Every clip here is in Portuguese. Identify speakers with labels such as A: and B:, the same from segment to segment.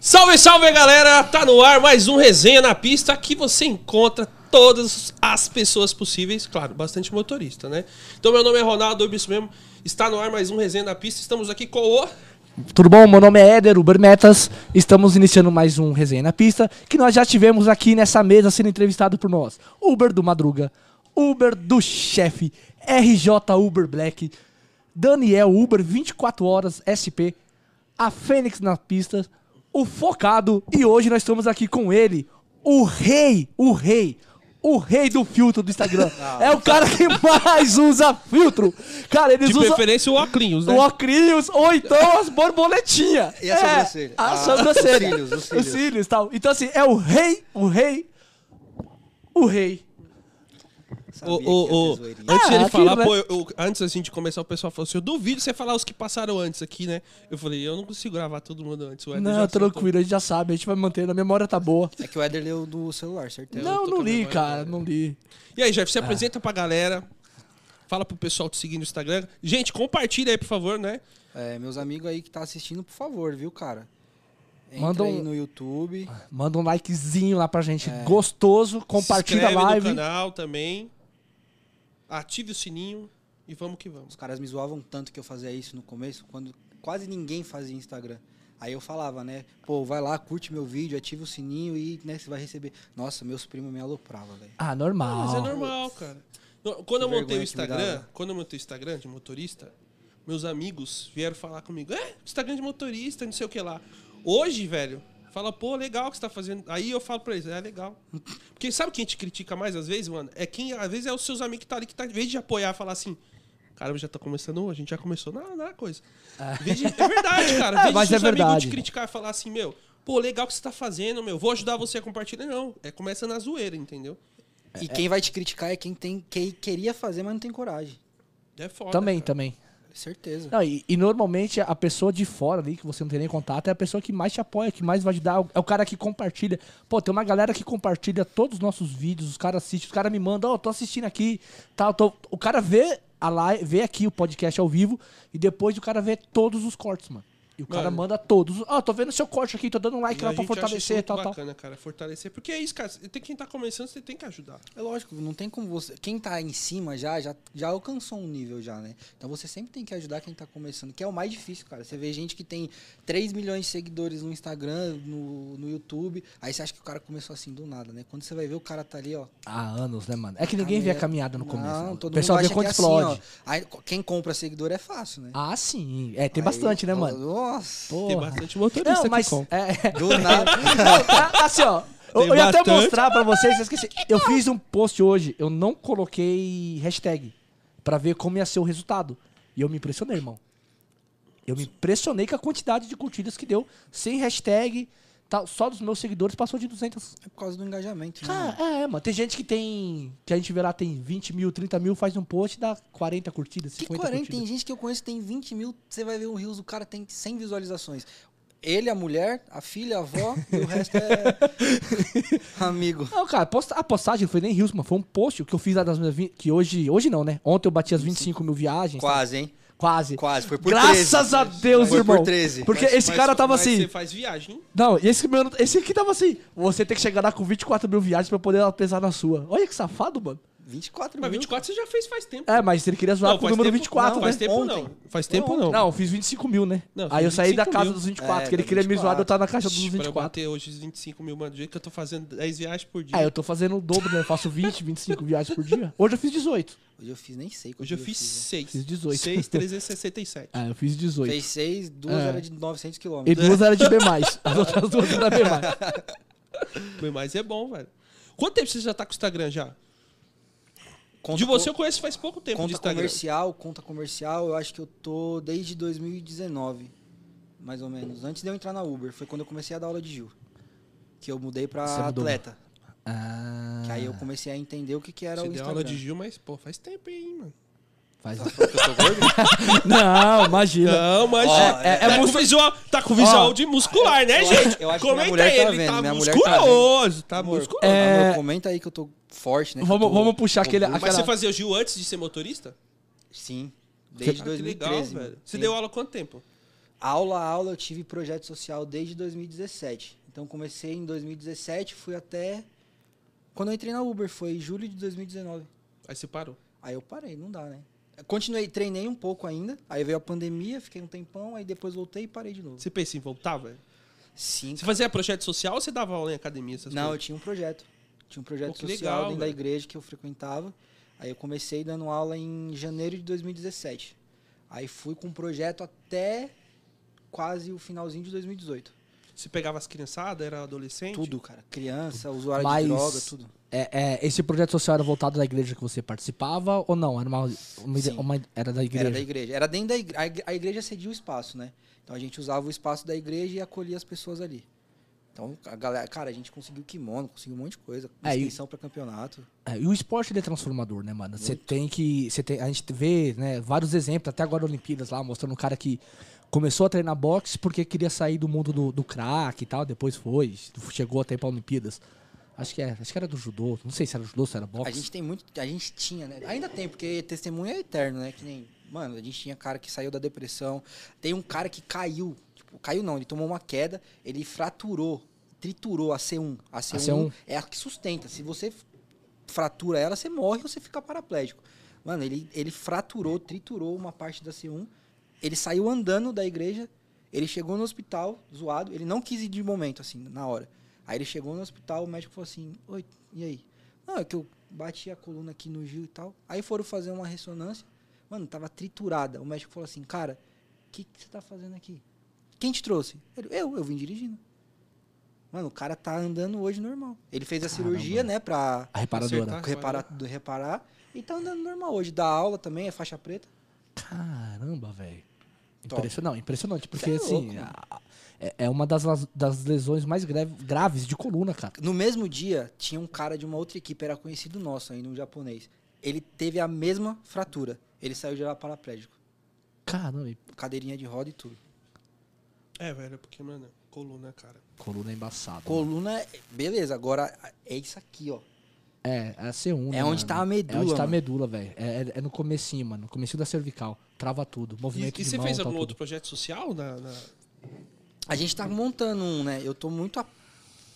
A: Salve, salve galera! Tá no ar mais um Resenha na Pista. Aqui você encontra todas as pessoas possíveis, claro, bastante motorista, né? Então, meu nome é Ronaldo, eu isso mesmo. Está no ar mais um Resenha na Pista. Estamos aqui com o.
B: Tudo bom? Meu nome é Éder Ubermetas. Estamos iniciando mais um Resenha na Pista, que nós já tivemos aqui nessa mesa sendo entrevistado por nós. Uber do Madruga, Uber do Chefe, RJ Uber Black, Daniel Uber 24 Horas SP, a Fênix na Pista, o Focado e hoje nós estamos aqui com ele, o rei, o rei, o rei do filtro do Instagram. é o cara que mais usa filtro. Cara, eles
A: De
B: usam...
A: preferência, o Oclinhos, né?
B: O ocrinhos, ou então as borboletinhas. É,
C: E a sobrancelha?
B: A
C: Ah,
B: sobrancelha.
C: os cílios, os cílios.
B: Os cílios, tal. Então, assim, é o rei, o rei, o rei.
A: O,
C: Sabia que ia
A: o- o-
C: ter zoeirinha.
A: antes
B: Ah,
A: de ele
B: aquilo,
A: falar,
B: né?
A: pô, eu- eu- antes assim de começar, o pessoal falou assim: eu duvido você falar os que passaram antes aqui, né? Eu falei, eu não consigo gravar todo mundo antes. o Eder já
B: Não,
A: soltou.
B: tranquilo, a gente já sabe, a gente vai manter, a memória tá boa.
C: É que o Éder leu do celular,
A: É,
C: certeza.
B: não,
C: Eu
B: não
C: tô
B: li,
C: com a
B: cara,
C: memória.
B: não li.
A: E aí,
B: Ah.
A: Jeff, se apresenta pra galera. Fala pro pessoal te seguir no Instagram. Gente, compartilha aí, por favor, né?
C: É, meus amigos aí que tá assistindo, por favor, viu, cara? Entra
B: Manda um-
C: aí no YouTube.
B: Manda um likezinho lá pra gente,
C: É.
B: gostoso, compartilha a
A: Se inscreve
B: live.
A: no canal também. Ative o sininho e vamos que vamos.
C: Os caras me zoavam tanto que eu fazia isso no começo, quando quase ninguém fazia Instagram. Aí eu falava, né? Pô, vai lá, curte meu vídeo, ativa o sininho e né, você vai receber. Nossa, meus primos me alopravam, velho.
B: Ah, normal.
A: Mas é normal, cara. No- Quando eu
C: Que
A: montei o
C: vergonha que me dá,
A: Instagram,
C: né?
A: quando eu montei o Instagram de motorista, meus amigos vieram falar comigo, é, Instagram de motorista, não sei o que lá. Hoje, velho, fala, pô, legal o que você tá fazendo. Aí eu falo pra eles, é legal. Porque sabe quem te critica mais às vezes, mano? É quem, às vezes, é os seus amigos que tá ali, que tá, em vez de apoiar, falar assim, caramba, já tá começando, a gente já começou na, na coisa. Em vez de- é verdade, cara. Em
B: É,
A: vez de
B: mas é
A: seus amigos
B: verdade.
A: te criticar e falar assim, meu, pô, legal o que você tá fazendo, meu, vou ajudar você a compartilhar. Não, é começa na zoeira, entendeu?
C: E quem vai te criticar é quem tem, quem queria fazer, mas não tem coragem.
A: É foda.
B: Também,
A: cara.
B: também.
C: Certeza.
B: Não, e, e normalmente a pessoa de fora ali, que você não tem nem contato, é a pessoa que mais te apoia, que mais vai ajudar. É o cara que compartilha. Pô, tem uma galera que compartilha todos os nossos vídeos, os caras assistem, os caras me mandam, ó, tô assistindo aqui, tal, tô- O cara vê a live, vê aqui o podcast ao vivo e depois o cara vê todos os cortes, mano. E o cara
A: Mano.
B: manda todos. os- Ó, tô vendo seu corte aqui, tô dando um like
A: E a
B: lá pra
A: gente acha isso
B: fortalecer e
A: muito
B: tal, tal.
A: bacana, cara, fortalecer. Porque é isso, cara. Tem quem tá começando, você tem que ajudar.
C: É lógico, não tem como você. Quem tá em cima já, já, já alcançou um nível já, né? Então você sempre tem que ajudar quem tá começando, que é o mais difícil, cara. Você vê gente que tem 3 milhões de seguidores no Instagram, no, no YouTube, aí você acha que o cara começou assim do nada, né? Quando você vai ver, o cara tá ali, ó.
B: Há anos, né, mano? É que ninguém vê a caminhada no começo.
C: Não,
B: né?
C: todo
B: o pessoal
C: mundo
B: vê
C: acha
B: quando
C: que é
B: explode.
C: Assim, ó. Aí, co- quem compra seguidor é fácil, né?
B: ah, sim. É, tem
C: Aí,
B: bastante, né, mano?
C: Nossa,
A: Tem
B: Porra.
A: bastante motorista
B: Não,
A: que
B: mas.
A: compra.
B: é, é.
C: do nada.
B: Não, tá- assim, ó. Eu,
A: Tem
B: eu ia até
A: bastante.
B: mostrar pra vocês, eu esqueci. Eu fiz um post hoje, eu não coloquei hashtag pra ver como ia ser o resultado. E eu me impressionei, irmão. Eu me impressionei com a quantidade de curtidas que deu, sem hashtag, tal, só dos meus seguidores passou de 200.
C: É por causa do engajamento, né?
B: Cara,
C: mano?
B: é, mano. Tem gente que tem. Que a gente vê lá, tem 20 mil, 30 mil, faz um post e dá 40 curtidas,
C: Que
B: 50
C: 40? Tem
B: curtidas.
C: gente que eu conheço tem 20 mil, você vai ver o Rios, o cara tem 100 visualizações. Ele, a mulher, a filha, a avó, e o resto é amigo.
B: Não, cara, posta- a postagem não foi nem Rios, mano. Foi um post que eu fiz lá das minhas. vinte- Que hoje. Hoje não, né? Ontem eu bati as 25 mil viagens.
C: Quase, hein?
B: Quase.
C: Quase, foi por
B: Graças
C: 13.
B: a Deus,
C: Foi
B: irmão.
C: por 13.
B: Porque
A: Mas-
B: esse
A: mas-
B: cara tava
A: mas
B: assim.
A: Você faz viagem, hein?
B: Não, esse, meu, esse aqui tava assim. Você tem que chegar lá com 24 mil viagens pra poder ela pesar na sua. Olha que safado, mano.
C: 24 mil.
A: Mas 24 você já fez faz tempo.
B: Uhum. É, mas ele queria zoar com o
A: faz
B: número
A: tempo-
B: 24,
A: não,
B: né?
A: Faz tempo
C: Ontem.
A: não. Faz tempo não.
B: Não, eu fiz 25 mil, né?
A: Não,
B: Aí eu
A: fiz
B: saí da
A: 25
B: casa
A: mil.
B: dos 24,
C: É,
B: que ele
C: tá
B: queria me zoar,
C: 24.
B: eu tava na caixa dos
A: Pra eu
B: 24.
A: bater hoje os 25 mil, mano, do jeito que eu tô fazendo 10 viagens por dia.
B: É, eu tô fazendo o dobro, né? Eu faço 20, 25 viagens por dia. Hoje eu fiz 18.
C: Hoje eu né? fiz, nem sei quanto
A: Hoje eu fiz 6.
B: Fiz 18.
A: 6, 367.
B: Ah, eu fiz 18.
C: Fez um 6, 2
B: É.
C: horas de 900
B: E
C: quilômetros.
B: duas era de B+. As outras duas era B+.
A: Meu, Mas é bom, velho. Quanto tempo você já tá com o Instagram já?
C: Conta
A: de você eu
C: co-
A: conheço faz pouco tempo de
C: Conta
A: Instagram.
C: comercial, conta comercial, eu acho que eu tô desde 2019, mais ou menos. Antes de eu entrar na Uber, foi quando eu comecei a dar aula de Gil. Que eu mudei pra
B: Você mudou.
C: atleta.
B: Ah,
C: Que aí eu comecei a entender o que, que era
A: Você
C: o
A: deu
C: Instagram.
A: aula de Gil, mas, pô, faz tempo, hein, mano.
B: faz...
C: Porque eu tô gordo?
B: Não, imagina.
A: Não, mas
C: Ó,
A: é,
C: é-
A: é, tá, com visual, tá com visual de muscular, né,
C: eu acho-
A: gente?
C: eu acho que minha
A: Comenta
C: mulher tá
A: ele,
C: vendo,
A: tá
C: minha mulher tá
A: musculoso, tá,
C: Amor,
A: musculoso.
B: É.
C: amor, comenta aí que eu tô forte, né? que eu
B: Vamos,
C: tô-
B: vamos puxar aquele.
C: Mas
A: Mas
B: Aquela...
A: você fazia o Gil antes de ser motorista?
C: Sim. Desde
A: Cara, que
C: 2013,
A: legal,
C: mano.
A: velho. Você
C: Sim.
A: deu aula há quanto tempo?
C: Aula a aula, eu tive projeto social desde 2017. Então comecei em 2017, fui até. Quando eu entrei na Uber, foi em julho de 2019.
A: Aí você parou.
C: Aí eu parei, não dá, né? Continuei, treinei um pouco ainda. Aí veio a pandemia, fiquei um tempão, aí depois voltei e parei de novo.
A: Você pensa em voltar, velho?
C: Sim,
A: Você fazia projeto social ou você dava aula em academia? Essas
C: Não, eu
A: coisas?
C: tinha um projeto. Tinha um projeto
A: Pô, que
C: social
A: legal,
C: dentro da
A: velho.
C: igreja que eu frequentava. Aí eu comecei dando aula em janeiro de 2017. Aí fui com o projeto até quase o finalzinho de 2018.
A: Você pegava as criançadas, era adolescente?
C: Tudo, cara. Criança, usuário
B: Mas-
C: de droga, tudo.
B: É, é, esse projeto social era voltado da igreja que você participava ou não? Era uma, uma ide-
C: Sim.
B: uma- era da igreja.
C: Era da igreja. Era dentro da igreja. A igre- A igreja cedia o espaço, né? Então a gente usava o espaço da igreja e acolhia as pessoas ali. Então, a galera, cara, a gente conseguiu kimono, conseguiu um monte de coisa.
B: É, e-
C: Inscrição pra campeonato.
B: É, e o esporte ele é transformador, né, mano? Você tem que. Você tem, a gente vê né, vários exemplos, até agora Olimpíadas lá, mostrando um cara que começou a treinar boxe porque queria sair do mundo do, do crack e tal, depois foi, chegou até ir pra Olimpíadas. Acho que, é, acho que era do judô, não sei se era judô, se era boxe.
C: A gente tem muito. A gente tinha, né? Ainda tem, porque testemunho é eterno, né? Que nem. Mano, a gente tinha cara que saiu da depressão. Tem um cara que caiu. Tipo, caiu não, ele tomou uma queda, ele fraturou, triturou a C1. A C1,
B: C1.
C: é a que sustenta. Se você f- fratura ela, você morre ou você fica paraplégico. Mano, ele, ele fraturou, triturou uma parte da C1. Ele saiu andando da igreja. Ele chegou no hospital, zoado. Ele não quis ir de momento, assim, na hora. Aí ele chegou no hospital, o médico falou assim: Oi, e aí? Não, é que eu bati a coluna aqui no Gil e tal. Aí foram fazer uma ressonância. Mano, tava triturada. O médico falou assim: Cara, o que, que você tá fazendo aqui? Quem te trouxe? Ele, eu, eu vim dirigindo. Mano, o cara tá andando hoje normal. Ele fez a
B: Caramba. Tá,
C: cirurgia, né, pra
B: A reparadora.
A: Acertar.
C: reparar, do- reparar. E tá andando normal hoje. Dá aula também, é faixa preta.
B: Caramba, velho.
C: Top.
B: Impressionante, impressionante, porque
C: Cê é
B: assim.
C: louco, mano.
B: a- é, é uma das, las- das lesões mais grave- graves de coluna, cara.
C: No mesmo dia, tinha um cara de uma outra equipe, era conhecido nosso ainda, um japonês. Ele teve a mesma fratura. Ele saiu de lá paraplégico.
B: Caramba, e
C: Cadeirinha de roda e tudo.
A: É, velho, porque, mano, coluna, cara.
B: coluna é embaçada.
C: Coluna, beleza. Agora é isso aqui, ó.
B: É, é a C1.
C: É onde tá a medula,
B: É onde tá a
C: mano.
B: medula, velho. É, é- é no comecinho, mano. No comecinho da cervical. Trava tudo.
A: E,
B: Movimento
A: e
B: de
A: você
B: mão,
A: fez
B: tal,
A: algum
B: tudo.
A: outro projeto social? Na, na-
C: A gente tá montando um, né? Eu tô muito, a-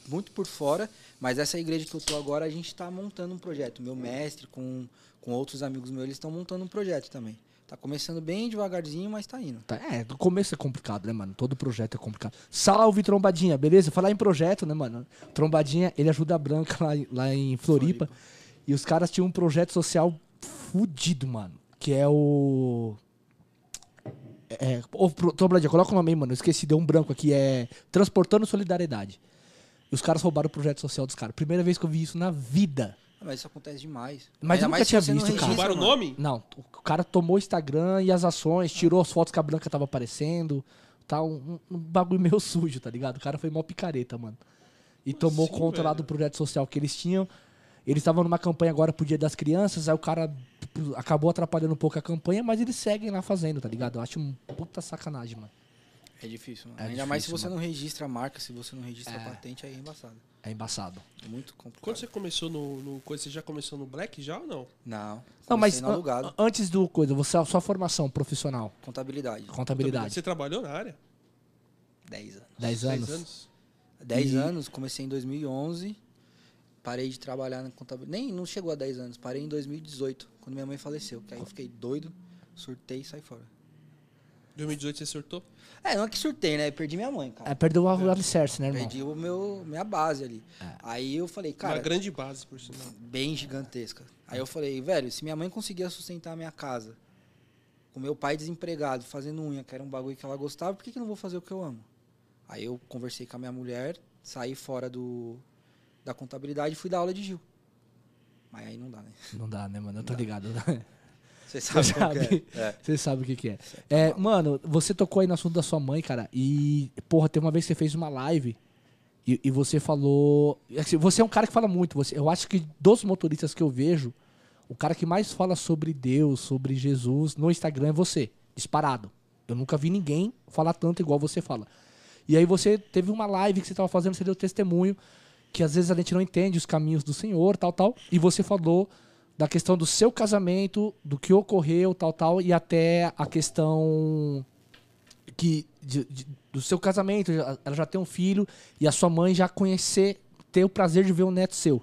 C: muito por fora, mas essa igreja que eu tô agora, a gente tá montando um projeto. Meu mestre com, com outros amigos meus, eles estão montando um projeto também. Tá começando bem devagarzinho, mas tá indo.
B: Tá, é, do começo é complicado, né, mano? Todo projeto é complicado. Salve, Trombadinha, beleza? Falar em projeto, né, mano? Trombadinha, ele ajuda a Branca lá, em- lá em Floripa, E os caras tinham um projeto social fudido, mano. Que é o. É, é, ô, Pro- Trombadinha, coloca o nome aí, mano. Eu esqueci, deu um branco aqui. É Transportando Solidariedade. E os caras roubaram o projeto social dos caras. Primeira vez que eu vi isso na vida.
C: Ah, mas isso acontece demais.
B: Mas eu
C: Ainda
B: nunca
C: mais se
B: tinha
C: você não
B: visto, cara.
C: registra,
A: Roubaram o
C: mano.
A: nome?
B: Não, o cara tomou o Instagram e as ações, tirou as fotos que a Branca tava aparecendo. Tá um, um- um bagulho meio sujo, tá ligado? O cara foi mó picareta, mano. E
A: Como
B: tomou
A: assim,
B: conta lá
A: velho?
B: do projeto social que eles tinham. Eles estavam numa campanha agora pro Dia das Crianças, aí o cara tipo, acabou atrapalhando um pouco a campanha, mas eles seguem lá fazendo, tá ligado? Eu acho um puta sacanagem, mano.
C: É difícil, mano.
B: É
C: Ainda mais se
B: difícil,
C: você não registra a marca, se você não registra a patente, aí é embaçado.
B: É embaçado.
C: É muito
A: Quando
C: complicado.
A: você começou no, no coisa, você já começou no Black já ou não?
C: Não,
B: Não, mas
C: comecei no
B: an-
C: alugado.
B: antes do coisa, você, a sua formação profissional,
C: Contabilidade.
B: contabilidade,
A: Você trabalhou na área?
C: 10 anos.
B: 10 anos.
A: anos?
C: 10
B: E-
C: anos, comecei em 2011. Parei de trabalhar na contabilidade. Nem, não chegou a 10 anos. Parei em 2018, quando minha mãe faleceu. Que aí eu fiquei doido, surtei e saí fora.
A: Em 2018 você surtou?
C: É, não é que surtei, né? Eu perdi minha mãe,
B: É,
C: cara.
B: perdeu o alicerce, né, irmão? É.
C: Perdi o meu, minha base ali. Aí eu falei, cara,
A: Uma grande base, por sinal.
C: bem gigantesca. Aí eu falei, velho, se minha mãe conseguia sustentar a minha casa, com meu pai desempregado, fazendo unha, que era um bagulho que ela gostava, por que, que eu não vou fazer o que eu amo? Aí eu conversei com a minha mulher, saí fora do da contabilidade e fui dar aula de Gil. Mas aí não dá, né?
B: Não dá, né, mano? Eu tô ligado.
C: Você sabe,
B: Você
C: como que
B: sabe,
C: é. É.
B: você sabe o que, que é. É, Mano, você tocou aí no assunto da sua mãe, cara. E, porra, tem uma vez que você fez uma live e, e você falou. assim, Você é um cara que fala muito. Você, eu acho que dos motoristas que eu vejo, o cara que mais fala sobre Deus, sobre Jesus no Instagram é você. Disparado. Eu nunca vi ninguém falar tanto igual você fala. E aí você teve uma live que você tava fazendo, você deu testemunho, que às vezes a gente não entende os caminhos do Senhor, tal, tal. E você falou da questão do seu casamento, do que ocorreu, tal, tal, e até a questão que de- de- do seu casamento, já- ela já tem um filho e a sua mãe já conhecer, ter o prazer de ver um neto seu.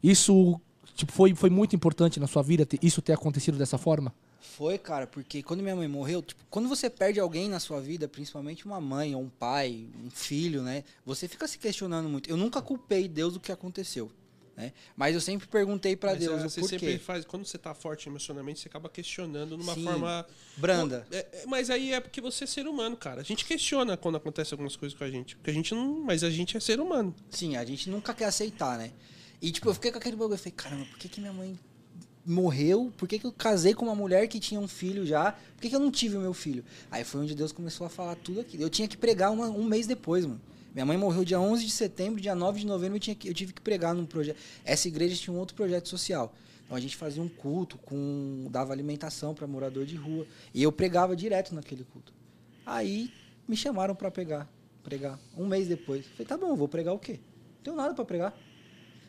B: Isso tipo, foi, foi muito importante na sua vida, ter- isso ter acontecido dessa forma?
C: Foi, cara, porque quando minha mãe morreu, tipo, quando você perde alguém na sua vida, principalmente uma mãe ou um pai, um filho, né? Você fica se questionando muito. Eu nunca culpei Deus do que aconteceu, né? Mas eu sempre perguntei pra
A: Mas,
C: Deus
A: ah,
C: o
A: você
C: porquê.
A: sempre faz. Quando você tá forte emocionalmente, você acaba questionando numa
C: Sim.
A: forma.
C: Branda.
A: É, é, mas aí é porque você é ser humano, cara. A gente questiona quando acontece algumas coisas com a gente. Porque a gente não. Mas a gente é ser humano.
C: Sim, a gente nunca quer aceitar, né? E tipo, eu fiquei com aquele bagulho, eu falei, caramba, por que, que minha mãe morreu? Por que, que eu casei com uma mulher que tinha um filho já? Por que, que eu não tive o meu filho? Aí foi onde Deus começou a falar tudo aquilo. Eu tinha que pregar uma- um mês depois, mano. Minha mãe morreu dia 11 de setembro, dia 9 de novembro eu, tinha que- eu tive que pregar num projeto. Essa igreja tinha um outro projeto social. Então a gente fazia um culto, com dava alimentação para morador de rua. E eu pregava direto naquele culto. Aí me chamaram para pegar, pregar. Um mês depois. Falei, tá bom, vou pregar o quê? Não tenho nada para pregar.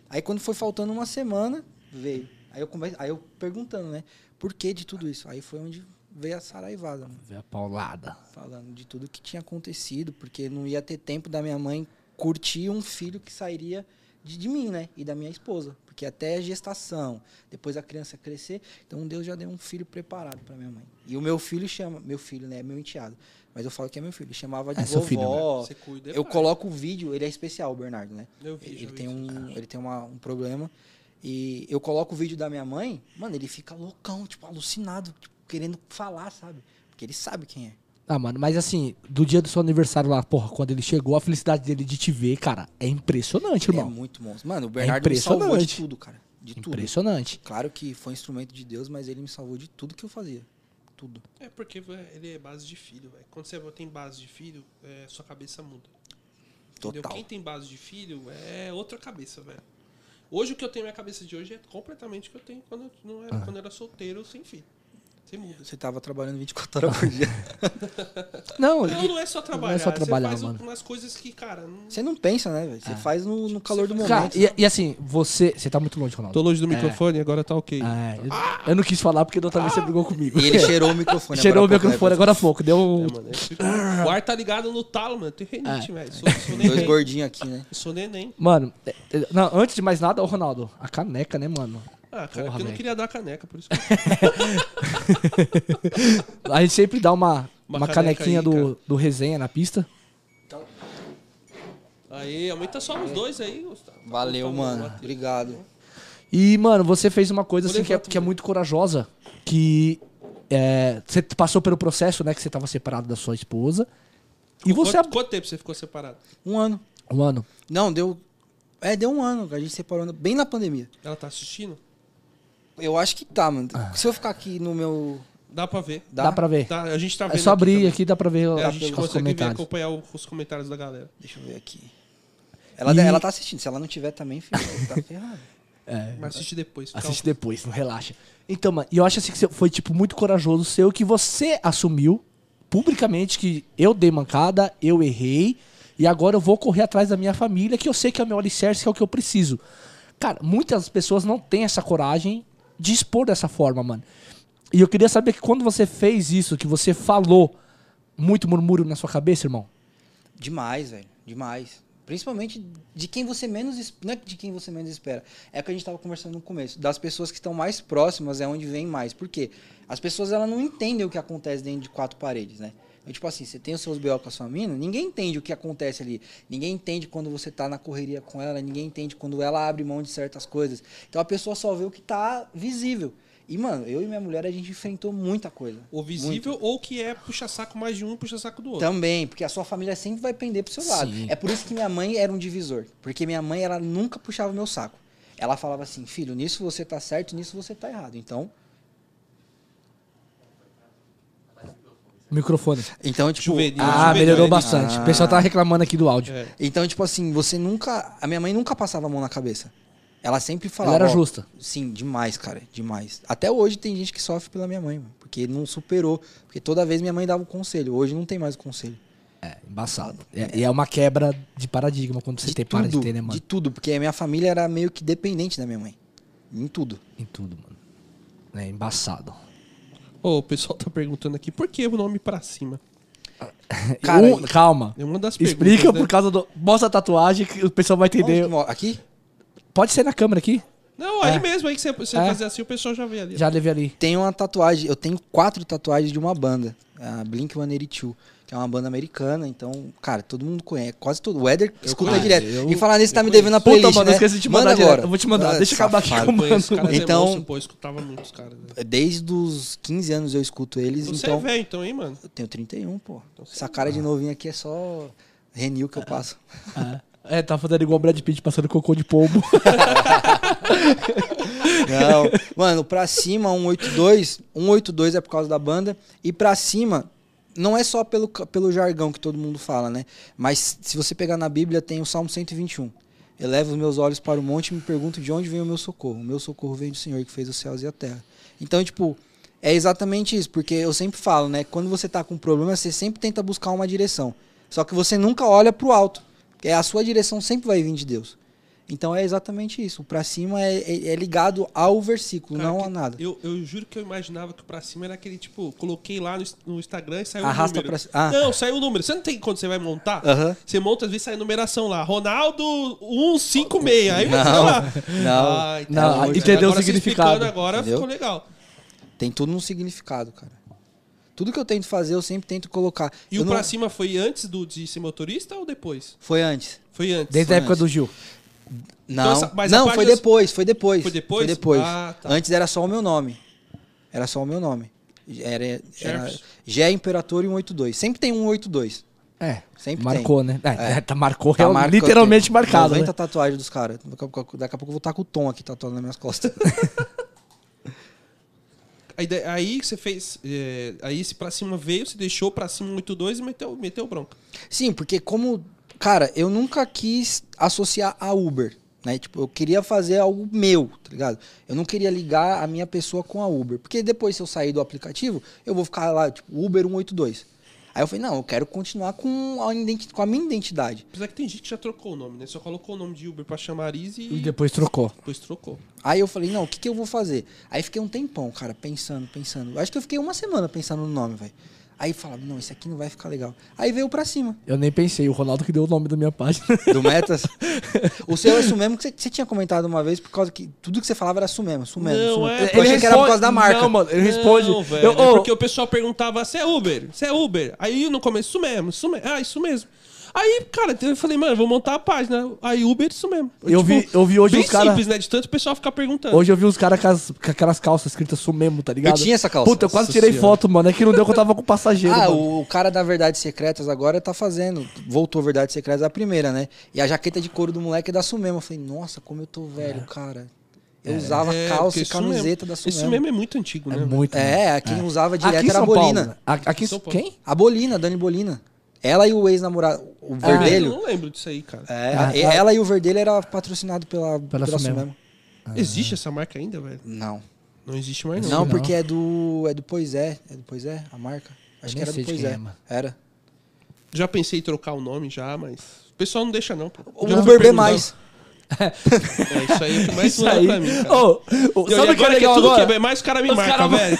C: Aí quando foi faltando uma semana, veio. Aí eu, come... aí eu perguntando, né? Por que de tudo isso? Aí foi onde veio a saraivada, mano,
B: Vê a paulada.
C: falando de tudo que tinha acontecido, porque não ia ter tempo da minha mãe curtir um filho que sairia de, de mim, né? E da minha esposa. Porque até a gestação, depois a criança crescer, então Deus já deu um filho preparado para minha mãe. E o meu filho chama, meu filho, né? Meu enteado. Mas eu falo que é meu filho. Ele chamava de
B: É seu filho, né?
C: vovó.
A: Você cuida. é
C: Eu coloco o vídeo, ele é especial, o Bernardo, né?
A: Eu vi,
C: Ele
A: já vi
C: tem
A: isso.
C: um, ele tem uma- um problema. E eu coloco o vídeo da minha mãe, mano, ele fica loucão, tipo, alucinado, tipo, querendo falar, sabe? Porque ele sabe quem é.
B: Ah, mano, mas assim, do dia do seu aniversário lá, porra, quando ele chegou, a felicidade dele de te ver, cara, é impressionante,
C: Ele é
B: irmão.
C: muito monstro. Mano, o Bernardo me
B: impressionante.
C: salvou de tudo, cara. De tudo.
B: impressionante.
C: Claro que foi um instrumento de Deus, mas ele me salvou de tudo que eu fazia. Tudo.
A: É porque vé, ele é base de filho, velho. Quando você tem base de filho, é, sua cabeça muda. Entendeu?
C: Total.
A: Quem tem base de filho é outra cabeça, velho. Hoje o que eu tenho na minha cabeça de hoje é completamente o que eu tenho quando eu, não
C: Ah.
A: era, quando eu era solteiro ou sem filho. Você muda.
C: Você tava trabalhando 24 horas por dia.
B: Não,
A: Não, não é só trabalhar.
B: só trabalhar,
A: você faz
B: mano.
A: umas coisas que, cara. Não...
C: Você não pensa, né, velho? Você faz no, no calor do
B: É. cara,
C: momento.
B: e, e assim, você. Você tá muito longe, Ronaldo.
A: longe do microfone, agora tá ok.
B: Ah, eu, eu não quis falar porque da outra vez você brigou comigo.
C: E ele cheirou o microfone.
B: Cheirou o
C: agora há
B: microfone agora há pouco,
C: pouco, né, velho?
B: deu um.
A: É, Mano, eu fico- o ar tá ligado no talo, mano. Tem renite,
B: Ah.
A: velho. Sou, sou
C: Dois
A: neném.
C: gordinhos aqui, né?
A: Sou neném.
B: Mano, é- é- não, antes de mais nada, ô Ronaldo, a caneca, né, mano?
A: Ah, cara, porque eu
B: Porra,
A: não
B: velho.
A: queria dar caneca, por isso que
B: A gente sempre dá uma, uma,
A: Uma caneca
B: canequinha
A: aí,
B: do, do resenha na pista.
A: Aí, aumenta só nos dois aí, Gustavo.
C: Valeu,
A: Por favor,
C: mano.
A: Matheus.
C: Obrigado.
B: E, mano, você fez uma coisa
A: Vou
B: assim que é,
A: levantar
B: que é muito corajosa. Que é, você passou pelo processo, né? Que você tava separado da sua esposa. E você.
A: Quanto, quanto tempo você ficou separado?
C: Um ano.
B: Mano,
C: Não, deu. É, deu um ano que a gente separou na- bem na pandemia.
A: Ela tá assistindo?
C: Eu acho que tá, mano.
B: Ah.
C: Se eu ficar aqui no meu.
A: Dá pra ver.
B: dá,
C: Dá?
B: pra ver.
A: Tá, a gente tá
B: é
A: vendo
B: só abrir aqui,
A: também.
B: dá pra ver
A: É,
B: lá
A: a gente
B: os
A: consegue ver,
B: comentários.
A: acompanhar o- os comentários da galera.
C: Deixa eu ver aqui. Ela,
B: E-
C: ela tá assistindo. Se ela não tiver também, filho, tá ferrado.
A: Mas assiste depois. calma.
B: É. Assiste depois, não relaxa. Então, mano, e eu acho assim que você foi, tipo, muito corajoso seu que você assumiu publicamente que eu dei mancada, eu errei, e agora eu vou correr atrás da minha família, que eu sei que é o meu alicerce, que é o que eu preciso. Cara, muitas pessoas não têm essa coragem de expor dessa forma, mano. E eu queria saber que quando você fez isso, que você falou muito murmúrio na sua cabeça, irmão.
C: Demais, velho. Demais. Principalmente de quem você menos. es- Não é de quem você menos espera. É o que a gente tava conversando no começo. Das pessoas que estão mais próximas é onde vem mais. Por quê? As pessoas elas não entendem o que acontece dentro de quatro paredes, né? Então, tipo assim, você tem os seus BO com a sua mina, ninguém entende o que acontece ali. Ninguém entende quando você tá na correria com ela, ninguém entende quando ela abre mão de certas coisas. Então a pessoa só vê o que tá visível. E, mano, eu e minha mulher, a gente enfrentou muita coisa.
A: Ou visível, ou que é puxa-saco mais de um, puxa-saco do outro.
C: Também, porque a sua família sempre vai pender pro seu lado.
B: Sim.
C: É por isso que minha mãe era um divisor. Porque minha mãe, ela nunca puxava o meu saco. Ela falava assim, filho, nisso você tá certo, nisso você tá errado. Então,
B: Microfone.
C: então tipo...
A: Juvenil.
B: Ah,
A: juvenil,
B: melhorou
A: ele-
B: bastante. O pessoal tá reclamando aqui do áudio.
A: É.
C: Então, tipo assim, você nunca... A minha mãe nunca passava a mão na cabeça. Ela sempre falava...
B: Ela era
C: "Ó,
B: justa."
C: Sim, demais, cara. Demais. Até hoje tem gente que sofre pela minha mãe, mano, porque não superou. Porque toda vez minha mãe dava um conselho. Hoje não tem mais o conselho.
B: Embaçado. É, e é uma quebra de paradigma quando você tem para de ter, né, mano?
C: de tudo. Porque a minha família era meio que dependente da minha mãe. Em tudo.
B: Em tudo, mano. É embaçado.
A: Ô, o pessoal tá perguntando aqui, por que o nome pra cima?
C: Cara,
B: Um- calma.
A: É uma das perguntas.
B: Explica
A: né?
B: por causa do. Mostra a tatuagem que o pessoal vai entender.
C: Onde que mo- Aqui?
B: Pode ser na câmera aqui?
A: Não, aí
B: É.
A: mesmo, aí que você, você
B: É.
A: fazer assim, o pessoal já vê ali.
B: Já levei ali.
C: Tem uma tatuagem, eu tenho quatro tatuagens de uma banda, a Blink-182, que é uma banda americana, então, cara, todo mundo conhece, quase todo, o Éder escuta
A: conheço,
C: direto.
A: eu-
C: e falar nisso, tá me
A: conheço.
C: devendo a
B: Puta,
C: playlist,
B: mano, eu
C: né?
B: esqueci de te mandar
C: Manda
B: direto.
C: agora.
B: Eu vou te mandar.
C: Ah,
B: Deixa eu acabar aqui
C: safado.
B: com o mano.
A: Conheço, os caras
C: Então-
A: é monstro, pô, eu escutava muito os caras. né?
C: Desde os 15 anos eu escuto eles,
A: Então, Você
C: então...
A: é velho então, hein, mano?
C: Eu tenho 31, pô.
B: Então
A: você
C: Essa cara de novinho aqui é só renil
B: Ah.
C: que eu passo.
B: É, tá fazendo igual o Brad Pitt passando cocô de pombo.
C: Não. Mano, pra cima, 182. 182 é por causa da banda. E pra cima, não é só pelo, ca- pelo jargão que todo mundo fala, né? Mas se você pegar na Bíblia, tem o Salmo 121. Elevo um. os meus olhos para o monte e me pergunto de onde vem o meu socorro. O meu socorro vem do Senhor que fez os céus e a terra. Então, tipo, é exatamente isso. Porque eu sempre falo, né? Quando você tá com um problema, você sempre tenta buscar uma direção. Só que você nunca olha pro alto. É a sua direção sempre vai vir de Deus. Então é exatamente isso. O Pra cima é, é- é ligado ao versículo,
A: Cara,
C: não
A: que-
C: a nada.
A: Eu, eu juro que eu imaginava que o pra cima era aquele tipo, coloquei lá no, no Instagram e saiu
C: Arrasta
A: o número.
C: pra cima. Ah.
A: Não, saiu o número. Você não tem quando você vai montar?
C: Aham.
A: Você monta, às vezes sai a numeração lá. Ronaldo 156. Aí você
C: Não,
A: lá.
C: não.
A: Ah,
B: Não,
A: hoje-
B: entendeu o
A: agora você
B: significado.
A: explicando Agora
C: Entendeu?
A: ficou legal.
C: Tem tudo um significado, cara. Tudo que eu tento fazer, eu sempre tento colocar.
A: E
C: Eu
A: o
C: não- é-
A: pra cima foi antes do de ser motorista ou depois?
C: Foi antes.
A: Foi antes.
B: Desde a época do Gil.
C: Não,
A: Então, essa- mas a
C: não
A: parte
C: foi
A: das-
C: depois, foi depois.
A: Foi depois?
C: Foi depois.
A: Ah, tá.
C: Antes era só o meu nome. Era só o meu nome. Era, era
A: Jefferson.
C: Gé Imperator e 182. Sempre tem 182.
B: É.
C: Sempre
B: marcou,
C: tem.
B: né? É,
C: É.
B: Tá, marcou
C: Tá
B: real-
C: marcado,
B: literalmente
C: tem
B: marcado.
C: 90
B: Né?
C: tatuagens dos caras. Daqui a pouco daqui a pouco eu vou estar com o Tom aqui tatuando nas minhas costas.
A: Aí, de- aí que você fez. é, aí esse pra cima veio, você deixou pra cima 82 e meteu, meteu bronca.
C: Sim, porque como. Cara, eu nunca quis associar a Uber. Né? Tipo, eu queria fazer algo meu, tá ligado? Eu não queria ligar a minha pessoa com a Uber. Porque depois, se eu sair do aplicativo, eu vou ficar lá, tipo, Uber 182. Aí eu falei, não, eu quero continuar com a, identi- com a minha identidade.
A: Apesar que tem gente que já trocou o nome, né? Só colocou o nome de Uber pra chamariz e
B: E depois trocou.
A: depois trocou.
C: Aí eu falei, não, o que, que eu vou fazer? Aí fiquei um tempão, cara, pensando, pensando. Acho que eu fiquei uma semana pensando no nome, velho. Aí falava, não, isso aqui não vai ficar legal. Aí veio pra cima.
B: Eu nem pensei, o Ronaldo que deu o nome da minha página.
C: Do Metas? o seu é isso mesmo que você- você tinha comentado uma vez, por causa que tudo que você falava era isso mesmo, isso mesmo.
A: Não,
C: isso mesmo.
A: é,
C: Eu achei que era por causa da marca.
B: Não, mano, ele responde.
A: Não, velho.
B: eu,
A: é
B: ô,
A: porque o pessoal perguntava, você é Uber? Você é Uber? Aí no começo, isso mesmo, isso mesmo. Ah, isso mesmo. Aí, cara, eu falei, mano, eu vou montar a página. Aí Uber, isso mesmo. Tipo,
B: Eu vi- eu vi hoje
A: bem
B: os cara-
A: simples, né? De tanto o pessoal ficar perguntando.
B: Hoje eu vi uns caras com, as- com aquelas calças escritas sumemo, tá ligado?
C: tinha essa calça.
B: Puta, eu quase
A: Nossa
B: tirei
A: senhora.
B: foto, mano. É que não deu que eu tava com o passageiro.
C: Ah,
B: mano.
C: o cara da Verdades Secretas agora tá fazendo. Voltou Verdades Secretas a primeira, né? E a jaqueta de couro do moleque é da Sumemo. Eu falei, nossa, como eu tô velho, cara. Eu usava
A: É,
C: calça
A: porque
C: e
A: isso mesmo-
C: camiseta da Sumemo.
A: Isso mesmo é muito antigo, né?
B: É muito. mano.
C: É, quem usava direto
B: Aqui em
C: era
B: São
C: a
B: Paulo.
C: Bolina.
B: né? A- Aqui em
A: São
B: São
A: Paulo.
B: Paulo. Quem?
C: A Bolina, Dani Bolina. Ela e o ex-namorado, o
A: Eu
C: Verdelho.
A: não lembro disso aí, cara.
C: É,
B: Ah,
C: e-
B: tá.
C: Ela e o Verdelho era patrocinado pela, pela,
B: Sumemo.
C: Sumemo.
A: Existe essa marca ainda, velho?
C: Não.
A: Não existe mais,
C: Não,
A: não.
B: Não.
C: porque é do. É do Pois é. É do Pois é, a marca. Acho que
B: nem
C: era do
B: sei de
C: Pois
B: quem
C: é.
B: é, mano.
C: Era.
A: Já pensei em trocar o nome já, mas. O pessoal não deixa, não. pô.
C: O
A: Já
C: Uber B.
A: perguntando.
C: Mais.
A: É, isso aí é o que mais
B: Isso
A: muda
B: aí.
A: pra mim. Cara.
B: Ô, ô,
A: E
B: sabe o que é
A: agora
B: legal
A: tudo
B: agora?
A: que é B, mais o cara me
B: Os
A: marca,
B: cara-
A: velho.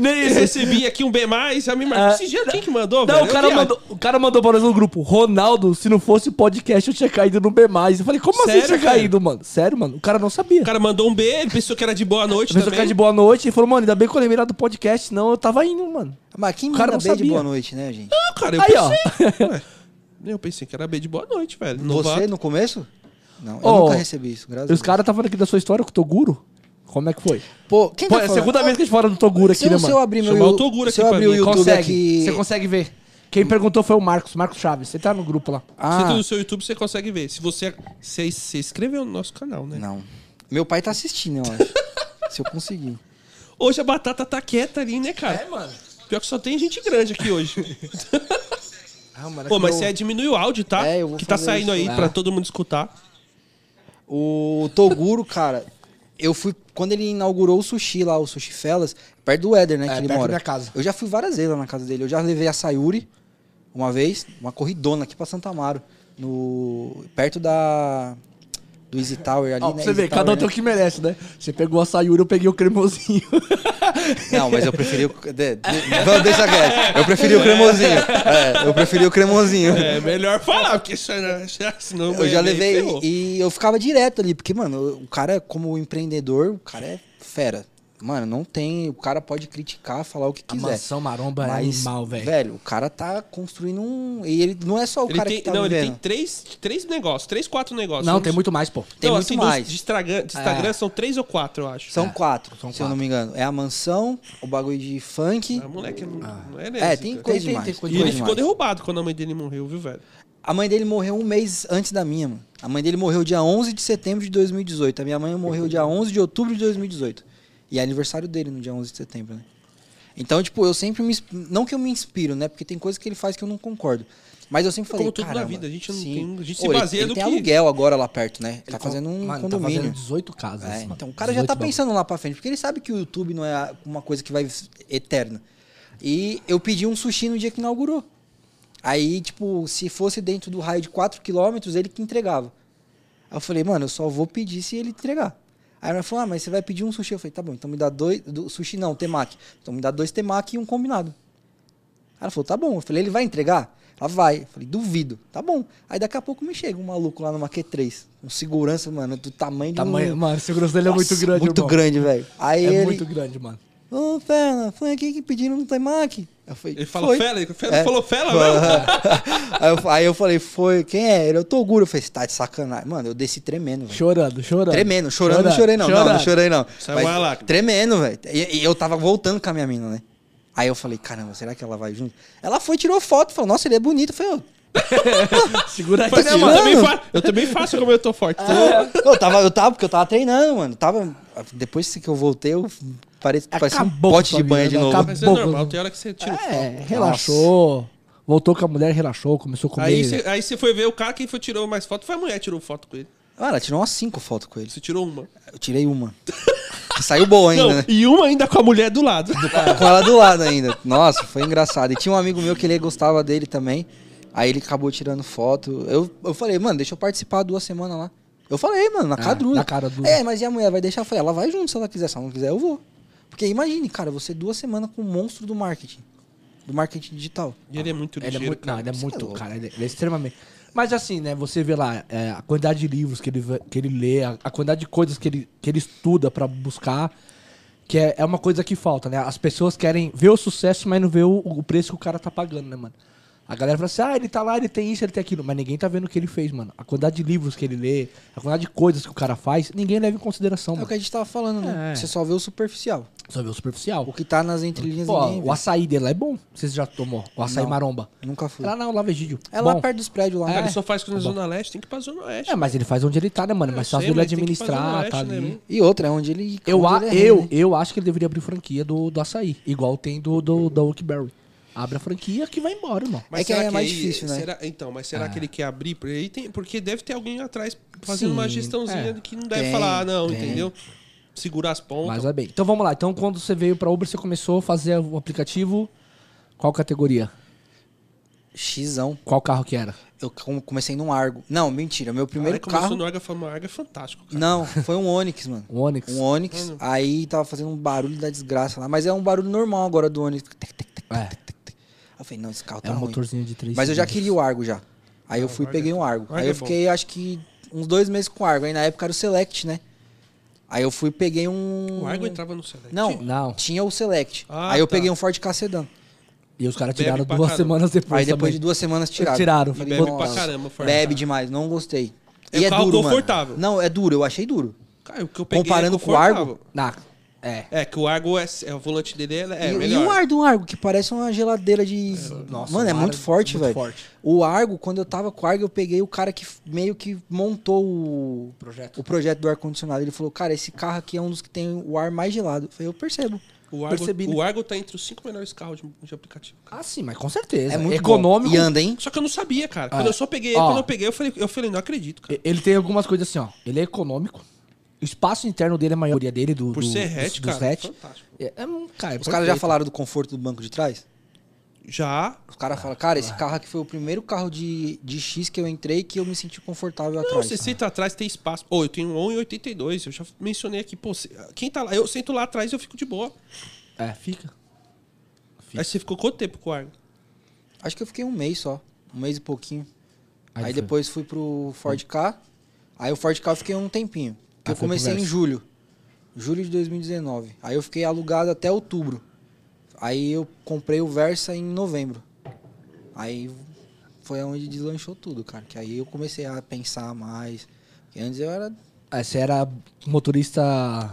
B: Nem
A: Eu
B: isso.
A: recebi aqui um B, já me marcou.
B: Ah,
A: Esse dia quem que mandou,
B: Não,
A: velho?
B: o
A: Eu
B: cara,
A: que-
B: mandou, o cara mandou pra nós no grupo, Ronaldo, se não fosse o podcast, eu tinha caído no B+. Eu falei, como assim
A: Sério,
B: tinha
A: cara?
B: caído, mano? Sério, mano, o cara não sabia.
A: O cara mandou um B, ele pensou que era de boa noite
B: Eu pensei que
A: também.
B: era de boa noite e falou, mano, ainda bem que eu lembrei lá do podcast, não, eu tava indo, mano.
C: Mas quem
B: cara
C: manda
B: não
C: B de
B: sabia. Ah,
C: boa noite, né, gente?
A: Não, cara, eu
B: Aí, ó.
A: pensei. Ué, eu pensei que era B de boa noite, velho. Novato.
C: Você no começo? Não, eu
B: Ô,
C: nunca recebi isso, graças a
B: Os
C: Deus.
B: caras estavam falando aqui da sua história com o Toguro. Como é que foi?
C: Pô, quem
B: Pô,
C: tá
B: é a
C: falando?
B: segunda vez que a gente fala do Toguro aqui,
C: se,
B: né,
C: eu, se eu
B: mano?
C: abrir
A: Chamar
C: meu,
A: o Toguro
C: se
A: aqui
C: eu
A: pra
C: abrir o
A: mim.
C: YouTube
B: Consegue,
C: aqui...
B: você consegue ver. Quem perguntou foi o Marcos, Marcos Chaves, você tá no grupo lá.
A: Se tu
C: Ah,
A: no seu YouTube você consegue ver. Se você se, se inscreveu no nosso canal, né?
C: não. Meu pai tá assistindo, eu acho. se eu conseguir.
A: Hoje a batata tá quieta ali, né, cara?
B: É, mano.
A: Pior que só tem gente grande aqui hoje.
B: Ah, mano,
A: Pô, mas
B: eu-
A: você diminui o áudio, tá?
C: É, eu vou
A: que tá
C: fazer
A: saindo aí
C: isso.
B: Ah.
A: pra todo mundo escutar.
C: O Toguro, cara, eu fui. Quando ele inaugurou o sushi lá, o Sushi Felas, perto do Éder, né?
B: É,
C: que ele
B: perto da
C: mora.
B: minha casa.
C: Eu já fui várias vezes lá na casa dele. Eu já levei a Sayuri uma vez, uma corridona aqui pra Santa Amaro, no, perto da. do do Easy Tower ali,
B: Ó,
C: né?
B: pra você
C: Easy
B: ver, cada um
C: Tower,
B: tem o que merece, né? Você pegou a Sayuri, eu peguei o cremosinho. um
C: né? Não, mas eu preferi o... de- de- Vamos deixar quieto. Eu preferi o cremosinho. É, eu preferi o cremosinho.
A: É melhor falar, porque isso era- senão
C: Eu já
A: é meio
C: levei
A: ferrou.
C: e eu ficava direto ali, porque, mano, o cara, como empreendedor, o cara é fera. Mano, não tem. O cara pode criticar, falar o que quiser.
A: é
B: maromba é
C: mas, velho, o cara tá construindo um. E ele não é só o
A: Ele
C: cara
A: tem,
C: que tá
A: não, ele
C: vivendo.
A: tem três, três negócios, três, quatro negócios.
B: Não,
A: Vamos-
B: tem muito mais, pô.
C: tem
A: não,
C: muito
A: assim, dos-
C: mais. É.
A: De Instagram, de Instagram são três ou quatro, eu acho.
C: São quatro,
B: são
C: se eu
B: quatro.
C: não me engano. É a mansão, o bagulho de funk.
A: Ah, moleque, não, não é
C: É,
A: nesse,
C: tem
A: cara.
B: tem-
C: coisa
B: tem
C: demais.
B: coisa
A: E ele
C: demais.
A: ficou derrubado quando a mãe dele morreu, viu, velho?
C: A mãe dele morreu um mês antes da minha, mano. A mãe dele morreu dia 11 de setembro de 2018. A minha mãe morreu dia 11 de outubro de 2018. E é aniversário dele no dia 11 de setembro, né? Então, tipo, eu sempre me... insp- Não que eu me inspiro, né? Porque tem coisas que ele faz que eu não concordo. Mas eu sempre
A: Como
C: falei,
A: tudo na
C: caramba...
A: vida, a gente não
C: sim.
A: tem- a gente se
C: ele-
A: baseia
C: ele,
A: no
C: tem
A: que-
C: aluguel agora lá perto, né? Ele tá
B: co-
C: fazendo um
B: mano, tá
C: condomínio.
B: fazendo 18 casas.
C: É,
B: mano.
C: então o cara já
B: 18
C: tá
B: bagulho.
C: pensando lá pra frente, porque ele sabe que o YouTube não é uma coisa que vai eterna. E eu pedi um sushi no dia que inaugurou. Aí, tipo, se fosse dentro do raio de 4km, ele que entregava. Aí eu falei, mano, eu só vou pedir se ele entregar. Aí ela falou, ah, mas você vai pedir um sushi. Eu falei, tá bom, então me dá dois. do- sushi não, temaki. Então me dá dois temaki e um combinado. Aí Ela falou, tá bom. Eu falei, ele vai entregar? Ela vai. Eu falei, duvido. Tá bom. Aí daqui a pouco me chega um maluco lá numa Q3. Um segurança, mano, do tamanho de um-
B: Tamanho, mano, a segurança dele é muito grande,
C: muito
B: irmão.
C: grande, velho. Aí
B: É
C: ele.
B: muito grande, mano.
C: Ô, Fela, foi aqui que pediram no Taimak. Eu falei,
A: Ele fala
C: foi.
A: fela, ele fala-
C: É.
A: falou fela mesmo.
C: aí, eu, aí eu falei, foi, quem é? Ele, eu tô Guro. Eu falei, você tá de sacanagem. Mano, eu desci tremendo, velho.
B: Chorando, chorando.
C: Tremendo, chorando, não chorei não. Não, não chorei não.
A: Saiu é uma lágrima.
C: tremendo, velho. E, e eu tava voltando com a minha mina, né? Aí eu falei, caramba, será que ela vai junto? Ela foi, tirou foto, falou, nossa, ele é bonito. Eu falei, ô,
B: Segura aqui.
A: Mas, não,
B: mano.
A: mano, assim, eu, também
C: tirando.
A: faço, eu também faço como eu tô forte.
C: Eu tava, eu tava, porque eu tava treinando, mano. Tava, depois que eu voltei, eu parecia pareci um
B: É, Acabou
C: pote
B: com sua
C: de banho
B: vida,
C: de novo.
B: acabou.
A: Mas é
B: Bom,
A: normal, tem hora que você tira o foco.
B: É, relaxou. Voltou com a mulher, relaxou, começou a comer.
A: Aí você aí você foi ver o cara, quem foi tirou mais foto foi a mulher, que tirou foto com ele.
C: Mano, Ah, ela tirou umas cinco fotos com ele.
A: Você tirou uma.
C: Eu tirei uma. Que Saiu boa ainda, né?
A: e uma ainda com a mulher do lado.
C: Com ela do lado ainda. Nossa, foi engraçado. E tinha um amigo meu que ele gostava dele também. Aí ele acabou tirando foto. Eu, eu falei, mano, deixa eu participar duas semanas lá. Eu falei, mano, na
B: É,
C: cadruna.
B: na cara dura.
C: É, mas e a mulher vai deixar? Eu falei, ela vai junto se ela quiser. Se ela não quiser, eu vou. Porque imagine, cara, você duas semanas com um monstro do marketing. Do marketing digital.
A: E ele é muito
B: Ele é
A: ligeiro,
B: muito, não,
A: cara.
B: ele é
C: Você é
B: muito,
C: louco.
B: cara, ele ele é extremamente. Mas assim, né, você vê lá é, a quantidade de livros que ele, vê- que ele lê, a, a quantidade de coisas que ele, que ele estuda pra buscar, que é, é uma coisa que falta, né? As pessoas querem ver o sucesso, mas não ver o, o preço que o cara tá pagando, né, mano? A galera fala assim, ah, ele tá lá, ele tem isso, ele tem aquilo, mas ninguém tá vendo o que ele fez, mano. A quantidade de livros que ele lê, a quantidade de coisas que o cara faz, ninguém leva em consideração,
C: É o
B: mano.
C: que a gente tava falando, né?
B: É.
C: Você só vê o superficial.
B: Só vê o superficial.
C: O que tá nas entrelinhas
B: Pô,
C: ninguém vê.
B: o açaí dele lá é bom. Vocês já tomou? O açaí
C: Não.
B: maromba.
C: Nunca fui.
B: Lá na lá Vegídio.
C: É lá
B: Bom.
C: perto dos prédios lá.
A: Cara,
C: né?
A: ele só faz com na Zona Leste, tem que ir pra Zona Oeste.
B: É, mas ele faz onde ele tá, né, mano? Mas só
A: Eu sei,
B: ele
A: mas tem que ir pra Zona
B: administrar,
A: Oeste,
B: tá
A: né,
B: ali.
A: mano?
C: E outra, é onde ele.
B: Eu, a,
C: onde ele é rei,
B: eu,
C: né?
B: eu acho que ele deveria abrir franquia do, do açaí, igual tem do, do da Oakberry. Abre a franquia que vai embora, irmão.
A: Mas
C: É que
A: será
C: aí é mais
A: aí-
C: difícil, né?
A: será- então, mas será que ele quer abrir? Porque, aí tem, porque deve ter alguém atrás fazendo
B: Sim,
A: uma gestãozinha
B: é.
A: que não deve
C: Tem,
A: falar, ah, não,
C: tem.
A: entendeu? Segurar as pontas.
B: Mas vai bem. Então vamos lá. Então quando você veio pra Uber, você começou a fazer o aplicativo. Qual categoria?
C: Xão.
B: Qual carro que era?
C: Eu com- comecei num Argo. Não, mentira. Meu primeiro
A: Aí começou
C: carro.
A: no Arga, foi uma Arga é fantástico, cara.
C: Não, foi um Onix, mano.
B: Um Onix?
C: Um Onix.
A: Mano.
C: Aí tava fazendo um barulho da desgraça lá. Mas é um barulho normal agora do Onix. Tic, tic, tic.
B: É,
C: Aí Eu falei, não, esse carro tá
B: é um né?
C: ruim.
B: motorzinho de três.
C: Mas eu já
B: cilindros.
C: queria o Argo já. Aí eu fui e
A: Argo é-
C: peguei um Argo.
A: Argo
C: Aí
A: é
C: eu
A: bom.
C: fiquei, acho que, uns dois meses com o Argo. Aí na época era o Select, né? Aí eu fui e peguei um.
A: O Argo entrava no Select.
C: Não,
B: Não.
C: tinha o Select.
A: Ah,
C: aí eu
A: tá.
C: peguei um Ford K Sedan.
B: E os caras
A: Bebe
B: tiraram
A: pra
B: duas
A: caramba.
B: semanas depois.
C: Aí depois de
B: também.
C: duas semanas tiraram.
B: Tiraram,
C: E
B: falei,
A: bebe
C: nossa,
A: pra caramba, Ford.
C: Bebe demais, não gostei.
A: É um carro confortável.
C: Não, é duro, eu achei duro.
A: Cara, o que eu peguei
C: Comparando
A: é
C: com o Argo?
A: confortável.
B: Na- É.
A: É, que o Argo, é, é o volante dele é, é
C: e, um e
A: melhor.
C: o ar do Argo, que parece uma geladeira de.
B: nossa,
C: Mano, é
B: um
C: muito
B: ar
C: forte,
B: muito
C: velho.
B: forte.
C: O Argo, quando eu tava com o Argo, eu peguei o cara que f- meio que montou o
B: Projeto.
C: o projeto do ar-condicionado. Ele falou, cara, esse carro aqui é um dos que tem o ar mais gelado. Eu falei, eu percebo.
A: O Argo,
B: Percebi, né?
A: o Argo tá entre os cinco melhores carros de, de aplicativo.
B: Ah, sim, mas com certeza.
C: É muito bom.
B: econômico.
C: E anda, hein?
A: Só que eu não sabia, cara. Quando
B: Ah.
A: eu só peguei ele,
B: Ó.
A: quando eu peguei, eu falei, eu falei, não acredito, cara.
B: E- Ele tem algumas coisas assim, ó. Ele é econômico. O espaço interno dele é a maioria dele, do.
A: Por
B: do-
A: ser
B: dos-
A: hatch,
B: dos
A: cara.
B: hatch.
A: Fantástico.
B: É, é um cara.
C: Os caras já falaram do conforto do banco de trás?
A: Já.
C: Os caras falam, cara, esse carro aqui foi o primeiro carro de, de X que eu entrei que eu me senti confortável
A: Não,
C: atrás.
A: você senta atrás, tem espaço. Ô, eu tenho um 1,82, eu já mencionei aqui. Pô, você- quem tá lá? Eu sento lá atrás e eu fico de boa.
B: É, fica.
A: Aí você ficou quanto tempo com o Argo?
C: Acho que eu fiquei um mês só. Um mês e pouquinho.
B: Aí
C: Aí,
B: foi.
C: depois fui pro Ford K. Aí o Ford K eu fiquei um tempinho.
B: Ah,
C: Porque
B: foi
C: eu
B: pro
C: comecei em
B: Versa.
C: julho. Julho de 2019. Aí eu fiquei alugado até outubro. Aí eu comprei o Versa em novembro. Aí foi onde deslanchou tudo, cara. Que aí eu comecei a pensar mais. Porque antes eu era
B: Aí é, você era motorista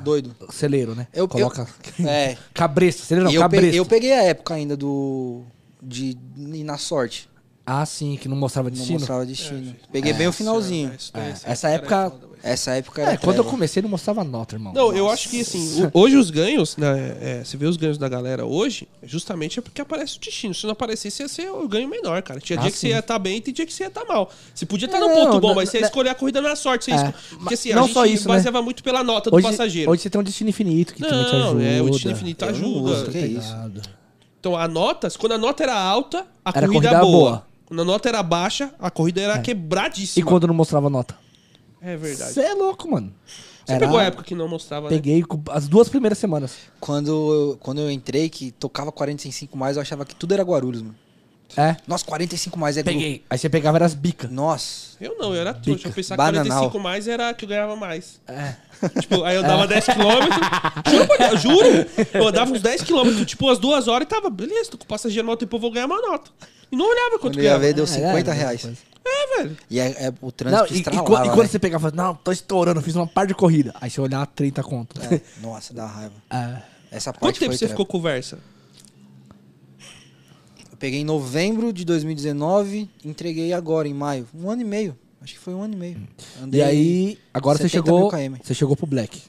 C: doido.
B: celeiro, né?
C: Eu- eu-
B: Coloca.
C: É.
B: Cabresto, celeiro não,
C: e eu, pe-
B: cabresto.
C: eu peguei a época ainda do. De ir na sorte.
B: Ah, sim, que não mostrava
C: Não
B: destino.
C: mostrava destino.
A: É,
C: Peguei bem o finalzinho.
A: Isso daí,
B: É,
A: isso
B: essa
A: aí,
B: época-
A: cara, é foda, velho.
C: Essa época era.
B: É, quando eu
C: treva.
B: comecei não mostrava nota, irmão.
A: Não, eu acho que assim, o- hoje os ganhos, né? é, você vê os ganhos da galera hoje, justamente é porque aparece o destino. Se não aparecesse, ia ser o ganho menor, cara. Tinha
B: Ah,
A: dia que você
B: sim.
A: ia estar bem e tem dia que você ia estar mal. Você podia estar num
B: Não,
A: ponto bom,
B: na-
A: mas você ia
B: na-
A: escolher a corrida na sorte. Você ia
B: É,
A: escolher- Porque assim,
B: não
A: a gente
B: só isso, né?
A: baseava muito pela nota do
B: hoje,
A: passageiro.
B: hoje você tem um destino infinito que também te
A: não,
B: ajuda.
A: é, o destino infinito
C: Eu não uso,
A: ajuda. É,
C: que isso.
B: Obrigado.
A: Então, a nota, quando a nota era alta, a
B: Era
A: corrida era
B: corrida
A: boa.
B: boa.
A: Quando a nota era baixa, a corrida era
B: E
A: quebradíssima.
B: quando não mostrava nota?
A: É verdade.
B: Você é louco, mano.
A: Você
B: Era-
A: pegou a época que não mostrava, né?
B: Peguei com- as duas primeiras semanas.
C: Quando eu, quando eu entrei, que tocava 45 mais, eu achava que tudo era Guarulhos, mano.
B: É?
C: Nossa, 45 mais é grupo.
B: Aí você pegava era as bicas.
C: Nossa.
A: Eu não, eu era trouxa. Eu pensava que
C: Bananal.
A: 45 mais era que eu ganhava mais. Tipo, aí eu dava 10 km. Juro, pra Deus, juro. Eu dava uns 10 km, tipo, umas duas horas e tava, beleza, tô com o passageiro mal tempo, eu vou ganhar uma nota. E não olhava quanto
C: Quando
A: que
C: eu ia
A: era.
C: ver, deu
B: Ah,
C: 50
B: é,
C: reais.
B: coisa.
A: É, velho.
C: E é, é o
B: Não,
C: trânsito
B: e, e
C: estralava,
B: quan- e quando
C: velho.
B: você pegava, não, tô estourando, fiz uma par de corrida. Aí você olhava 30 conto.
C: É, Nossa, dá raiva.
B: Ah,
C: Essa parte
A: Quanto tempo
C: foi
A: você
C: treva.
A: ficou conversa?
C: Eu peguei em novembro de 2019, entreguei agora, em maio. Um ano e meio. Acho que foi um ano e meio. Andei
B: E aí, agora você
C: 70
B: chegou,
C: mil km.
B: você chegou pro Black.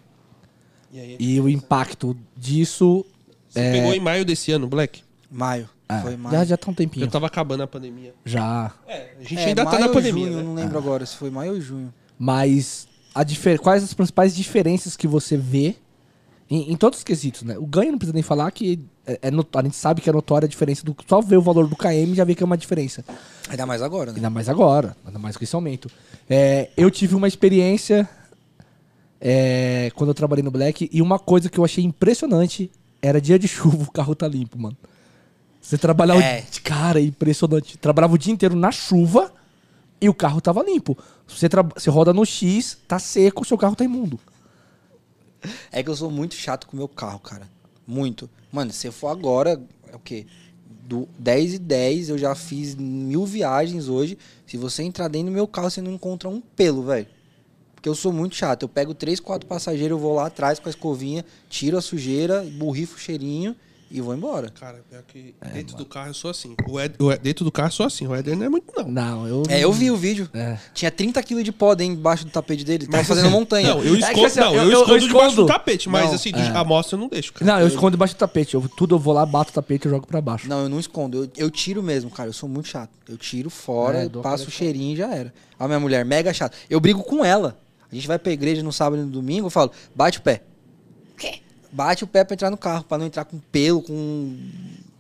A: E aí?
B: E o impacto disso
A: Você pegou em maio desse ano, Black?
C: Maio.
B: Ah,
C: foi maio.
B: já já tá um
A: Eu
B: tempinho.
A: tava acabando a pandemia.
B: Já.
A: É, a gente
C: É,
A: ainda tá
C: maio
A: na
C: ou
A: pandemia,
C: junho,
A: né?
C: não lembro agora se foi maio ou junho.
B: Mas a difer- quais as principais diferenças que você vê em, em todos os quesitos, né? O ganho não precisa nem falar que é, é not- a gente sabe que é notória a diferença do só ver o valor do KM e já vê que é uma diferença.
C: Ainda mais agora, né?
B: Ainda mais agora, ainda mais com esse aumento. É, eu tive uma experiência é, quando eu trabalhei no Black e uma coisa que eu achei impressionante era dia de chuva, o carro tá limpo, mano. Você trabalhava.
C: É.
B: O... Cara, é impressionante. Trabalhava o dia inteiro na chuva e o carro tava limpo. Você, tra- você roda no X, tá seco, o seu carro tá imundo.
C: É que eu sou muito chato com o meu carro, cara. Muito. Mano, se eu for agora, é o quê? Do 10 e 10, eu já fiz mil viagens hoje. Se você entrar dentro do meu carro, você não encontra um pelo, velho. Porque eu sou muito chato. Eu pego três, quatro passageiros, eu vou lá atrás com a escovinha, tiro a sujeira, borrifo o cheirinho e vou embora.
A: Cara, pior que dentro do carro eu sou assim. O Ed- o Ed- dentro do carro eu sou assim. O Éder não é muito, não.
B: Não, eu.
C: É, eu vi o vídeo.
B: É.
C: Tinha 30 quilos de pó dentro embaixo do tapete dele. Tava fazendo montanha.
A: Não, eu
B: É que
A: escondo,
B: assim,
A: não,
B: eu-
A: eu,
B: eu- eu
A: escondo debaixo do
B: escondo.
A: tapete, mas
C: Não,
A: assim, de- a amostra eu não deixo, cara.
B: Não, eu escondo debaixo do tapete. Eu, tudo eu vou lá, bato o tapete e jogo pra baixo.
C: Não, eu não escondo. Eu, eu tiro mesmo, cara. Eu sou muito chato. Eu tiro fora,
B: É,
C: eu
B: dou
C: passo
B: aquela
C: o cheirinho e já era. A minha mulher, mega chata. Eu brigo com ela. A gente vai pra igreja no sábado e no domingo, eu falo, bate o pé. Bate o pé pra entrar no carro, pra não entrar com pelo, com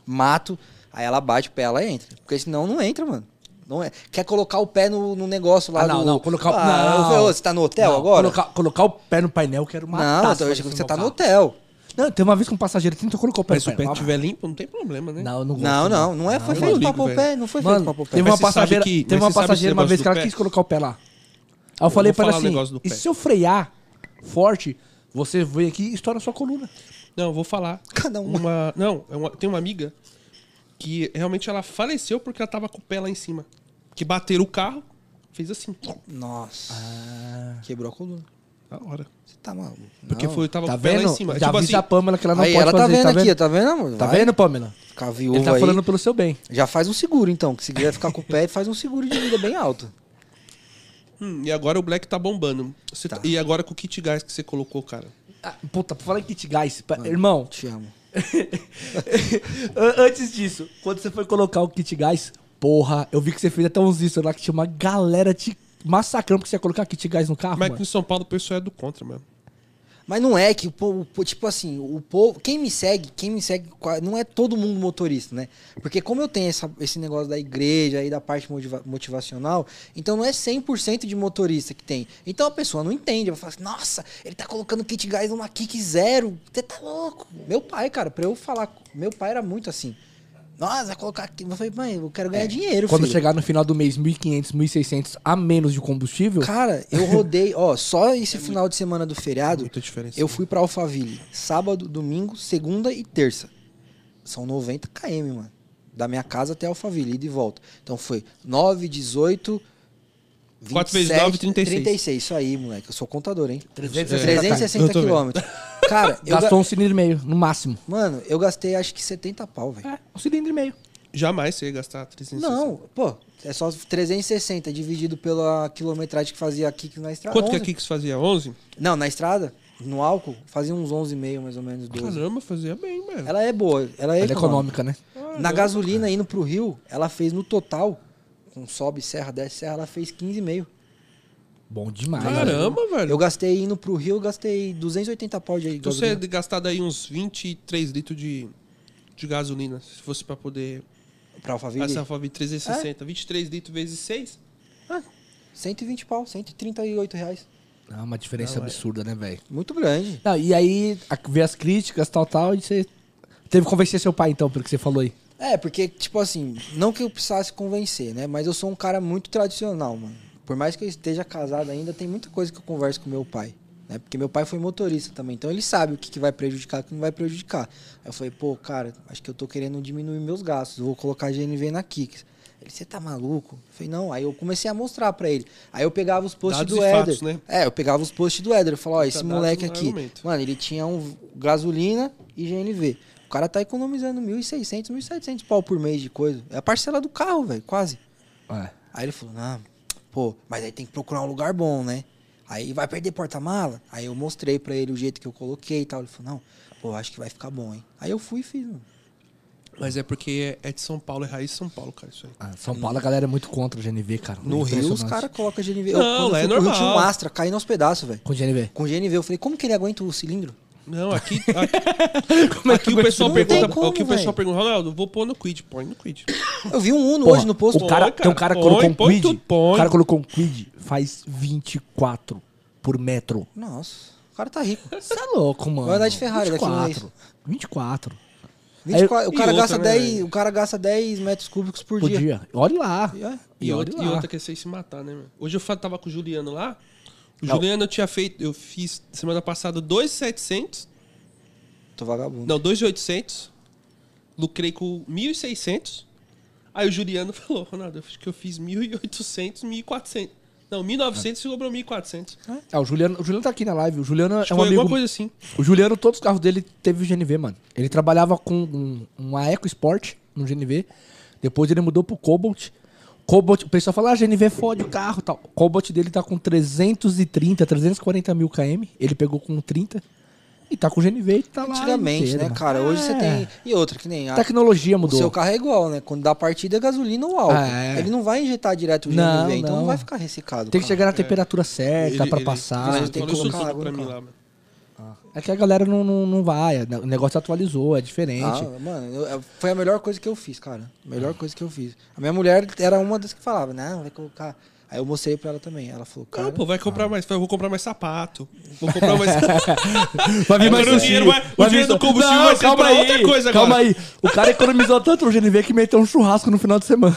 C: mato. Aí ela bate o pé, ela entra. Porque senão não entra, mano. Não é. Quer colocar o pé no, no negócio lá
B: Ah, não,
C: do-
B: não. Colocar o.
C: Ah, eu
B: não.
C: falei, ô, você tá no hotel
B: Não,
C: agora?
B: Colocar, colocar o pé no painel, eu quero matar.
C: Não,
B: se
C: então
B: fosse
C: eu achei que
B: no
C: você
B: meu
C: tá no
B: carro.
C: hotel.
B: Não, tem uma vez que um passageiro tentou colocar o pé
A: Mas se
B: no
A: o pé
B: painel.
A: estiver limpo, não tem problema, né?
B: Não, eu não gosto.
C: Não, não, não é. Foi
A: eu
C: feito pra
A: ligo,
C: pôr o
A: velho.
C: pé. Não foi feito
B: Mano,
C: pra pôr o pé.
B: teve
A: Mas
B: uma
A: você sabe
B: passageira,
A: que-
B: teve
A: mas
B: uma
A: você sabe
B: passageira
A: esse
B: uma vez
A: negócio
B: que ela
A: do pé?
B: quis colocar o pé lá. Aí eu falei
A: vou
B: pra ela
A: falar um
B: assim,
A: negócio do
B: e
A: pé.
B: se eu frear forte, você vem aqui e estoura a sua coluna.
A: Não, eu vou falar.
C: Cada uma.
A: uma. Não, é uma- tem uma amiga que realmente ela faleceu porque ela tava com o pé lá em cima. Que bateram o carro, fez assim.
C: Nossa.
A: Ah,
B: Ah.
C: Quebrou a coluna.
A: Na hora.
C: Você tá maluco.
A: Porque
C: Não.
A: foi, tava
B: Tá
A: com o pé lá
B: vendo?
A: em cima. É
B: Já
A: tipo
B: avisa a
A: assim,
B: Pamela que ela não
C: aí,
B: pode
C: ela tá
B: fazer.
C: vendo
B: tá
C: aqui,
B: vendo?
C: tá vendo, amor?
B: Tá
C: Vai
B: vendo, Pamela?
C: Ficar viúva
B: Ele tá
C: aí.
B: falando pelo seu bem.
C: Já faz um seguro, então. Que se quiser ficar com o pé, faz um seguro de vida bem alto.
A: hum, e agora o Black tá bombando. Você
C: Tá.
A: tá- E agora com o kit gás que você colocou, cara.
B: Ah, puta, pra falar em Kit Guys, pa- irmão,
C: Te amo.
B: An- Antes disso, quando você foi colocar o kit gás, porra, eu vi que você fez até uns stories lá que tinha uma galera te massacrando porque você ia colocar kit gás no carro,
A: Mas
B: mano.
A: aqui em São Paulo o pessoal é do contra, mano.
C: Mas não é que o povo, po- tipo assim, o povo, quem me segue, quem me segue, qua- não é todo mundo motorista, né? Porque como eu tenho essa- esse negócio da igreja aí, da parte motiva- motivacional, então não é 100% de motorista que tem. Então a pessoa não entende, ela fala assim, nossa, ele tá colocando kit gás numa kick zero, você tá louco. Meu pai, cara, pra eu falar, com- meu pai era muito assim, nossa, vai colocar aqui, eu falei, mãe, eu quero ganhar dinheiro,
B: Quando
C: filho."
B: chegar no final do mês, 1.500, 1.600 a menos de combustível,
C: Cara, eu rodei, ó, só esse final de semana do feriado,
A: Muita diferença.
C: eu fui pra Alphaville sábado, domingo, segunda e terça. São 90 km, mano. Da minha casa até Alphaville, ida e volta. Então foi 9, 18, 27,
A: Quatro vezes nove, 36.
C: 36, isso aí, moleque. Eu sou contador, hein? É.
B: 360.
C: 360
A: Eu tô vendo.
C: quilômetros. Cara, eu ga-
B: gastou um cilindro e meio, no máximo.
C: mano, eu gastei acho que 70 pau, velho.
B: É, um cilindro e meio.
A: Jamais você ia gastar 360.
C: Não, pô, é só 360 dividido pela quilometragem que fazia a Kicks na estrada.
A: Quanto que a
C: 11.
A: Kicks fazia? 11?
C: Não, na estrada, no álcool, fazia uns 11,5 mais ou menos, 12.
A: Caramba, fazia bem, mano.
C: Ela é boa, ela é
B: Ela é
C: econômica.
B: econômica, né?
C: Na gasolina indo pro Rio, ela fez no total, com sobe, serra, desce, serra, ela fez 15,5.
B: Bom demais. né?
A: Caramba, velho.
C: Eu gastei indo pro Rio, eu gastei 280 pau de
A: Então você ia
C: gasolina.
A: gastar daí uns 23 litros de, de gasolina, se fosse pra poder.
C: Pra Alphaville,
A: Essa Fábio 360. 23 litros vezes 6?
C: 120 pau, 138 reais.
B: É uma diferença absurda, né, velho?
C: Muito grande.
B: Não, e aí, a- ver as críticas, tal, tal, e você teve que convencer seu pai, então, pelo que você falou aí.
C: É, porque, tipo assim, não que eu precisasse convencer, né? Mas eu sou um cara muito tradicional, mano. Por mais que eu esteja casado ainda, tem muita coisa que eu converso com meu pai. Né? Porque meu pai foi motorista também, então ele sabe o que, que vai prejudicar e o que não vai prejudicar. Aí eu falei, pô, cara, acho que eu tô querendo diminuir meus gastos, vou colocar GNV na Kicks. Ele, você tá maluco? Eu falei, não. Aí eu comecei a mostrar pra ele. Aí eu pegava os posts
A: Dados
C: do
A: e
C: Éder.
A: fatos, né?
C: É, eu pegava os posts do Éder. Eu falava, ó, esse
A: Dados
C: moleque
A: não é
C: aqui.
A: argumento.
C: Mano, ele tinha um gasolina e GNV. O cara tá economizando 1.600, 1.700 pau por mês de coisa. É a parcela do carro, velho, quase.
B: É.
C: Aí ele falou, não, pô, mas aí tem que procurar um lugar bom, né? Aí vai perder porta-mala? Aí eu mostrei pra ele o jeito que eu coloquei e tal. Ele falou, não, pô, acho que vai ficar bom, hein? Aí eu fui e fiz, mano.
A: Mas é porque é de São Paulo, é raiz de São Paulo, cara, isso aí.
B: Ah, São Paulo, a galera é muito contra o GNV, cara. É
C: No Rio, os
B: impressionante.
C: caras colocam GNV.
A: Não,
C: quando
A: lá é
C: fui pro Rio,
A: normal.
C: tinha um Astra caindo aos pedaços, velho.
B: Com GNV.
C: Com GNV, eu falei, como que ele aguenta o cilindro?
A: Não, aqui. aqui
B: Como
A: aqui é o pessoal
C: Não tem
A: pergunta.
C: como,
A: aqui o pessoal
C: velho.
A: pergunta, Ronaldo, vou pôr no quid, põe no quid.
C: Eu vi um Uno
B: Porra,
C: hoje no posto.
B: O cara,
A: Põe,
B: tem um cara que
A: cara.
B: colocou um
A: Põe, põe
B: quid.
A: tudo, põe.
B: O cara colocou um quid, faz 24 por metro.
C: Nossa, o cara tá rico.
B: Você é louco, mano.
C: Vai andar de Ferrari daqui a um mês.
B: 24. 24
C: 24, o,
A: E
C: cara
A: outra,
C: gasta
A: né,
C: 10,
A: velho?
C: o cara gasta 10 metros cúbicos por,
B: por
C: dia.
B: dia. Olha lá.
C: É.
A: E,
B: olha
A: outra,
B: lá.
A: e outra que é vocês se matar, né, meu? Hoje eu fa- tava com o Juliano lá. O
B: Não.
A: Juliano eu tinha feito. Eu fiz semana passada 2,700.
C: Tô vagabundo.
A: Não, 2,800. Lucrei com 1.600. Aí o Juliano falou, Ronaldo, eu acho que eu fiz 1.800, 1.400. Não, 1.900 e sobrou 1.400. Acho
B: Ah, o, Juliano, o Juliano tá aqui na live. O Juliano
A: que
B: é um
A: foi
B: amigo.
A: alguma coisa assim.
B: O Juliano, todos os carros dele teve o GNV, mano. Ele trabalhava com um, uma Eco Sport no GNV. Depois ele mudou pro Cobalt. Cobalt, o pessoal fala, ah, GNV fode o carro e tal. O Cobalt dele tá com 330, 340 mil km. Ele pegou com 30 e tá com o GNV e tá lá.
C: Antigamente,
B: inteiro,
C: né,
B: mano.
C: cara? Hoje você
B: É.
C: tem. E outra, que nem.
B: A
C: A...
B: tecnologia
C: O
B: mudou.
C: seu carro é igual, né? Quando dá partida é gasolina ou álcool.
B: É.
C: Ele não vai injetar direto o GNV,
B: Não,
C: então não.
B: não.
C: vai ficar ressecado.
B: Tem que
C: cara.
B: chegar na temperatura certa
A: Ele-
B: tá pra
A: ele-
B: passar.
A: Ele
C: tem
A: falou
C: que
A: isso
C: colocar
A: tudo pra
C: água no
A: mim
C: carro.
A: lá, mano.
B: É que a galera não, não, não vai. O negócio atualizou, é diferente.
C: Ah, mano, eu- eu- foi a melhor coisa que eu fiz, cara. A melhor coisa que eu fiz. A minha mulher era uma das que falava, não, vai colocar. Aí eu mostrei pra ela também. Ela falou, cara.
A: Não, pô, vai
B: Ah.
A: comprar mais. Eu vou comprar mais sapato. Vou comprar mais.
B: Vai vir mais
A: Agora É, o
B: sushi,
A: dinheiro vai- o
B: vir
A: dinheiro
B: su-
A: do combustível vai ser
B: calma
A: pra outra coisa agora.
B: Calma aí. O cara economizou tanto no GNV que meteu um churrasco no final de semana.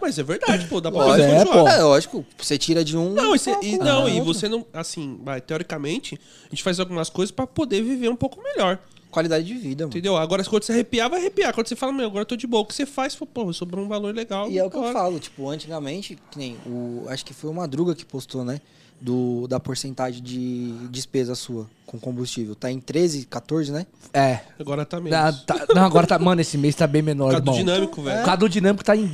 A: Mas é verdade, pô, dá pra
C: Lógico,
A: fazer
B: é,
A: um
B: pô.
A: jogo.
C: é, lógico, você tira de um.
A: Não, e você- e,
C: coloca
A: não,
C: no
A: e
C: outro.
A: você não. Assim, vai, teoricamente, a gente faz algumas coisas pra poder viver um pouco melhor.
C: Qualidade de vida, mano.
A: Entendeu? Agora, quando você arrepiar, vai arrepiar. Quando você fala, meu, agora eu tô de boa. O que você faz? Fala, Pô, sobrou um valor legal.
C: E é o que eu
A: bora.
C: falo, tipo, antigamente, que nem o. Acho que foi o Madruga que postou, né? Do, da porcentagem de despesa sua com combustível. Tá em 13, 14, né?
B: É.
A: Agora tá
B: Ah,
A: menos.
B: tá- não, agora tá. Mano, esse mês tá bem menor,
A: Cadu é.
B: irmão.
A: dinâmico, velho.
B: O Cadu dinâmico tá em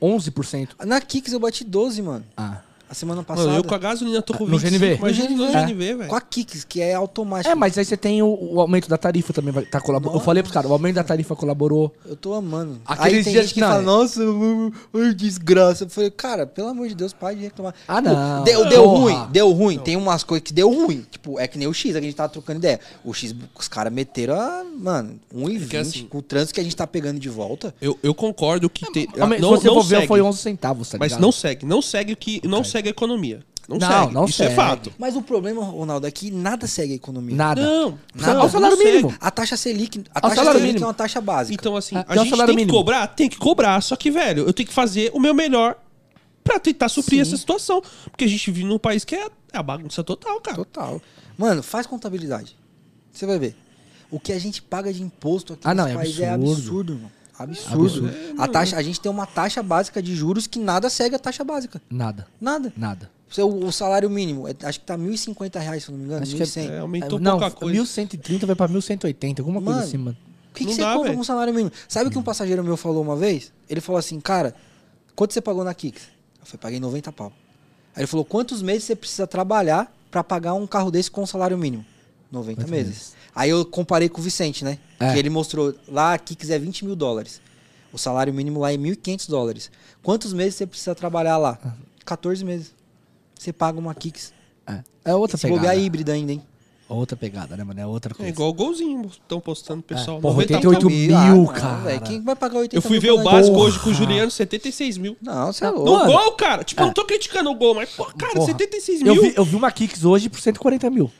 B: 11%.
C: Na Kicks eu bati 12, mano.
B: Ah.
C: A A semana passada.
A: Mano, eu com a gasolina tô com
B: No
A: 25.
B: GNV.
A: Imagina no
B: É.
A: GNV, velho.
C: Com a Kicks, que é automático.
B: É, mas aí você tem o, o aumento da tarifa também, vai, tá colaborando. Eu falei pros caras, o aumento da tarifa colaborou.
C: Eu tô amando.
B: Aqueles
C: Aí tem
B: dias-
C: gente que
B: não,
C: fala,
B: é.
C: nossa, eu- eu- eu- um desgraça. Eu falei, cara, pelo amor de Deus, para de reclamar.
B: Ah, não.
C: Deu, deu
B: Porra.
C: ruim, deu ruim. Tem umas coisas que deu ruim. Tipo, é que nem o X, é que a gente tava trocando ideia. O X, os caras meteram, a, mano, 1,20
A: É que assim-
C: com o trânsito que a gente tá pegando de volta.
A: Eu, eu concordo que tem.
B: Não,
A: Ah, não,
B: se você
A: não
B: for ver,
A: segue,
B: foi 11 centavos, tá
A: Mas
B: ligado?
A: não segue. Não segue o que. Não segue a economia. Não,
B: Não,
A: segue.
B: não
A: Isso é
B: segue.
A: fato.
C: Mas o problema, Ronaldo, é que nada segue a economia.
B: Nada.
A: Não,
B: Nada.
A: não,
B: Ao é salário
A: não
B: mínimo.
A: segue.
C: A taxa Selic, a
B: Ao
C: taxa
B: salário
C: Selic
B: mínimo.
C: é uma taxa básica.
A: Então, assim,
B: Ah,
A: a
B: é o
A: gente tem
B: salário
A: que
B: mínimo.
A: cobrar? Tem que cobrar. Só que, velho, eu tenho que fazer o meu melhor pra tentar suprir essa situação. Porque a gente vive num país que é a bagunça total, cara.
C: Total. Mano, faz contabilidade. Você vai ver. O que a gente paga de imposto aqui
B: Ah, não,
C: nesse
B: é
C: país é
B: absurdo.
C: absurdo, irmão. Absurdo. A, taxa, a gente tem uma taxa básica de juros que nada segue a taxa básica.
B: Nada,
C: Nada.
B: nada.
C: Seu, o salário mínimo, é- acho que tá R$ 1.050 reais, se eu não me engano,
B: Acho que é-
C: 1.100.
A: É, aumentou
B: não,
A: pouca coisa.
B: 1130 vai pra 1180, alguma coisa
C: Mano.
B: assim, mano.
C: O que, que
A: Não
C: você
A: dá,
C: compra
A: velho.
C: com um salário mínimo? Sabe o que um passageiro meu falou uma vez? Ele falou assim, cara, quanto você pagou na Kicks? Eu falei, paguei 90 pau. Aí ele falou, quantos meses você precisa trabalhar pra pagar um carro desse com um salário mínimo? 90
B: Quantos
C: meses.
B: meses?
C: Aí eu comparei com o Vicente, né?
B: É.
C: Que ele mostrou, lá a Kicks é 20 mil dólares. O salário mínimo lá é 1.500 dólares. Quantos meses você precisa trabalhar lá?
A: Ah.
C: 14 meses. Você paga uma Kicks.
B: É, é outra
C: Se
B: pegada.
C: bobear híbrida ainda, hein?
B: Outra pegada, né, mano? É outra coisa.
A: É igual o golzinho, estão postando, pessoal.
B: É, porra,
A: 90
B: 88
A: pau.
B: mil,
C: Ah, não,
B: cara.
C: velho, Quem vai pagar 80
A: Eu fui
C: mil
A: ver o
C: pela-
A: básico hoje com o
B: Porra.
A: Juliano, 76 mil.
C: Não, você é
B: Não,
C: louco.
A: No
B: Mano.
A: gol, cara. Tipo, eu não tô criticando o gol, mas, pô, cara,
B: É. Porra.
A: 76 mil.
B: Eu vi, eu vi uma Kicks hoje por 140 mil.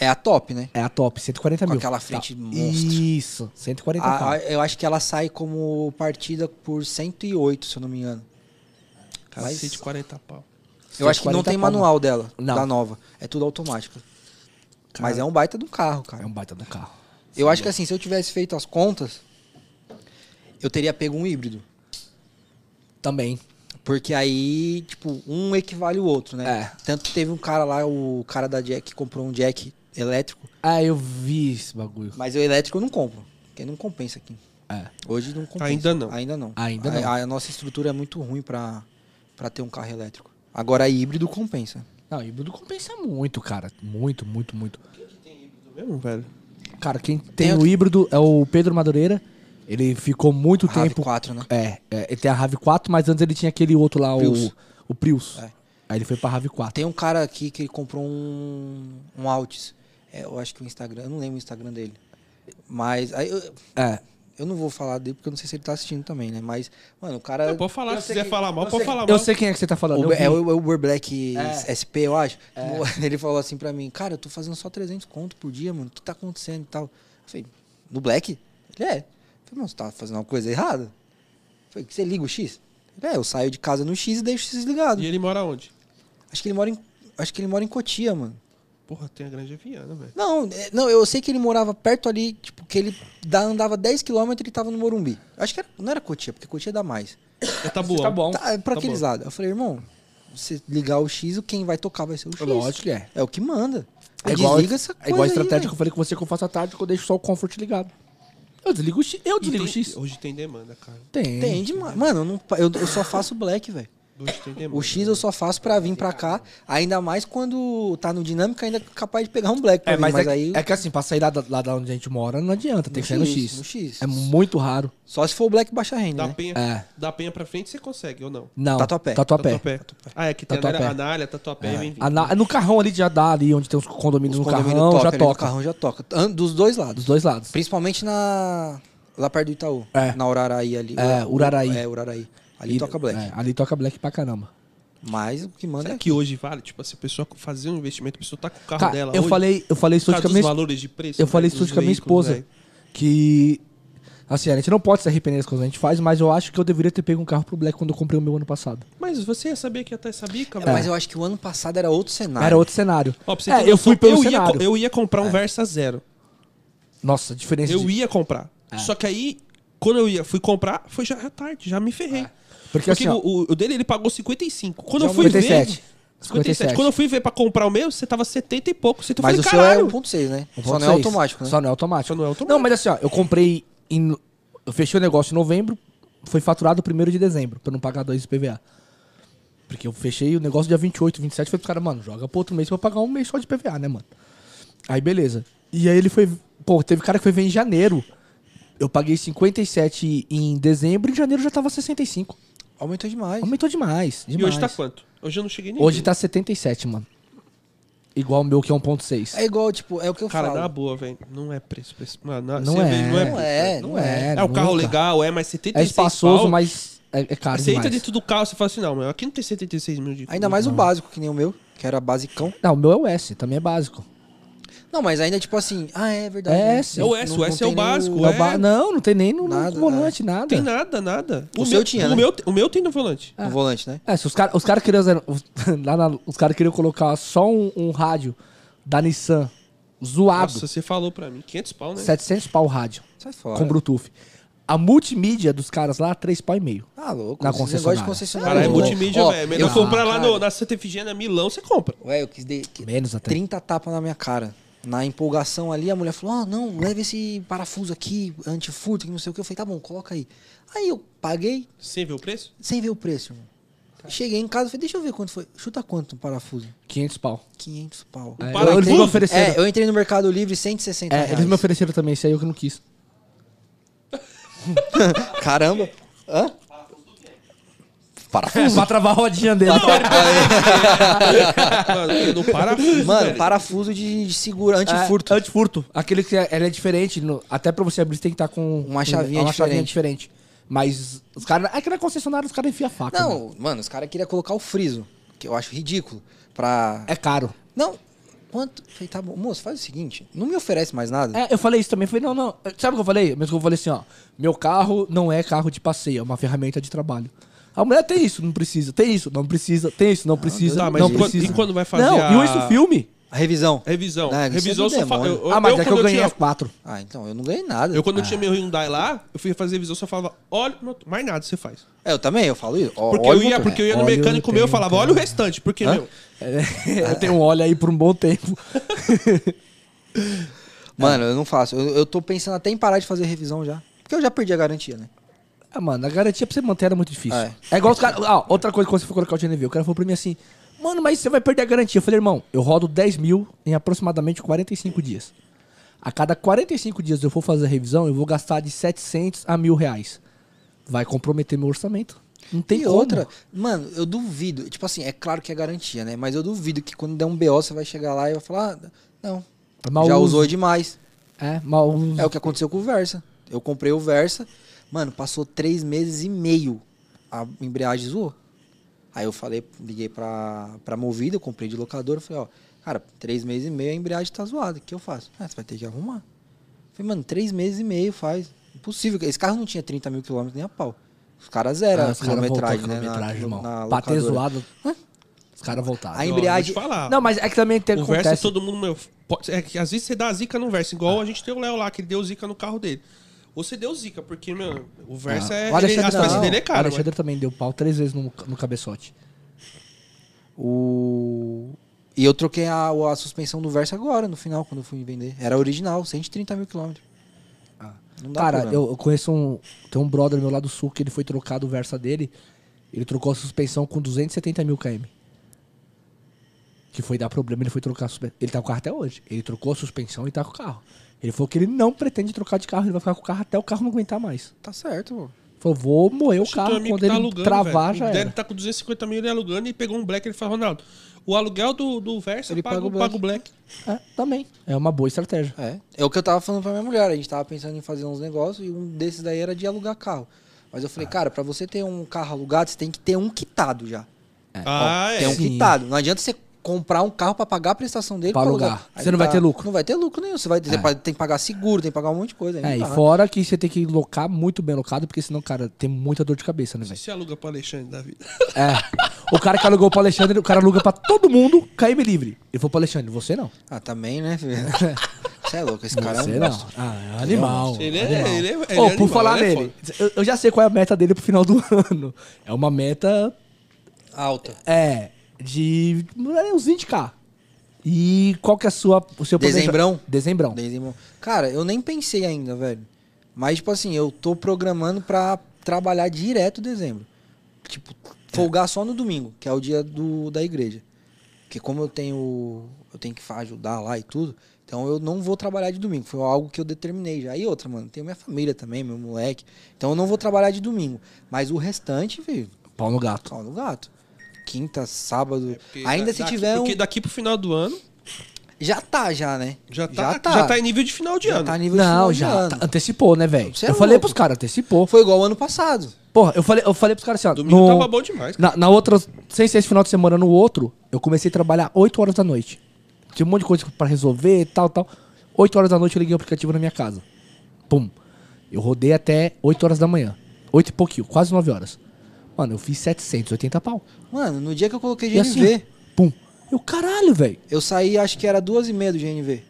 C: É a top, né?
B: É a top, 140
C: Com
B: mil. Tá.
C: aquela frente monstro.
B: Isso, 140
C: A-
B: pau.
C: a- eu acho que ela sai como partida por 108, se eu não me engano.
A: Cara,
C: Mas-
A: 140 pau.
C: Eu acho que não
B: 140
C: tem
B: pau, mano.
C: manual dela,
B: Não.
C: da nova. É tudo automático. Mas é um baita de um carro,
B: É
C: cara.
B: um baita do carro.
C: Eu acho que assim, se eu tivesse feito as contas, eu teria pego um híbrido.
B: Também.
C: Porque aí, tipo, um equivale o outro, né?
B: É.
C: Tanto que teve um cara lá, o cara da Jack, que comprou um Jack elétrico.
B: Ah, eu vi esse bagulho.
C: Mas o elétrico eu não compro, porque não compensa aqui.
B: É.
C: Hoje não compensa.
A: Ainda não.
C: Ainda não.
B: Ainda
C: a,
B: não.
C: A, nossa estrutura é muito ruim pra, pra ter um carro elétrico. Agora híbrido compensa.
B: Não, híbrido compensa muito, cara. Muito, muito, muito. É
A: Mesmo, velho.
B: Cara, quem tem o híbrido é o Pedro Madureira. Ele ficou muito tempo.
C: RAV4, né?
B: É, é, ele tem a RAV4, mas antes ele tinha aquele outro lá,
C: Prius.
B: o, o Prius.
C: É.
B: Aí ele foi pra RAV4.
C: Tem um cara aqui que ele comprou um, um Altis. É, eu acho que o Instagram, eu não lembro o Instagram dele. Mas aí eu,
B: É.
C: eu não vou falar dele porque eu não sei se ele tá assistindo também, né? Mas, mano, o cara.
A: Não, pode falar,
B: eu
A: se
B: sei
A: quiser
B: que-
A: falar mal,
B: eu
A: pode
B: sei-
A: falar mal.
B: Eu sei quem é que você tá falando. eu
C: O,
B: vi.
C: é o o Uber Black
B: É.
C: SP, eu acho. Ele falou assim pra mim, cara, eu tô fazendo só 300 conto por dia, mano. O que tá acontecendo e tal? Eu falei, no Black? Ele é. Eu falei, mano, você tá fazendo uma coisa errada? Eu falei, você liga o X? Ele é, eu saio de casa no X e deixo o X ligado.
A: E ele mora onde?
C: Acho que ele mora em. Acho que ele mora em Cotia, mano.
A: Porra, tem a Grande Viana, velho.
C: Não, é, não, eu sei que ele morava perto ali, tipo, que ele da- andava 10km e tava no Morumbi. Acho que era- não era Cotia, porque Cotia dá mais.
A: É Tabuão.
B: Tá bom.
C: Tá, é pra
A: Tá
C: aqueles
A: bom.
C: lados. Eu falei, irmão, você ligar o X, quem vai tocar vai ser o X.
B: Lógico que é.
C: É o que manda.
B: É
C: É
B: igual,
C: desliga essa coisa
B: é igual a
C: aí, né?
B: estratégia que eu
C: velho.
B: falei com você que eu faço à tarde, que eu deixo só o comfort ligado. Eu desligo o X. Eu
A: E tem-
B: desligo o X.
A: Hoje tem demanda, cara.
B: Tem.
C: Tem demais. Mano, eu, não pa- eu- eu só faço black, velho.
A: Hoje tem demanda.
C: O X eu só faço pra vir pra cá. Ainda mais quando tá no dinâmica, ainda é capaz de pegar um black pra
B: É,
C: mim.
B: mas,
C: Mas,
B: é,
C: aí.
B: é que assim, pra sair lá, da- lá da onde a gente mora, não adianta. Tem que sair no X.
C: No X.
B: É muito raro.
C: Só se for o black baixa renda,
A: Da
C: né?
A: penha,
B: É.
A: da penha pra frente você consegue, ou não?
B: Não. tá
C: Tatuapé.
B: Tatuapé.
A: Tatuapé. Ah, é que tem
B: Tatuapé.
A: a Anália, Tatuapé, é.
B: Ah, na- no carrão ali já dá, ali onde tem os condomínios
C: Os
B: no
C: condomínio
B: carrão, já
C: ali no
B: toca.
C: carrão já toca. An- Dos dois lados.
B: Dos dois lados.
C: Principalmente na. Lá perto do Itaú.
B: É.
C: Na Uraraí ali.
B: É, Uraraí.
C: É, Uraraí. Ali
B: E-
C: toca black.
B: é, ali toca black pra caramba.
C: Mas o que manda
A: Será
C: é.
A: que hoje vale? Tipo, se a pessoa fazer um investimento, a pessoa tá com o carro
B: Cara,
A: dela
B: eu
A: hoje.
B: falei, eu falei isso
A: Por causa
B: hoje com a
A: dos
B: minha, es-
A: valores de preço.
B: eu falei
A: velho,
B: isso hoje
A: dos
B: com a minha
A: veículos, né?
B: esposa.
A: velho.
B: Que. Assim, a gente não pode se arrepender das coisas que a gente faz, mas eu acho que eu deveria ter pego um carro pro black quando eu comprei o meu ano passado.
A: Mas você ia saber que ia estar essa bica, velho?
C: Mas eu acho que o ano passado era outro cenário.
B: Era outro cenário.
A: Ó, pra você ter
B: É, é, eu
A: noção,
B: fui É. pelo
A: eu ia,
B: cenário.
A: co- eu ia comprar um Versa Zero.
B: Nossa, a diferença.
A: Eu
B: de-
A: ia comprar.
B: É.
A: Só que aí, quando eu ia, fui comprar, foi já à tarde, já me ferrei. Porque,
B: Porque, assim, ó,
A: o, o dele ele pagou 55. Quando
C: Já
A: eu fui ver.
B: 57.
A: 57. Quando eu fui ver pra comprar o meu, você tava 70 e pouco. Você
C: Mas
A: falei,
C: o seu
A: caralho.
C: é 1.6, né?
B: Um ponto
C: Só não é
B: seis.
C: automático, né?
B: Só não é automático.
A: Só não é automático.
B: Não, mas assim, ó, eu comprei em. Eu fechei o negócio em novembro, foi faturado 1 de dezembro, pra não pagar dois IPVA. Porque eu fechei o negócio dia 28, 27, falei pro cara, mano, joga pro outro mês pra eu pagar um mês só de PVA, né, mano? Aí beleza. E aí ele foi. Pô, teve cara que foi ver em janeiro. Eu paguei 57 em dezembro, em janeiro já tava 65.
C: Aumentou demais.
B: Aumentou demais.
A: E
B: demais.
A: hoje tá quanto? Hoje eu não cheguei nem.
B: Hoje tá 77, mano. Igual o meu que é 1.6.
C: É igual, tipo, é o que eu
A: Cara,
C: falo.
A: na boa, velho. Não é preço. pra esse- Mano, na-
B: Não
A: você vê, não
B: é.
A: é.
B: Não
A: preço,
C: é,
A: velho.
C: não
A: é.
B: era,
A: o carro
B: nunca.
A: legal, é, mas
B: É
A: 76
B: espaçoso,
A: pau,
B: mas é, é caro
A: Você entra
B: demais.
A: dentro do carro, você fala assim, não, meu, aqui não tem 76 mil de
C: Ainda mais um o básico, que nem o meu, que era basicão.
B: Não, o meu é o S, também é básico.
C: Não, mas ainda, tipo assim, ah, é verdade.
B: É,
C: né?
B: sim.
A: É o S, o S
C: Não- não
A: é o
C: tem nem
A: básico,
B: Não,
A: é.
B: ba- não, não tem nem no, no
C: Nada,
B: volante, nada. é.
A: Tem nada, nada.
C: O seu
A: meu
C: tinha,
A: o
C: né?
A: meu, o meu tem no volante.
C: No volante, né?
B: É, se os caras os cara queriam. zero- Lá na- os caras queriam colocar só um, um rádio da Nissan zoado.
A: Nossa, você falou pra mim. 500 pau, né?
B: 700 pau o rádio
C: Sai fora.
B: com Bluetooth. A multimídia dos caras lá, 3 pau e meio.
C: Ah, louco.
B: Na
C: esses
B: concessionária.
C: negócios de concessionária.
A: Cara, é
C: Ó,
A: multimídia,
C: um. ó,
A: velho. Melhor
C: eu-
A: comprar lá
C: cara,
A: no, na Santa Efigênia, Milão, você compra.
C: Ué, eu quis de... que-
B: Menos até.
C: 30 tapas na minha cara. Na empolgação ali, a mulher falou: Ah, não, leva esse parafuso aqui, antifurto, que não sei o que. Eu falei: Tá bom, coloca aí. Aí eu paguei,
A: Você vê o preço?
C: sem ver o preço, irmão. Cheguei em casa, falei: Deixa eu ver quanto foi. Chuta quanto um parafuso?
B: 500 pau.
C: 500 pau.
B: É,
A: parafuso?
B: eu- eles me
C: É,
B: ofereceram.
C: eu entrei no Mercado Livre 160
B: É,
C: reais.
B: eles me ofereceram também, isso aí eu que não quis.
C: Caramba. Hã? Parafuso.
B: É, pra travar a rodinha dele.
A: é Mano, no parafuso,
C: Mano,
A: velho.
C: parafuso de, de segura, antifurto.
B: É, antifurto. Aquele que é- ela é diferente. no- até pra você abrir, você tem que estar com
C: Uma chavinha
B: uma chavinha diferente. Mas os caras. É que na concessionária os caras enfiam a faca. né? mano.
C: Não, mano, os caras queriam colocar o friso, que eu acho ridículo. Pra.
B: É caro.
C: Não, quanto. Falei, tá bom, moço, faz o seguinte, não me oferece mais nada.
B: É, eu falei isso também. Falei, não, não. Sabe o que eu falei? Mesmo que eu falei assim, ó. Meu carro não é carro de passeio, é uma ferramenta de trabalho. A mulher tem isso, não precisa. Tem isso, não precisa. Tem isso, não precisa.
A: Tá, mas
B: não
A: e quando-
B: precisa.
A: e quando vai fazer
B: Não,
A: a-
B: e o isso filme?
C: A revisão.
A: Revisão.
C: Ah, isso
A: Revisão,
C: é do
A: só fa-
C: demônio.
A: eu, eu,
B: ah, mas é que
A: quando
B: eu ganhei
A: tinha-
B: as quatro.
C: Ah, então, eu não ganhei nada.
A: Eu, quando eu
B: Ah.
A: tinha meu Hyundai lá, eu fui fazer revisão, só falava, olha, não, mais nada você faz.
C: É, eu também, eu falo isso. Ó,
A: Porque
C: olha
A: eu
C: o
A: ia,
C: motor.
A: porque eu ia no
B: Olha, eu
A: mecânico meu
B: tenho,
A: e falava, olha o restante, porque, meu,
B: eu tenho um óleo aí por um bom tempo.
C: Mano, eu não faço. Eu, eu tô pensando até em parar de fazer revisão já. Porque eu já perdi a garantia, né?
B: Ah, mano, a garantia pra você manter era muito difícil.
C: É.
B: É, igual os caras. Ah, outra coisa quando você for colocar o GNV, o cara falou pra mim assim: Mano, mas você vai perder a garantia. Eu falei, irmão, eu rodo 10 mil em aproximadamente 45 dias. A cada 45 dias eu for fazer a revisão, eu vou gastar de 700 a mil reais. Vai comprometer meu orçamento. Não tem
C: e
B: como.
C: outra. Mano, eu duvido. Tipo assim, é claro que é garantia, né? Mas eu duvido que quando der um BO, você vai chegar lá e vai falar, ah, não.
B: Mau
C: já
B: uso.
C: usou demais.
B: É, mal uso.
C: É o que aconteceu com o Versa. Eu comprei o Versa, mano, passou três meses e meio. A embreagem zoou. Aí eu falei, liguei pra, pra Movida, eu comprei de locadora, eu falei, ó, cara, três meses e meio a embreagem tá zoada, o que eu faço? Ah, você vai ter que arrumar. Eu falei, mano, três meses e meio faz. Impossível, esse carro não tinha 30 mil quilômetros nem a pau. Os caras eram
B: Ah,
C: a
B: os caras voltaram
C: quilometragem,
B: com a
C: né?
B: quilometragem,
C: na,
B: irmão.
C: na
B: Bater
C: locadora.
B: zoado. Os caras voltaram.
C: A
A: ó,
C: embreagem.
A: vou te falar.
B: Não, mas é que também tem
A: o
B: acontece. Ah.
A: verso todo mundo, meu, pode- é que às vezes você dá zica no verso, igual a gente tem o Léo lá, que ele deu zica no carro dele. Ou você deu zica, porque, meu, o verso é.
B: Ah, o
A: Ele, as
B: Alexandre,
A: peças
B: não.
A: dele é
B: o
A: cara.
C: né?
B: Alexandre também deu pau três vezes no, no cabeçote.
C: O... E eu troquei a, a suspensão do Versa agora, no final, quando eu fui vender. Era original, 130 mil quilômetros.
B: Ah,
C: Não dá
B: Cara,
C: problema.
B: eu, eu conheço um. Tem um brother meu lá do sul que ele foi trocado o Versa dele. Ele trocou a suspensão com 270 mil km. Que foi dar problema, ele foi trocar a suspensão. Ele tá com o carro até hoje. Ele trocou a suspensão e tá com o carro. Ele falou que ele não pretende trocar de carro, ele vai ficar com o carro até o carro não aguentar mais.
C: Tá certo, mano.
B: Falou, vou moer o
A: Acho que teu
B: carro,
A: amigo
B: quando
A: tá
B: ele
A: alugando,
B: travar
A: velho.
B: já
A: O
B: era.
A: Délio tá com 250 mil, ele alugando e pegou um black. Ele falou, Ronaldo, o aluguel do, do verso
C: Ele
A: paga,
C: paga o
A: o-
C: Black.
A: paga o black.
B: É, também. É uma boa estratégia.
C: É. É o que eu tava falando pra minha mulher. A gente tava pensando em fazer uns negócios e um desses daí era de alugar carro. Mas eu falei,
B: Ah.
C: cara, pra você ter um carro alugado, você tem que ter um quitado já.
A: Ah,
C: Tem
A: é.
C: um
B: Sim.
C: quitado. Não adianta você comprar um carro pra pagar a prestação dele
B: Pra alugar.
C: Aí tá.
B: Você não vai ter lucro.
C: Não vai ter lucro nenhum. Você vai ter,
B: É.
C: tem que pagar seguro, tem que pagar um monte de coisa. aí
B: É,
C: não
B: e
C: dá.
B: fora que você tem que locar muito bem locado, porque senão, cara, tem muita dor de cabeça, né, velho?
A: Se aluga pro Alexandre da vida.
B: É. O cara que alugou pro Alexandre, o cara aluga pra todo mundo, KM livre. Ele falou pro Alexandre, você não.
C: Ah, também, né? filho? Você é louco, esse cara
B: você
C: é um monstro.
B: não. Ah, é animal.
A: Ele é-
B: animal.
A: ele é- ele é
B: Ô,
A: animal,
B: por falar
A: ele é
B: nele, eu, eu já sei qual é a meta dele pro final do ano. É uma meta,
C: Alta.
B: é, de não é nem uns 20k. E qual que é a sua, o seu planeja-
C: Dezembrão?
B: Dezembrão.
C: Daí, irmão, Cara, eu nem pensei ainda, velho. Mas, tipo assim, eu tô programando pra trabalhar direto dezembro. Tipo, folgar só no domingo, que é o dia do, da igreja. Porque como eu tenho. Eu tenho que fa- ajudar lá e tudo. Então eu não vou trabalhar de domingo. Foi algo que eu determinei já. E outra, mano, tenho minha família também, meu moleque. Então eu não vou trabalhar de domingo. Mas o restante, velho,
B: Pau no gato.
C: pau no gato. Quinta, sábado.
A: É Porque
C: Ainda
A: da-
C: se
A: daqui-
C: tiver um.
A: Porque daqui pro final do ano,
C: Já tá, já, né?
A: já tá, já tá. em nível de final de
C: Já
A: ano.
C: tá nível de final
B: Não,
C: de
B: já.
C: ano.
B: tá- antecipou, né, velho?
C: Você é
B: eu falei
C: louco.
B: pros caras, antecipou.
C: Então Foi igual ano passado.
B: Porra, eu falei, eu falei pros caras assim, ó.
A: Domingo
B: no-
A: tava bom demais.
B: na, na outra, sem ser esse final de semana, no outro, eu comecei a trabalhar 8 horas da noite. Tinha um monte de coisa pra resolver e tal, tal. 8 horas da noite eu liguei o aplicativo na minha casa. Pum. Eu rodei até 8 horas da manhã. 8 e pouquinho, quase 9 horas. Mano, eu fiz 780 pau.
C: Mano, no dia que eu coloquei
B: E
C: GNV,
B: assim, pum. Eu, caralho, velho.
C: eu saí, acho que era duas e meia do GNV.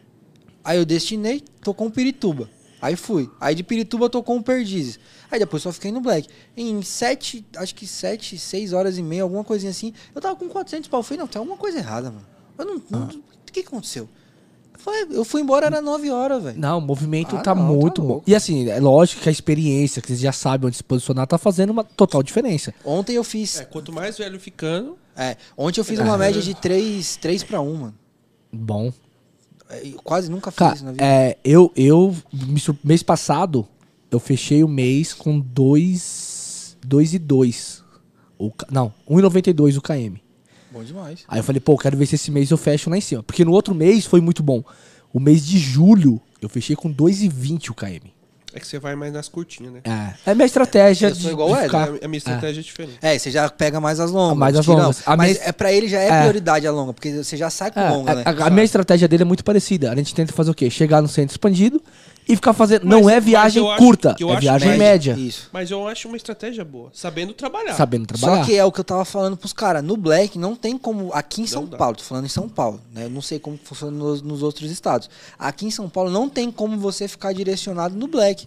C: Aí eu destinei, tocou um Pirituba. Aí fui. Aí de Pirituba tocou um Perdizes. Aí depois só fiquei no Black. Em sete, acho que sete, seis horas e meia, alguma coisinha assim. Eu tava com 400 pau. Eu falei, não, tem alguma coisa errada, mano. Eu não... não-
B: Ah.
C: O que aconteceu? Foi- eu fui embora, era nove horas, velho.
B: Não, o movimento
C: Ah,
B: tá
C: não, tá
B: muito bom.
C: louco.
B: E assim, é lógico que a experiência, que vocês já sabem onde se posicionar, tá fazendo uma total diferença.
C: Ontem eu fiz...
A: É, quanto mais velho ficando,
C: É, ontem eu fiz uma média de três, três pra um, mano.
B: Bom.
C: É, eu quase nunca fiz
B: Cara,
C: isso na vida.
B: é, eu, eu me sur- mês passado, eu fechei o mês com 2 dois, e 2. Não, 1,92 o KM.
C: Bom demais.
B: Aí eu falei, pô, eu quero ver se esse mês eu fecho lá em cima. Porque no outro mês foi muito bom. O mês de julho, eu fechei com 2,20 o KM.
A: é que você vai mais nas curtinhas, né?
B: É, é minha estratégia
C: Eu sou
B: de-
C: igual
B: de
C: o né? Ed,
B: ficar-
A: É, a minha estratégia é diferente.
C: É, você já pega mais as longas.
B: Mais as
C: tirão.
B: longas. A
C: Mas
B: minha-
C: é, pra ele já é,
B: É.
C: prioridade a longa, porque você já sai com
B: É,
C: longa,
B: a-
C: né?
B: a, a minha estratégia dele é muito parecida. A gente tenta fazer o quê? Chegar no centro expandido e ficar fazendo. não
A: Mas-
B: é
A: mas
B: viagem
A: eu acho-
B: curta,
A: eu
B: é
A: acho
B: viagem média.
C: Média, Isso.
A: Mas eu acho uma estratégia boa, sabendo trabalhar.
B: Sabendo trabalhar.
C: Só que é o que eu tava falando pros caras. No Black não tem como. Aqui em São
A: dá.
C: Paulo, tô falando em São Paulo, né? Eu não sei como funciona nos, nos outros estados. Aqui em São Paulo não tem como você ficar direcionado no Black.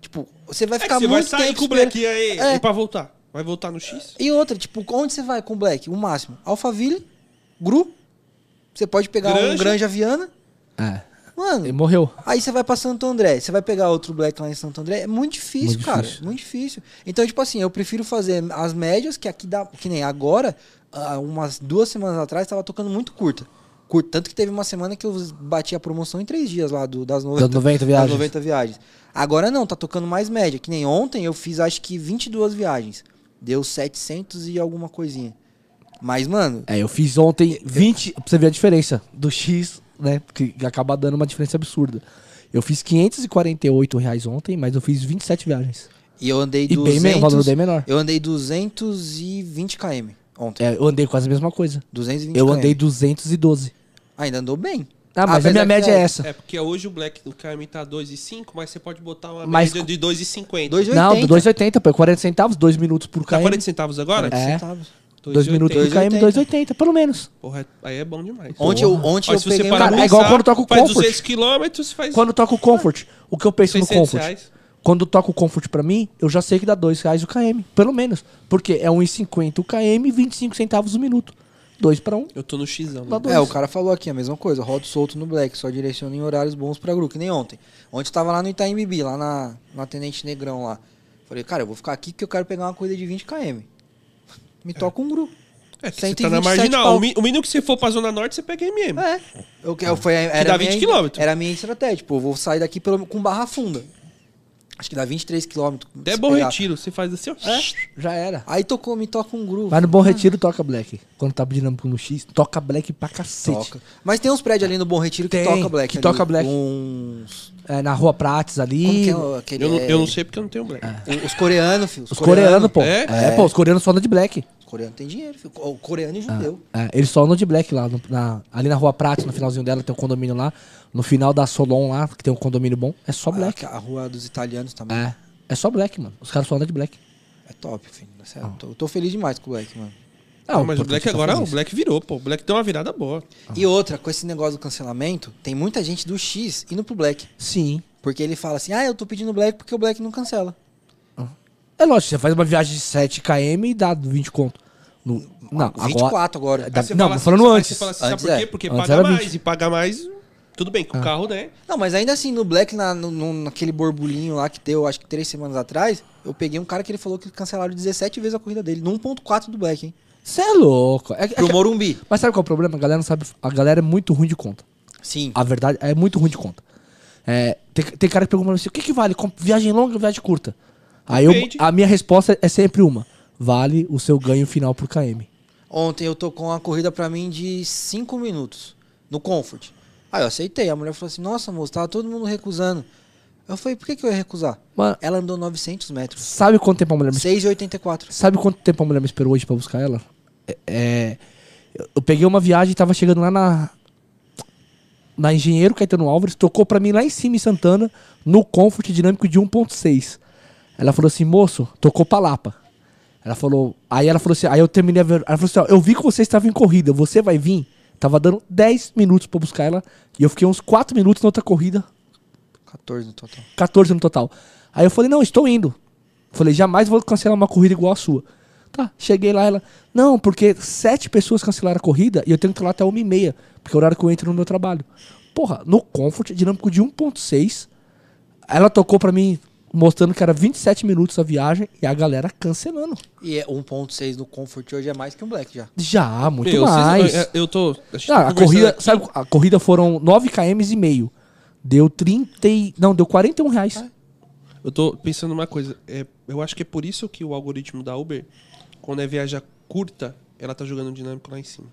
C: Tipo, você vai
A: É que
C: ficar
A: você
C: muito
A: vai sair
C: tempo
A: com o
C: esperando.
A: Black aí
C: É.
A: e pra voltar. Vai voltar no X?
C: E outra, tipo, onde você vai com o Black? O máximo. Alphaville, Gru. Você pode pegar um
A: Granja.
C: Granja Viana.
B: É.
C: Mano,
B: Ele morreu.
C: Aí você vai pra Santo André, você vai pegar outro Black lá em Santo André, é muito difícil,
B: Muito
C: cara.
B: difícil.
C: Muito difícil. Então, tipo assim, eu prefiro fazer as médias, que aqui dá. Que nem agora, ah, umas duas semanas atrás, tava tocando muito curta. Curta. Tanto que teve uma semana que eu bati a promoção em três dias lá do- das 90,
B: Das 90
C: das
B: viagens.
C: 90 viagens. Agora não, tá tocando mais média. Que nem ontem eu fiz acho que 22 viagens. Deu 700 e alguma coisinha. Mas, mano,
B: É, eu fiz ontem 20. Pra você ver a diferença do X, né? Que acaba dando uma diferença absurda. Eu fiz 548 reais ontem, mas eu fiz 27 viagens.
C: e eu andei
B: E bem, men-
C: 200.
B: o valor bem menor.
C: eu andei 220 km ontem.
B: É, eu andei quase a mesma coisa.
C: 220
B: Eu
C: km.
B: andei 212.
C: Ainda andou bem.
B: Ah, mas a
C: Apesar
B: minha
C: que
B: média é
C: é-
B: essa.
A: É porque hoje o Black do KM tá 2,5, mas você pode botar uma
B: Mas
A: média de 2,50.
C: 2,80.
B: Não, 2,80, pô. 40 centavos, 2 minutos por
A: Tá
B: KM.
A: 40 centavos agora?
B: É.
C: centavos.
B: 2 minutos por
A: 2,80.
B: KM, 2,80, pelo menos.
A: Porra, aí é bom demais.
C: Ontem eu, ontem
A: Ó,
C: eu peguei um
B: parar-
A: pra
B: É igual
A: pensar,
B: quando toca o
A: faz
B: Comfort.
A: 200 quilômetros, faz
B: Quando toca o Comfort, o que eu penso no
A: 600
B: Comfort?
A: reais.
B: Quando toca o Comfort pra mim, eu já sei que dá 2 reais o KM, pelo menos. Porque é 1,50 o KM e 25 centavos o minuto. 2 pra 1. Um.
A: Eu tô no X, né?
B: Lá do-
C: É, o cara falou aqui a mesma coisa. Rodo solto no Black, só direciona em horários bons pra grupo, que nem ontem. Ontem eu tava lá no Itaim Bibi, lá na, na Tenente Negrão lá. Falei, cara, eu vou ficar aqui porque eu quero pegar uma coisa de 20 km. Me toca um grupo.
A: É, que você tá
C: 127
A: na marginal.
C: pau.
A: O mi- o mínimo que você for pra Zona Norte, você pega MM.
C: É. Eu, que- eu, foi, era
A: dá
C: a minha-
A: 20 quilômetros.
C: Era a minha estratégia. Tipo, eu vou sair daqui pelo, com barra funda. Acho que dá 23 km.
A: Até
C: se
A: Bom
C: pegar.
A: Retiro, você faz assim, ó.
B: É. Já era.
C: Aí tocou, me toca um grupo.
B: Mas no Bom Retiro toca Black. Quando tá dinâmico no X, toca Black pra cacete.
C: Toca. Mas tem uns prédios ali no Bom Retiro que
B: Tem,
C: toca black.
B: que
C: ali.
B: toca black.
C: Uns.
B: É, na Rua Prates
C: Como
B: ali.
C: que é o- aquele.
A: Eu não, eu não
C: é,
A: sei porque eu não tenho Black.
C: o- Os coreanos, filho.
B: Os coreanos, pô. É?
A: É?
B: pô, os coreanos só andam de Black.
C: Os coreanos tem dinheiro, filho. O coreano e judeu.
B: É, eles só andam de Black lá. no- na- ali na Rua Prates, no finalzinho dela, tem um condomínio lá. No final da Solon lá, que tem um condomínio bom, é só Black.
C: Ah, A, a rua dos italianos também.
B: É. É só black, mano. Os caras só andam de black.
C: É top, filho. na
B: Ah.
C: sério. Tô, tô feliz demais com o black, mano.
A: Não, Ah, mas o
B: importante
A: Black
B: é tá
A: agora, o
B: feliz.
A: Black virou, pô. O Black deu uma virada boa.
B: Ah.
C: E outra, com esse negócio do cancelamento, tem muita gente do X indo pro black.
B: Sim.
C: Porque ele fala assim: ah, eu tô pedindo black porque o black não cancela.
B: É lógico, você faz uma viagem de 7 km e dá 20 conto. No- não, agora.
C: 24 agora.
B: Dá-
A: Aí você
B: não,
A: fala
B: tô falando
A: aí
B: antes.
A: Você fala assim, sabe
C: Antes
A: por
C: é.
A: quê? Porque
B: Antes
A: paga
B: era Ah. 20.
A: mais. E paga mais, Tudo bem, com o carro, né?
C: Não, mas ainda assim, no Black, na, no- no- naquele borbulhinho lá que deu, acho que três semanas atrás, eu peguei um cara que ele falou que cancelaram 17 vezes a corrida dele, no 1.4 do Black, hein?
B: Você é louco. É- é
C: Pro
B: que-
C: Morumbi.
B: Mas sabe qual é o problema? A galera não sabe. A galera é muito ruim de conta.
C: Sim.
B: A verdade é muito ruim de conta. É, tem, tem cara que pergunta pra mim assim: o que, que vale? Com- Viagem longa ou viagem curta? Aí eu,
A: Depende.
B: a minha resposta é sempre uma: vale o seu ganho final por KM.
C: Ontem eu tô com uma corrida pra mim de 5 minutos, no Comfort. Aí eu aceitei. A mulher falou assim: Nossa, moço, tava todo mundo recusando. Eu falei: Por que, que eu ia recusar?
B: Mano,
C: Ela andou 900 metros,
B: sabe quanto tempo a mulher me
C: 6,84.
B: Sabe quanto tempo a mulher me esperou hoje pra buscar ela? É, é, eu- eu peguei uma viagem, tava chegando lá na na Engenheiro Caetano Álvares, tocou pra mim lá em cima em Santana, no Comfort Dinâmico de 1.6. Ela falou assim, moço, tocou pra Lapa. Ela falou, aí ela falou assim, aí eu terminei a ver, ela falou assim, ó, eu vi que você estava em corrida, você vai vir? Tava dando 10 minutos pra buscar ela, e eu fiquei uns 4 minutos na outra corrida,
C: 14 no total.
B: 14 no total. Aí eu falei, não, estou indo. Falei, jamais vou cancelar uma corrida igual a sua. Tá, cheguei lá, ela, não, porque sete pessoas cancelaram a corrida e eu tenho que ir lá até uma e meia, porque é o horário que eu entro no meu trabalho. Porra, no Comfort, dinâmico de 1.6, ela tocou pra mim, mostrando que era 27 minutos a viagem e a galera cancelando.
C: E é 1,6 no Comfort hoje é mais que um Black já.
B: Já, muito
A: Meu, vocês-
B: mais.
A: eu- eu tô. gente tá
B: Ah, a
A: conversando
B: corrida,
A: aqui.
B: sabe, a corrida foram 9 km e meio. Deu 30, e- não, deu 41 reais.
A: Eu tô pensando numa coisa. É, eu acho que é por isso que o algoritmo da Uber, quando é viagem curta, ela tá jogando dinâmico lá em cima.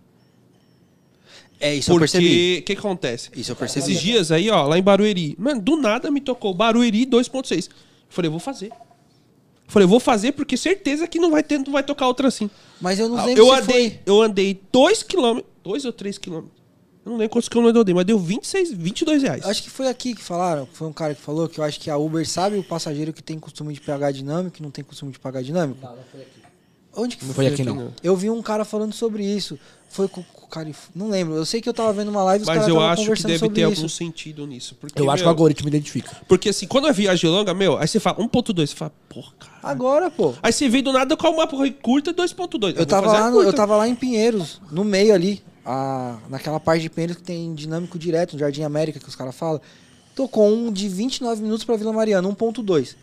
C: É isso, eu percebi.
A: Porque o que acontece?
C: Isso eu percebi.
A: Esses dias aí, ó, lá em Barueri. Mano, do nada me tocou Barueri 2.6. Falei, eu vou fazer. Falei, eu vou fazer porque certeza que não vai ter, não vai tocar outra assim.
C: Mas eu não
A: Ah,
C: lembro
A: eu
C: se
A: andei,
C: foi.
A: eu andei 2 km, 2 ou 3 km. Eu não lembro quantos quilômetros eu andei, mas deu 26, 22 reais.
C: Eu Acho que foi aqui que falaram, foi um cara que falou que eu acho que a Uber sabe o passageiro que tem costume de pagar dinâmico e não tem costume de pagar dinâmico. Não, não foi aqui. Onde que
B: Não
C: foi?
B: foi aqui não.
C: Eu vi um cara falando sobre isso. Foi com com o cara. Não lembro. Eu sei que eu tava vendo uma live e os
A: mas
C: caras
A: eu
C: estavam
A: acho que
C: conversando
A: deve
C: sobre
A: ter
C: isso.
A: algum sentido nisso. Porque,
B: Eu acho que o
A: meu,
B: algoritmo identifica.
A: Porque assim, quando é viagem longa, meu, aí você fala 1.2, você fala, porra, cara.
C: Agora, pô.
A: Aí você vem do nada com uma porra curta 2.2.
C: Eu
A: vou
C: tava,
A: fazer a
C: lá no- eu
A: curta. né?
C: tava lá em Pinheiros, no meio ali, a- naquela parte de Pinheiros que tem dinâmico direto, no Jardim América, que os caras falam. Tocou um de 29 minutos pra Vila Mariana, 1.2.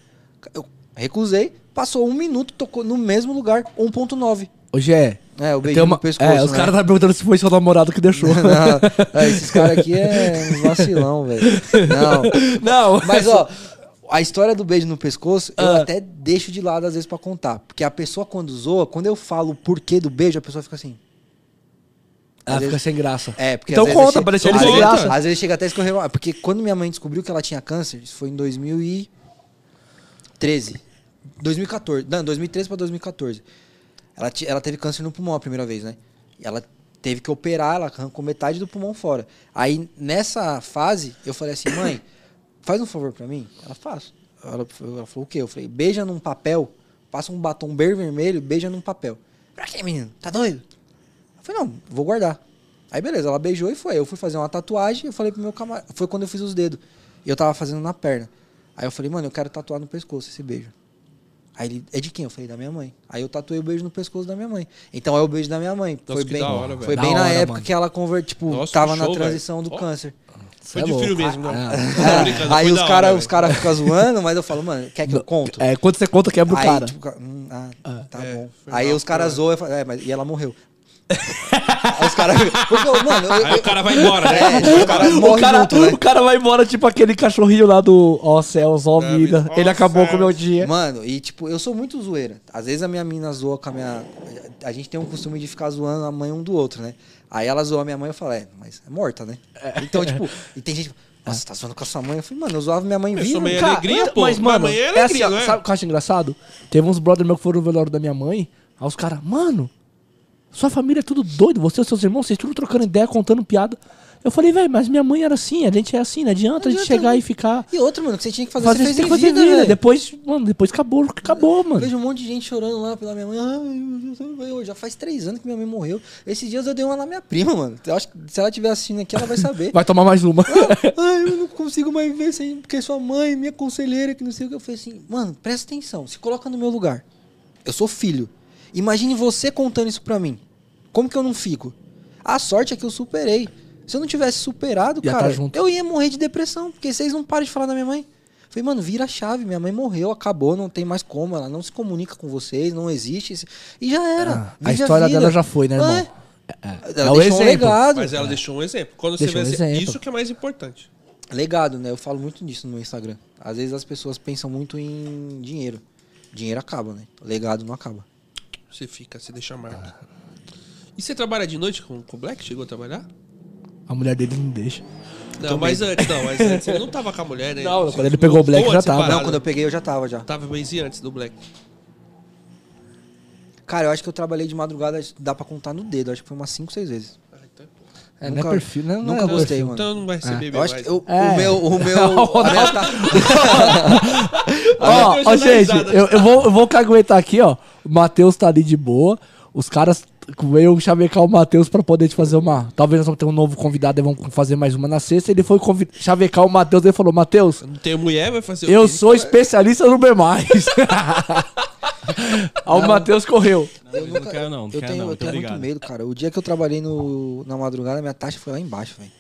C: Eu recusei, passou um minuto, tocou no mesmo lugar, 1.9.
B: Hoje é.
C: É, o
B: Tem
C: beijinho
B: uma...
C: no pescoço,
B: é, os
C: né?
B: caras estavam perguntando se foi seu namorado que deixou.
C: Não, é, esses caras aqui é uns vacilão, velho. Não,
B: Não.
C: mas ó, a história do beijo no pescoço, eu
B: Ah.
C: até deixo de lado às vezes pra contar. Porque a pessoa quando zoa, quando eu falo o porquê do beijo, a pessoa fica assim...
B: Ah, fica sem graça.
C: É, porque
B: Então
C: às vezes
B: conta,
C: che-
B: pra deixar
A: ele
C: às
A: sem
C: vezes-
B: graça.
C: Às vezes chega até a escorrer mal. Porque quando minha mãe descobriu que ela tinha câncer, isso foi em 2013. 2014. Não, 2013 pra 2014. Ela, ti- ela teve câncer no pulmão a primeira vez, né? E Ela teve que operar, ela arrancou metade do pulmão fora. Aí, nessa fase, eu falei assim, mãe, faz um favor pra mim? Ela faz. Ela, ela falou o quê? Eu falei, beija num papel, passa um batom bem vermelho, beija num papel. Pra quê, menino? Tá doido? Eu falei, não, vou guardar. Aí beleza, ela beijou e foi. Eu fui fazer uma tatuagem, eu falei pro meu camarada. Foi quando eu fiz os dedos. E eu tava fazendo na perna. Aí eu falei, mano, eu quero tatuar no pescoço esse beijo. Aí ele, é de quem? Eu falei, da minha mãe. Aí eu tatuei o beijo no pescoço da minha mãe. Então é o beijo da minha mãe. foi
A: que
C: bem,
A: da hora, velho.
C: foi
B: Da
C: bem na
B: hora,
C: época
B: mano.
C: que ela converte, tipo,
A: Nossa, que
C: tava na
A: show,
C: transição
A: velho.
C: do
A: Ó.
C: câncer.
A: Foi
B: Cê é
A: de filho
B: louco.
A: mesmo, não.
B: Ah,
A: Tá brincando,
C: Aí
A: foi
C: os
A: da
C: caras
A: hora,
C: os cara ficam zoando, mas eu falo, mano, quer que eu conto?
B: É, quando você conta, quebra o
C: aí,
B: cara.
C: tipo, ca- hum, ah, tá
A: É,
C: bom.
A: foi
C: Aí
A: mal,
C: os caras
A: cara.
C: zoam e falam, é, mas e ela morreu. Aí os caras. Porque, Mano, eu,
A: Aí o cara vai embora,
C: É,
A: né?
C: tipo, o cara morre
B: o, cara,
C: junto, né?
B: o cara vai embora, tipo aquele cachorrinho lá do Ó Céus, ó
A: É,
B: vida.
A: ó
B: Ele acabou com o meu
A: céus.
B: dia.
C: Mano, e tipo, eu sou muito zoeira. Às vezes a minha mina zoa com a minha. A gente tem um costume de ficar zoando a mãe um do outro, né? Aí ela zoa a minha mãe eu falo, é, mas é morta, né? Então, tipo, e tem gente. que fala, Nossa, tá zoando com a sua mãe? Eu falei, mano, eu zoava minha mãe
A: Eu
C: vindo.
A: sou meio- É
B: Cara,
A: alegria, pô. Mas
B: Mas, mano,
A: amanhã é
B: é assim,
A: alegria,
B: ó,
A: não é?
B: sabe o que eu acho engraçado? Teve uns brother meu que foram no velório da minha mãe, aí os caras, mano, sua família é tudo doido, você e seus irmãos, vocês tudo trocando ideia, contando piada. Eu falei, velho, mas minha mãe era assim, a gente é assim, não adianta, a gente
C: adianta,
B: chegar
C: né?
B: e ficar.
C: E outro, mano, que você tinha que fazer,
B: Fazer
C: você
B: isso tem
C: fez
B: que
C: em
B: fazer
C: vida,
B: vida.
C: velho.
B: Depois, mano, depois acabou, acabou, mano.
C: Vejo um monte de gente chorando lá pela minha mãe. Ah, eu- eu- já faz três anos que minha mãe morreu. Esses dias eu dei uma na minha prima, mano. Eu acho que se ela estiver assistindo aqui, ela vai saber.
B: Vai tomar mais uma.
C: Ai, eu não consigo mais ver sem porque sua mãe, minha conselheira, que não sei o que. Eu falei assim, mano, presta atenção, se coloca no meu lugar. Eu sou filho. Imagine você contando isso pra mim. Como que eu não fico? A sorte é que eu superei. Se eu não tivesse superado,
B: Ia
C: cara,
B: tá junto.
C: eu ia morrer de depressão, porque vocês não param de falar da minha mãe. Falei, mano, vira a chave, minha mãe morreu, acabou, não tem mais como, ela não se comunica com vocês, não existe. E já era.
B: Ah, a história dela já foi, né, irmão?
C: É.
B: É
C: Ela
B: o
C: deixou um
B: exemplo.
C: legado.
A: Mas ela deixou um exemplo. Quando
B: é. Deixou um
A: você vê assim,
B: exemplo.
A: isso que é mais importante.
C: Legado, né? Eu falo muito nisso no meu Instagram. Às vezes as pessoas pensam muito em dinheiro. Dinheiro acaba, né? Legado não acaba.
A: Você fica, você deixa a marca.
B: Ah.
A: E você trabalha de noite com com o Black? Chegou a trabalhar?
B: A mulher dele não deixa.
C: É,
A: Não, mas antes, não, mas antes ele não tava com a mulher, né?
B: Não,
A: Você-
B: quando ele pegou o Black
A: ou
B: já
A: antes
B: tava.
A: separado.
C: Não, quando eu peguei eu já tava já.
A: Tava mês antes do Black.
C: Cara, eu acho que eu trabalhei de madrugada, dá pra contar no dedo, acho que foi umas 5, 6 vezes.
B: É,
C: Nunca-
B: não é perfil, não, não
C: nunca
B: é
C: gostei,
B: perfil.
C: mano.
A: Então não vai ser bebê
C: Eu acho
A: mais.
C: que eu-
B: É.
C: o meu. O meu. a minha tá-
B: Ó,
A: Olha,
C: um
B: ó,
A: deixa eu dar
B: gente,
A: risada.
B: eu, eu vou, eu vou caguetar aqui, ó. O Matheus tá ali de boa. Os caras veio chavecar o Matheus pra poder te fazer uma. Talvez nós vamos ter um novo convidado e vamos fazer mais uma na sexta. Ele foi convi- chavecar o Matheus e falou: Matheus,
A: Não tem mulher, vai fazer o
B: eu
A: quê?
B: sou especialista no B. Aí o Matheus correu.
C: Eu
D: não
C: nunca-
D: quero não, não
C: eu
D: quero
C: tenho,
D: não,
C: eu
D: tô
C: tenho muito
D: ligado.
C: medo, cara. O dia que eu trabalhei no, na madrugada, minha taxa foi lá embaixo, velho.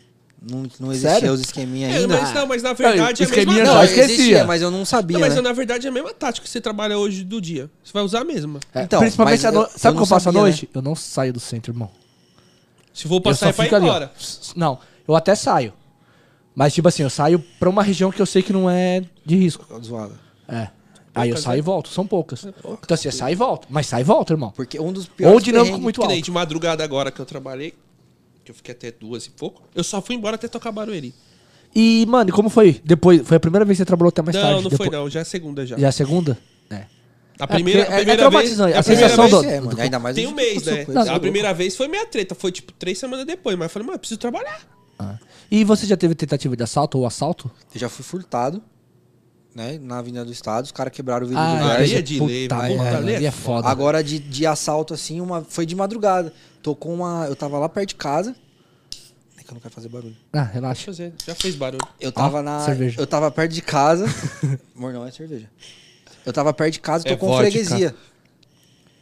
C: Não, não existia
B: Sério?
C: os esqueminhas
A: É,
C: ainda.
A: mas, não, mas na verdade
B: o
A: é a mesma
B: esqueminha
A: tática.
B: já
C: Não,
B: esquecia.
C: existia, mas eu não sabia,
A: Não, mas
C: né?
A: na verdade é a mesma tática que você trabalha hoje do dia. Você vai usar a mesma.
C: Então, mas
B: Principalmente à
C: eu-
B: noite. Sabe
C: eu
B: o que
C: não
B: eu faço à
C: sabia, né?
B: noite? Eu não saio do centro, irmão.
A: Se for
B: Eu só
A: passar é pra ir
B: fico ali, ó.
A: embora.
B: Não, eu até saio. Mas, tipo assim, eu saio pra uma região que eu sei que não é de risco.
C: Zoado.
B: É. Aí eu
A: Poucas, É
B: saio e volto, são poucas. Então assim, sai e volta. Mas sai e volta, irmão.
C: Porque um dos piores.
B: Ou dinâmico
C: perrengues-
B: muito
A: Que nem
B: alto.
A: de madrugada agora que eu trabalhei, que eu fiquei até duas e pouco, eu só fui embora até tocar Barueri.
B: E, mano, e como foi? Depois, foi a primeira vez que você trabalhou até mais
A: não,
B: tarde?
A: não
B: depois...
A: foi não, já é segunda já.
B: Já a segunda? É.
A: A primeira,
B: porque é-
A: a primeira
B: é
A: vez...
B: traumatizante,
A: é
B: a
A: a primeira
B: sensação
A: vez...
B: do-
C: É, mano, ainda mais
A: Tem
C: o
A: um
C: dia que
A: mês,
C: aconteceu
A: né?
C: com
B: Não,
A: a primeira vez foi meia treta, foi tipo três semanas depois, mas eu falei, mano, eu preciso trabalhar.
B: Ah. E você já teve tentativa de assalto ou assalto?
C: Eu já fui furtado, né? Na Avenida do Estado, os caras quebraram o
B: Ah,
C: vidro
A: aí
C: do gás.
A: é
B: esse-
A: de
B: puta
A: lei,
B: merda,
A: mano. Puta, ali é
B: ali é foda.
C: Agora de, de assalto, assim, uma, foi de madrugada. Tocou uma. Eu tava lá perto de casa. É que eu não quero fazer barulho.
B: Ah,
A: Deixa
B: relaxa.
A: eu fazer, Já fez barulho.
C: Eu tava
B: Ah,
C: na.
B: cerveja.
C: Eu tava perto de casa. Amor, não é cerveja. Eu tava perto de casa,
A: É
C: tocou com
A: vodka.
C: freguesia.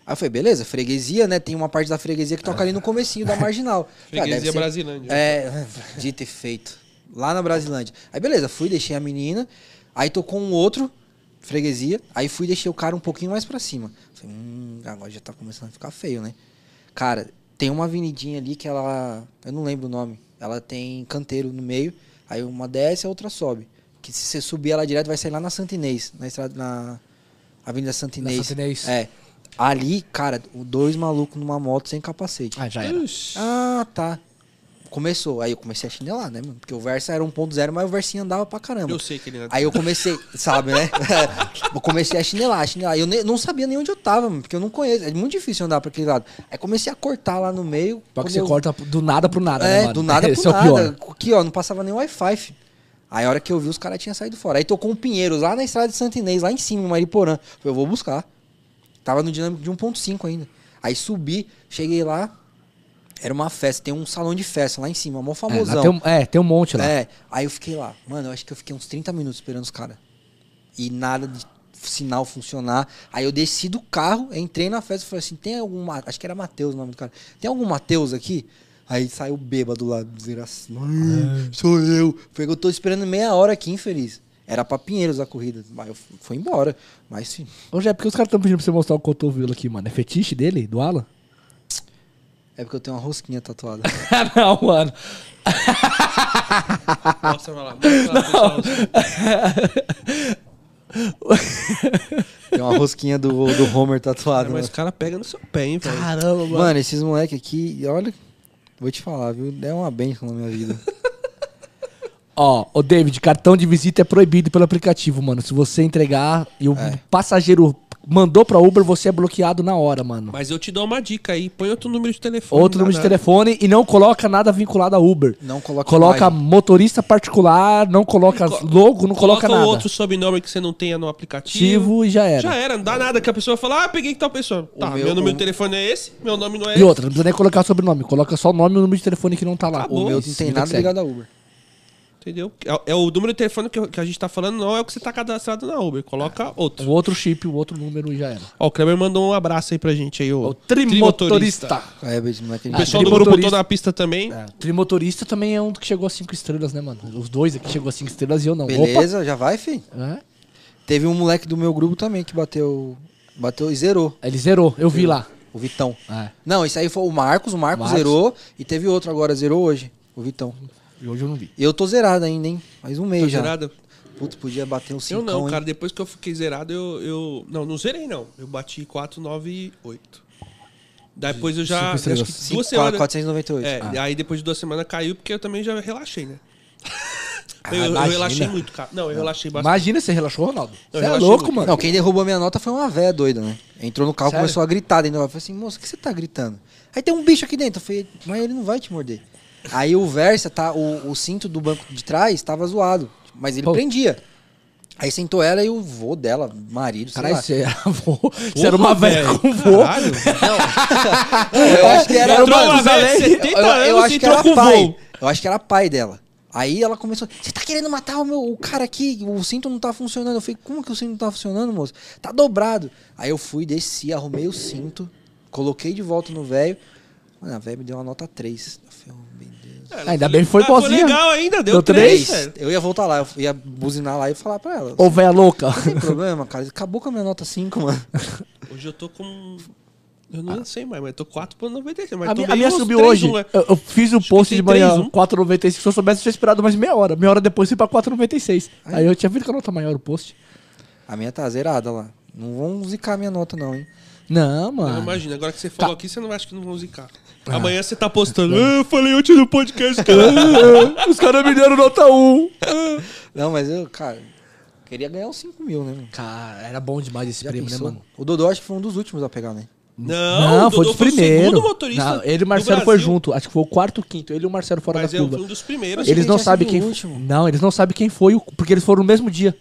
C: Aí eu falei, beleza, freguesia, né? Tem uma parte da freguesia que toca ali no comecinho da marginal. Falei, ah, deve
A: Freguesia
C: ser-
A: Brasilândia.
C: É, dito e feito. Lá na Brasilândia. Aí beleza, fui, deixei a menina. Aí tocou um outro, freguesia. Aí fui, deixei o cara um pouquinho mais pra cima. Falei, hum, agora já tá começando a ficar feio, né? Cara, tem uma avenidinha ali que ela. Eu não lembro o nome. Ela tem canteiro no meio. Aí uma desce, a outra sobe. Que se você subir ela direto, vai sair lá na Santa Inês. Na estrada. Na Avenida Santa Inês.
B: Santa Inês.
C: É. Ali, cara, dois malucos numa moto sem capacete.
B: Ah, já era.
A: Ixi.
C: Ah, tá. Começou. Aí eu comecei a chinelar, né, mano? Porque o Versa era 1.0, mas o Versinha andava pra caramba.
A: Eu sei né? que ele é anda.
C: Aí eu comecei, sabe, né? eu comecei a chinelar, a chinelar. Eu ne- não sabia nem onde eu tava, mano, porque eu não conheço. É muito difícil andar pra aquele lado. Aí comecei a cortar lá no meio.
B: Pior
C: quando
B: que você
C: eu-
B: corta do nada pro nada, né,
C: É,
B: mano?
C: do nada pro
B: Esse é o
C: nada.
B: pior.
C: Aqui, ó, não passava nem Wi-Fi. fi. Aí a hora que eu vi, os caras tinham saído fora. Aí tocou um Pinheiro lá na estrada de Santa Inês, lá em cima, em Mariporã. Falei, eu vou buscar. Tava no dinâmico de 1.5 ainda. Aí subi, cheguei lá. Era uma festa, tem um salão de festa lá em cima,
B: É,
C: mó
B: lá
C: famosão.
B: tem um, é, tem um monte lá.
C: É, aí eu fiquei lá. Mano, eu acho que eu fiquei uns 30 minutos esperando os caras. E nada de sinal funcionar. Aí eu desci do carro, entrei na festa e falei assim: tem algum. Ma- Acho que era Matheus o nome do cara. Tem algum Matheus aqui? Aí saiu bêbado lá, dizendo assim: "Ai, sou eu. Falei que eu tô esperando meia hora aqui, infeliz. Era pra Pinheiros a corrida. Mas eu f- fui embora. Mas sim.
B: Hoje é porque os caras estão pedindo pra você mostrar o cotovelo aqui, mano. É fetiche dele, do Alan?
C: É porque eu tenho uma rosquinha tatuada.
B: não, mano. ah.
A: Mostra lá, mostra lá, pessoal.
C: Tem uma rosquinha do, do Homer tatuada.
A: É, Mas o
C: né?
A: cara pega no seu pé, hein, velho.
B: Caramba, mano.
C: Mano, esses moleque aqui, olha. Vou te falar, viu? É uma benção na minha vida.
B: Ó, ô David, cartão de visita é proibido pelo aplicativo, mano. Se você entregar e o passageiro mandou pra Uber, você é bloqueado na hora, mano.
A: Mas eu te dou uma dica aí, põe outro número de telefone.
B: Outro número de
A: nada.
B: telefone e não coloca nada vinculado a Uber.
C: Não coloca
B: Coloca
C: imagem.
B: motorista particular, não coloca
A: Co-
B: logo, não coloca,
A: um
B: nada.
A: outro sobrenome que você não tenha no aplicativo.
B: Ativo e já era.
A: Já era, não dá nada que a pessoa fala, ah, peguei tal pessoa. Tá, meu,
C: meu-
A: número de
C: o-
A: telefone é esse, meu nome não é
B: E
A: esse.
B: outra, não precisa nem colocar sobrenome, coloca só o nome e o número de telefone que não tá lá.
A: Acabou.
C: O meu
B: Isso,
C: não tem
B: vida
C: nada
B: que segue.
C: ligado a Uber.
A: Entendeu? É, é o número de telefone que, eu- que a gente tá falando, não é o que você tá cadastrado na Uber. Coloca outro.
B: O outro chip, o outro número e já era.
A: Ó, o Kleber mandou um abraço aí pra gente aí, o,
B: O trimotorista.
C: Kleber, não é
A: O
C: que ele-
A: pessoal do grupo
B: trimotorista.
A: Tô na Pista também. Tá
B: É, Trimotorista também é um que chegou a cinco estrelas, né, mano? Os dois aqui chegou a cinco estrelas e eu não.
C: Beleza, já vai, fi.
B: Opa! É?
C: Teve um moleque do meu grupo também que bateu. Bateu e zerou.
B: É, ele zerou, eu vi lá.
C: O Vitão.
B: É,
C: Não, esse aí foi o Marcos, o Marcos,
B: Marcos.
C: zerou. E teve outro agora, zerou hoje. O Vitão.
B: É, e hoje eu não vi.
C: E eu tô zerado ainda, hein? Mais um mês
A: Tá
C: já.
A: zerado?
C: Putz, podia bater um
A: Eu
C: cincão,
A: não,
C: hein?
A: cara. Depois que eu fiquei zerado, eu. eu... Não, não zerei, não. Eu bati 498. Depois eu já.
B: Cinco
A: Acho que
B: estrelas.
A: duas
C: Cinco-
A: semanas.
C: 498.
A: É,
C: Ah.
A: e aí depois de duas semanas caiu, porque eu também já relaxei, né?
B: Ah,
A: eu, eu
B: imagina.
A: relaxei muito, cara. Não, eu relaxei bastante.
B: Imagina, você relaxou, Ronaldo? Você é
A: relaxei um
B: louco,
A: muito.
B: mano.
C: Não, quem derrubou minha nota foi uma véia doida, né? Entrou no carro,
B: Sério?
C: começou a gritar dentro do carro. Eu falei assim, moço, o que você tá gritando? Aí tem um bicho aqui dentro. Eu falei, mas ele não vai te morder. Aí o Versa, tá, o, o cinto do banco de trás tava zoado, mas ele
B: Pô.
C: prendia. Aí sentou ela e o vô dela, marido, sei
B: Caralho, é
C: lá.
B: você era avô. Você era uma
A: Porra,
B: velha
A: velho.
B: com vô.
A: Caralho.
C: Eu acho que era,
B: Entrou
A: É, Entrou
C: mano,
A: uma velha de 70
C: eu, eu
A: anos
C: acho
A: e
C: que era
A: trocou o
C: pai.
A: voo.
C: Eu acho que era pai dela. Aí ela começou, você tá querendo matar o meu o cara aqui, o cinto não tá funcionando. Eu falei, como que o cinto não tá funcionando, moço? Tá dobrado. Aí eu fui, desci, arrumei o cinto, coloquei de volta no velho. Mano, a velha me deu uma nota 3. Eu falei, oh, meu Deus.
B: Ainda bem que foi
A: Ah, foi
B: bozinha.
A: legal ainda, deu
B: Deu
A: três,
B: três?
A: velho.
C: Eu ia voltar lá, eu ia buzinar lá e falar pra ela.
B: Ô, velha louca.
C: Não tem problema, cara. Acabou com a minha nota 5, mano.
A: Hoje eu tô com... Eu não sei mais, mas eu tô 4.95. mas
B: Ah.
A: tomei
B: A, minha- a minha
A: uns
B: subiu
A: 3,
B: hoje.
A: um, né?
B: eu, eu fiz o
A: que
B: post
A: tem
B: de manhã
A: 3, um.
B: 4,95. Se eu soubesse, eu tinha esperado mais meia hora. Meia hora depois fui pra 4,96. Aí eu tinha visto que a nota maior o post.
C: A minha tá zerada lá. Não vão zicar a minha nota, não, hein?
B: Não,
A: Não,
B: mano.
A: imagina, agora que você falou aqui, você não acha que não vão zicar. Amanhã você tá postando. "Ah, eu falei ontem no podcast, cara.
B: Ah, Os caras me deram nota 1.
C: Não, mas eu, cara, queria ganhar os 5 mil, né, mano?
B: Cara, era bom demais esse
C: Já
B: prêmio,
C: pensou?
B: né, mano?
C: O Dodô acho que foi um dos últimos a pegar, né?
A: Não,
B: Não,
A: o
B: foi
A: Dodô
B: de
A: o
B: primeiro.
A: segundo motorista
B: não, ele e o
A: do
B: Marcelo foi
A: Brasil,
B: junto. Acho que foi o quarto, quinto. Ele e o Marcelo fora
A: Mas
B: da
A: eu
B: curva.
A: fui um dos primeiros.
C: Ele
B: Eles não
C: tinha
B: sabem
C: sido
B: quem.
C: o
A: um.
C: último.
B: Não, eles não sabem quem foi, o- porque eles foram no mesmo dia.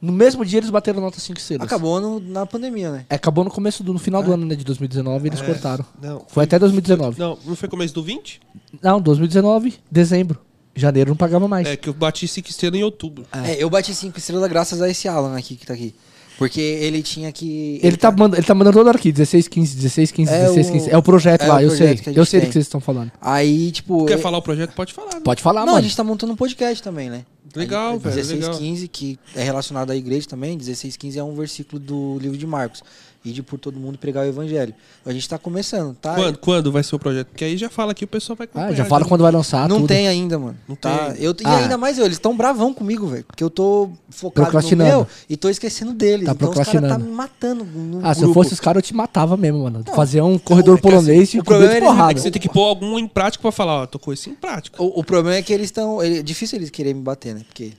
B: No mesmo dia eles bateram nota 5 estrelas.
C: Acabou no- na pandemia, né?
B: É, Acabou no começo do no final do ano, né, de 2019, eles cortaram.
A: não,
B: foi até 2019.
A: Não, não foi começo do 20?
B: Não, 2019, dezembro. Janeiro não pagava mais.
A: É, que eu bati 5 estrelas em outubro.
B: É.
C: É, eu bati 5 estrelas graças a esse Alan aqui que tá aqui. Porque ele tinha que.
B: Ele tá, manda- ele tá mandando toda hora aqui, 16, 15, 16, 15,
C: É
B: 16,
C: o-
B: 15. É o projeto
C: é
B: lá,
C: o
B: eu
C: projeto que a
B: sei.
C: gente
B: Eu sei do
C: tem.
B: que vocês estão falando.
C: Aí, tipo.
A: Quer
C: eu-
A: falar o projeto? Pode falar. né?
B: Pode falar,
C: Não, a
B: mano.
C: gente tá montando um podcast também, né?
A: Legal,
C: A gente-
A: velho,
C: 16,
A: legal.
C: 15, que é relacionado à igreja também. 16, 15 é um versículo do livro de Marcos. E de por todo mundo pregar o evangelho. A gente tá começando, tá?
A: Quando, quando vai ser o projeto? Porque aí já fala aqui, o pessoal vai
B: Ah,
A: acompanhar. né? É
B: já fala quando vai lançar.
C: um não
B: tudo.
C: tem ainda, mano.
A: Não
C: tá?
A: tem.
C: Eu, e
B: Ah.
C: ainda mais eu, eles estão bravão comigo, velho. Porque eu tô focado no
B: Procrastinando.
C: meu e tô esquecendo deles.
B: Tá
C: então os caras tá
B: procrastinando.
C: me matando no
B: Ah, se eu
C: um grupo.
B: fosse os caras, eu te matava mesmo, mano. Fazia um corredor polonês e
C: o
B: cobrir
C: problema é
B: de
C: eles-
A: É
B: porrada.
A: que você tem que pôr algum em prática pra falar, ó, tô com esse em prática.
C: O, o problema é que eles estão. É difícil eles quererem me bater, né? Porque.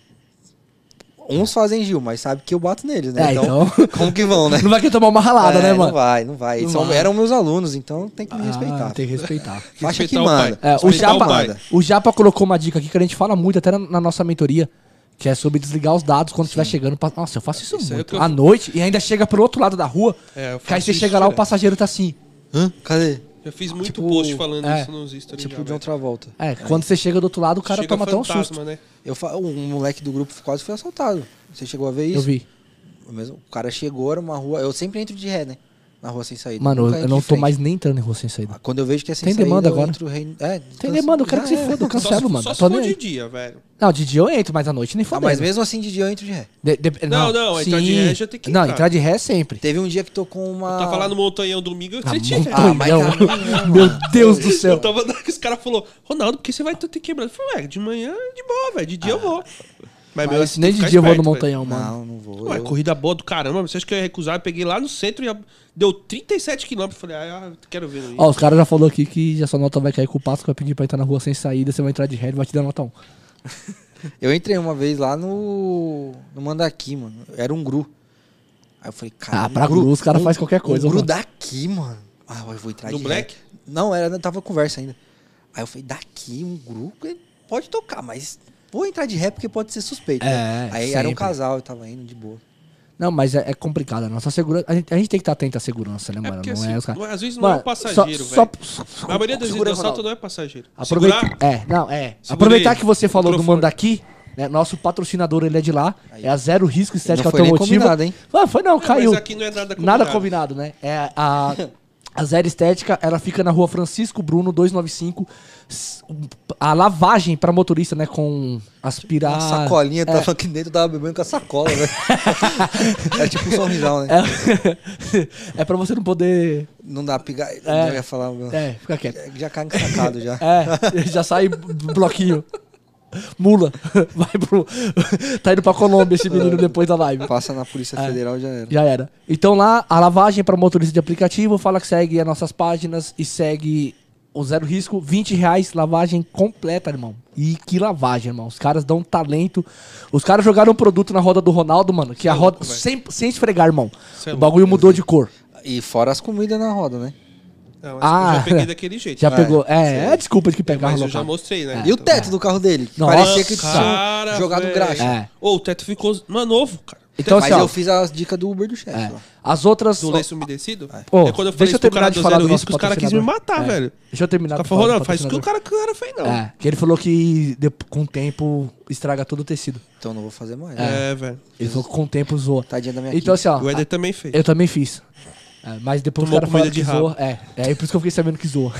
C: Uns fazem Gil, mas sabe que eu bato neles, né?
B: É, então.
C: Como que vão, né?
B: Não vai querer tomar uma ralada,
C: É,
B: né,
C: Não
B: mano?
C: vai, não vai. Eles
B: Não
C: são-
B: vai.
C: eram meus alunos, então tem que me respeitar.
B: Ah, tem que respeitar.
C: Acha que
A: Respeitar o pai.
C: manda.
B: É, o,
A: Respeitar o
B: Japa,
A: pai.
B: o Japa colocou uma dica aqui que a gente fala muito, até na, na nossa mentoria, que é sobre desligar os dados quando estiver chegando. pra- Nossa, eu faço isso,
A: Isso aí é o que
B: muito.
A: eu fa-
B: À noite e ainda chega pro outro lado da rua,
A: É, eu
B: que aí
A: faço
B: você
A: isso
B: chega lá, o
A: direto.
B: passageiro tá assim.
C: Hã? Cadê?
A: Já fiz muito
C: Tipo,
A: post falando
B: é,
A: isso nos stories.
C: Tipo
A: já,
C: de
A: velho.
C: outra volta.
B: É, quando você chega do outro lado, o cara
A: Chega
B: toma até um
A: fantasma,
B: susto.
A: né?
C: Eu fa... Um moleque do grupo quase foi assaltado. Você chegou a ver isso?
B: Eu vi.
C: O É mesmo- o cara chegou, era uma rua. Eu sempre entro de ré, né? Na rua sem saída.
B: Mano, eu,
C: Nunca
B: eu
C: entro
B: não
C: de
B: tô
C: frente.
B: mais nem entrando em rua sem saída.
C: Ah, Quando eu vejo que é sem
B: Tem
C: saída,
B: demanda
C: eu
B: agora?
C: entro re- é,
B: Tem
C: cansa-
B: demanda, eu quero que
C: já
B: se
C: é.
B: foda, eu
A: Só, se-
B: cancelo, mano.
A: só se
B: Tô
A: for
B: nem
A: de
B: aí.
A: dia, velho.
B: Não, de dia eu entro, mas à noite nem
C: Ah,
B: fodendo.
C: mas mesmo assim, de dia eu entro de ré.
B: De- de-
A: Não, não, entrar de
B: sim.
A: ré já tem que
B: Não,
A: entrar.
B: entrar de ré é sempre.
C: Teve um dia que tocou uma.
A: Eu tava lá no Montanhão domingo, eu
B: Ah,
A: senti, velho.
C: Ah, mas
B: montanhão.
C: caramba,
B: Meu
C: mano.
B: Deus do céu.
A: Eu tava andando que os caras falaram, Ronaldo, por que você vai ter quebrado? Eu falei, ué, de manhã é de boa, velho. De dia eu vou. Mas, meu,
B: Ah. Mas
A: assim,
B: nem
A: tem
B: de
A: que
B: dia eu
A: ficar
B: vou no
A: esperto, velho.
B: montanhão, mano.
C: Não, não vou.
A: Ué,
C: eu-
A: corrida boa do caramba. Você acha que eu ia recusar? Eu peguei lá no centro e ia- deu 37km. Falei, ah, quero ver.
B: Ó, os caras já falou aqui que já sua nota vai cair com o passo, que vai pedir pra entrar na rua sem saída, você vai entrar de ré e vai te dar nota 1.
C: Eu entrei uma vez lá no. No Mandaki, mano. Era um gru. Aí eu falei, cara.
B: Ah, pra gru, os cara faz qualquer coisa,
C: Um gru
B: mano.
C: daqui, mano. Ah, eu vou entrar
A: No
C: de
A: black?
C: ré. Não, era, tava conversa ainda. Aí eu falei, daqui, um gru, pode tocar, mas vou entrar de ré porque pode ser suspeito. né?
B: É,
C: Aí era um
B: sempre.
C: casal, eu tava indo de boa.
B: Não, mas é, é complicado. A nossa segurança. A gente, a gente tem que estar atento à segurança, né,
A: É
B: mano?
A: porque
B: não
A: assim,
B: é os caras.
A: não é- às vezes não é
B: Mano,
A: um passageiro,
B: só,
A: velho.
B: só,
A: A maioria das vezes
C: Segura,
A: do assalto
C: Ronaldo.
A: não é passageiro.
B: Aproveita...
A: Segurar,
B: É, não, é.
A: Segura
B: Aproveitar
A: aí,
B: que você falou do
A: microfone.
B: mano daqui, né? Nosso patrocinador, ele é de lá. É a Zero Risco Estética
C: Não foi nem
B: Automotiva.
C: combinado, hein?
B: Ah, foi não,
A: É,
B: caiu.
A: Mas aqui não é
C: Tá
A: nada combinado.
B: Nada combinado, né? É a, a Zero Estética, ela fica na rua Francisco Bruno, 295. S- A lavagem pra motorista, né? Com aspirar...
C: Uma
B: é.
C: sacolinha tava aqui dentro, tava bebendo com a sacola, velho. é tipo um sorrisal, né?
B: É, é pra você não poder...
C: Não dá pigar.
B: É.
C: Eu ia falar, meu.
B: É, fica quieto.
C: Já cai sacado já.
B: É, já sai do bloquinho. Mula. Vai pro... Tá indo pra Colômbia esse menino depois da live.
C: Passa na
B: É.
C: Polícia Federal já era.
B: Já era. Então lá, a lavagem para motorista de aplicativo, fala que segue as nossas páginas e segue o Zero Risco, 20 reais, lavagem completa, irmão. E que lavagem, irmão. Os caras dão talento. Os caras jogaram um produto na roda do Ronaldo, mano, que a
A: é louco,
B: roda.
A: velho.
B: Sem, sem esfregar, irmão.
A: Cê é
B: o bagulho mudou de cor.
C: E fora as comidas na roda, né?
A: Não, ah,
B: Ah.
A: já peguei daquele jeito.
B: Já
A: Mas
B: pegou. É, é desculpa de que pega
A: eu
B: local. É.
A: já mostrei, né?
C: E o teto do carro dele? que
B: Nossa,
C: Parecia que
A: Cara,
C: tinha jogado
A: velho.
C: graxa.
B: É.
A: tá. Ô, o teto ficou... Mano, novo, cara.
B: Então,
C: Mas
B: assim, ó,
C: eu fiz as dicas do Uber do chefe.
B: é,
C: ó.
B: as outras.
A: Do lenço umedecido.
B: Ô,
A: é quando eu
B: deixa
A: falei isso
B: eu
A: pro cara
B: terminar de
A: do
B: falar
A: zero
B: do nosso
A: risco, os caras quis me
B: patrocinador.
A: matar,
B: É.
A: velho.
B: Deixa eu terminar
A: Tá
B: de falar
A: falando,
B: do
A: não, faz isso que o
B: patrocinador.
A: cara, que o cara fez, não.
B: É, que ele falou que de- com o tempo estraga todo o tecido.
C: Então não vou fazer mais. né?
A: É, velho.
B: Ele falou que com o tempo zoa.
C: Tadinha da minha
B: Então assim, ó,
A: O Eder
B: a-
A: também fez.
B: eu também fiz. É, mas depois
A: Tomou comida
B: os caras falaram que
A: de rabo.
B: zoa. É, é por isso que eu fiquei sabendo que zoa.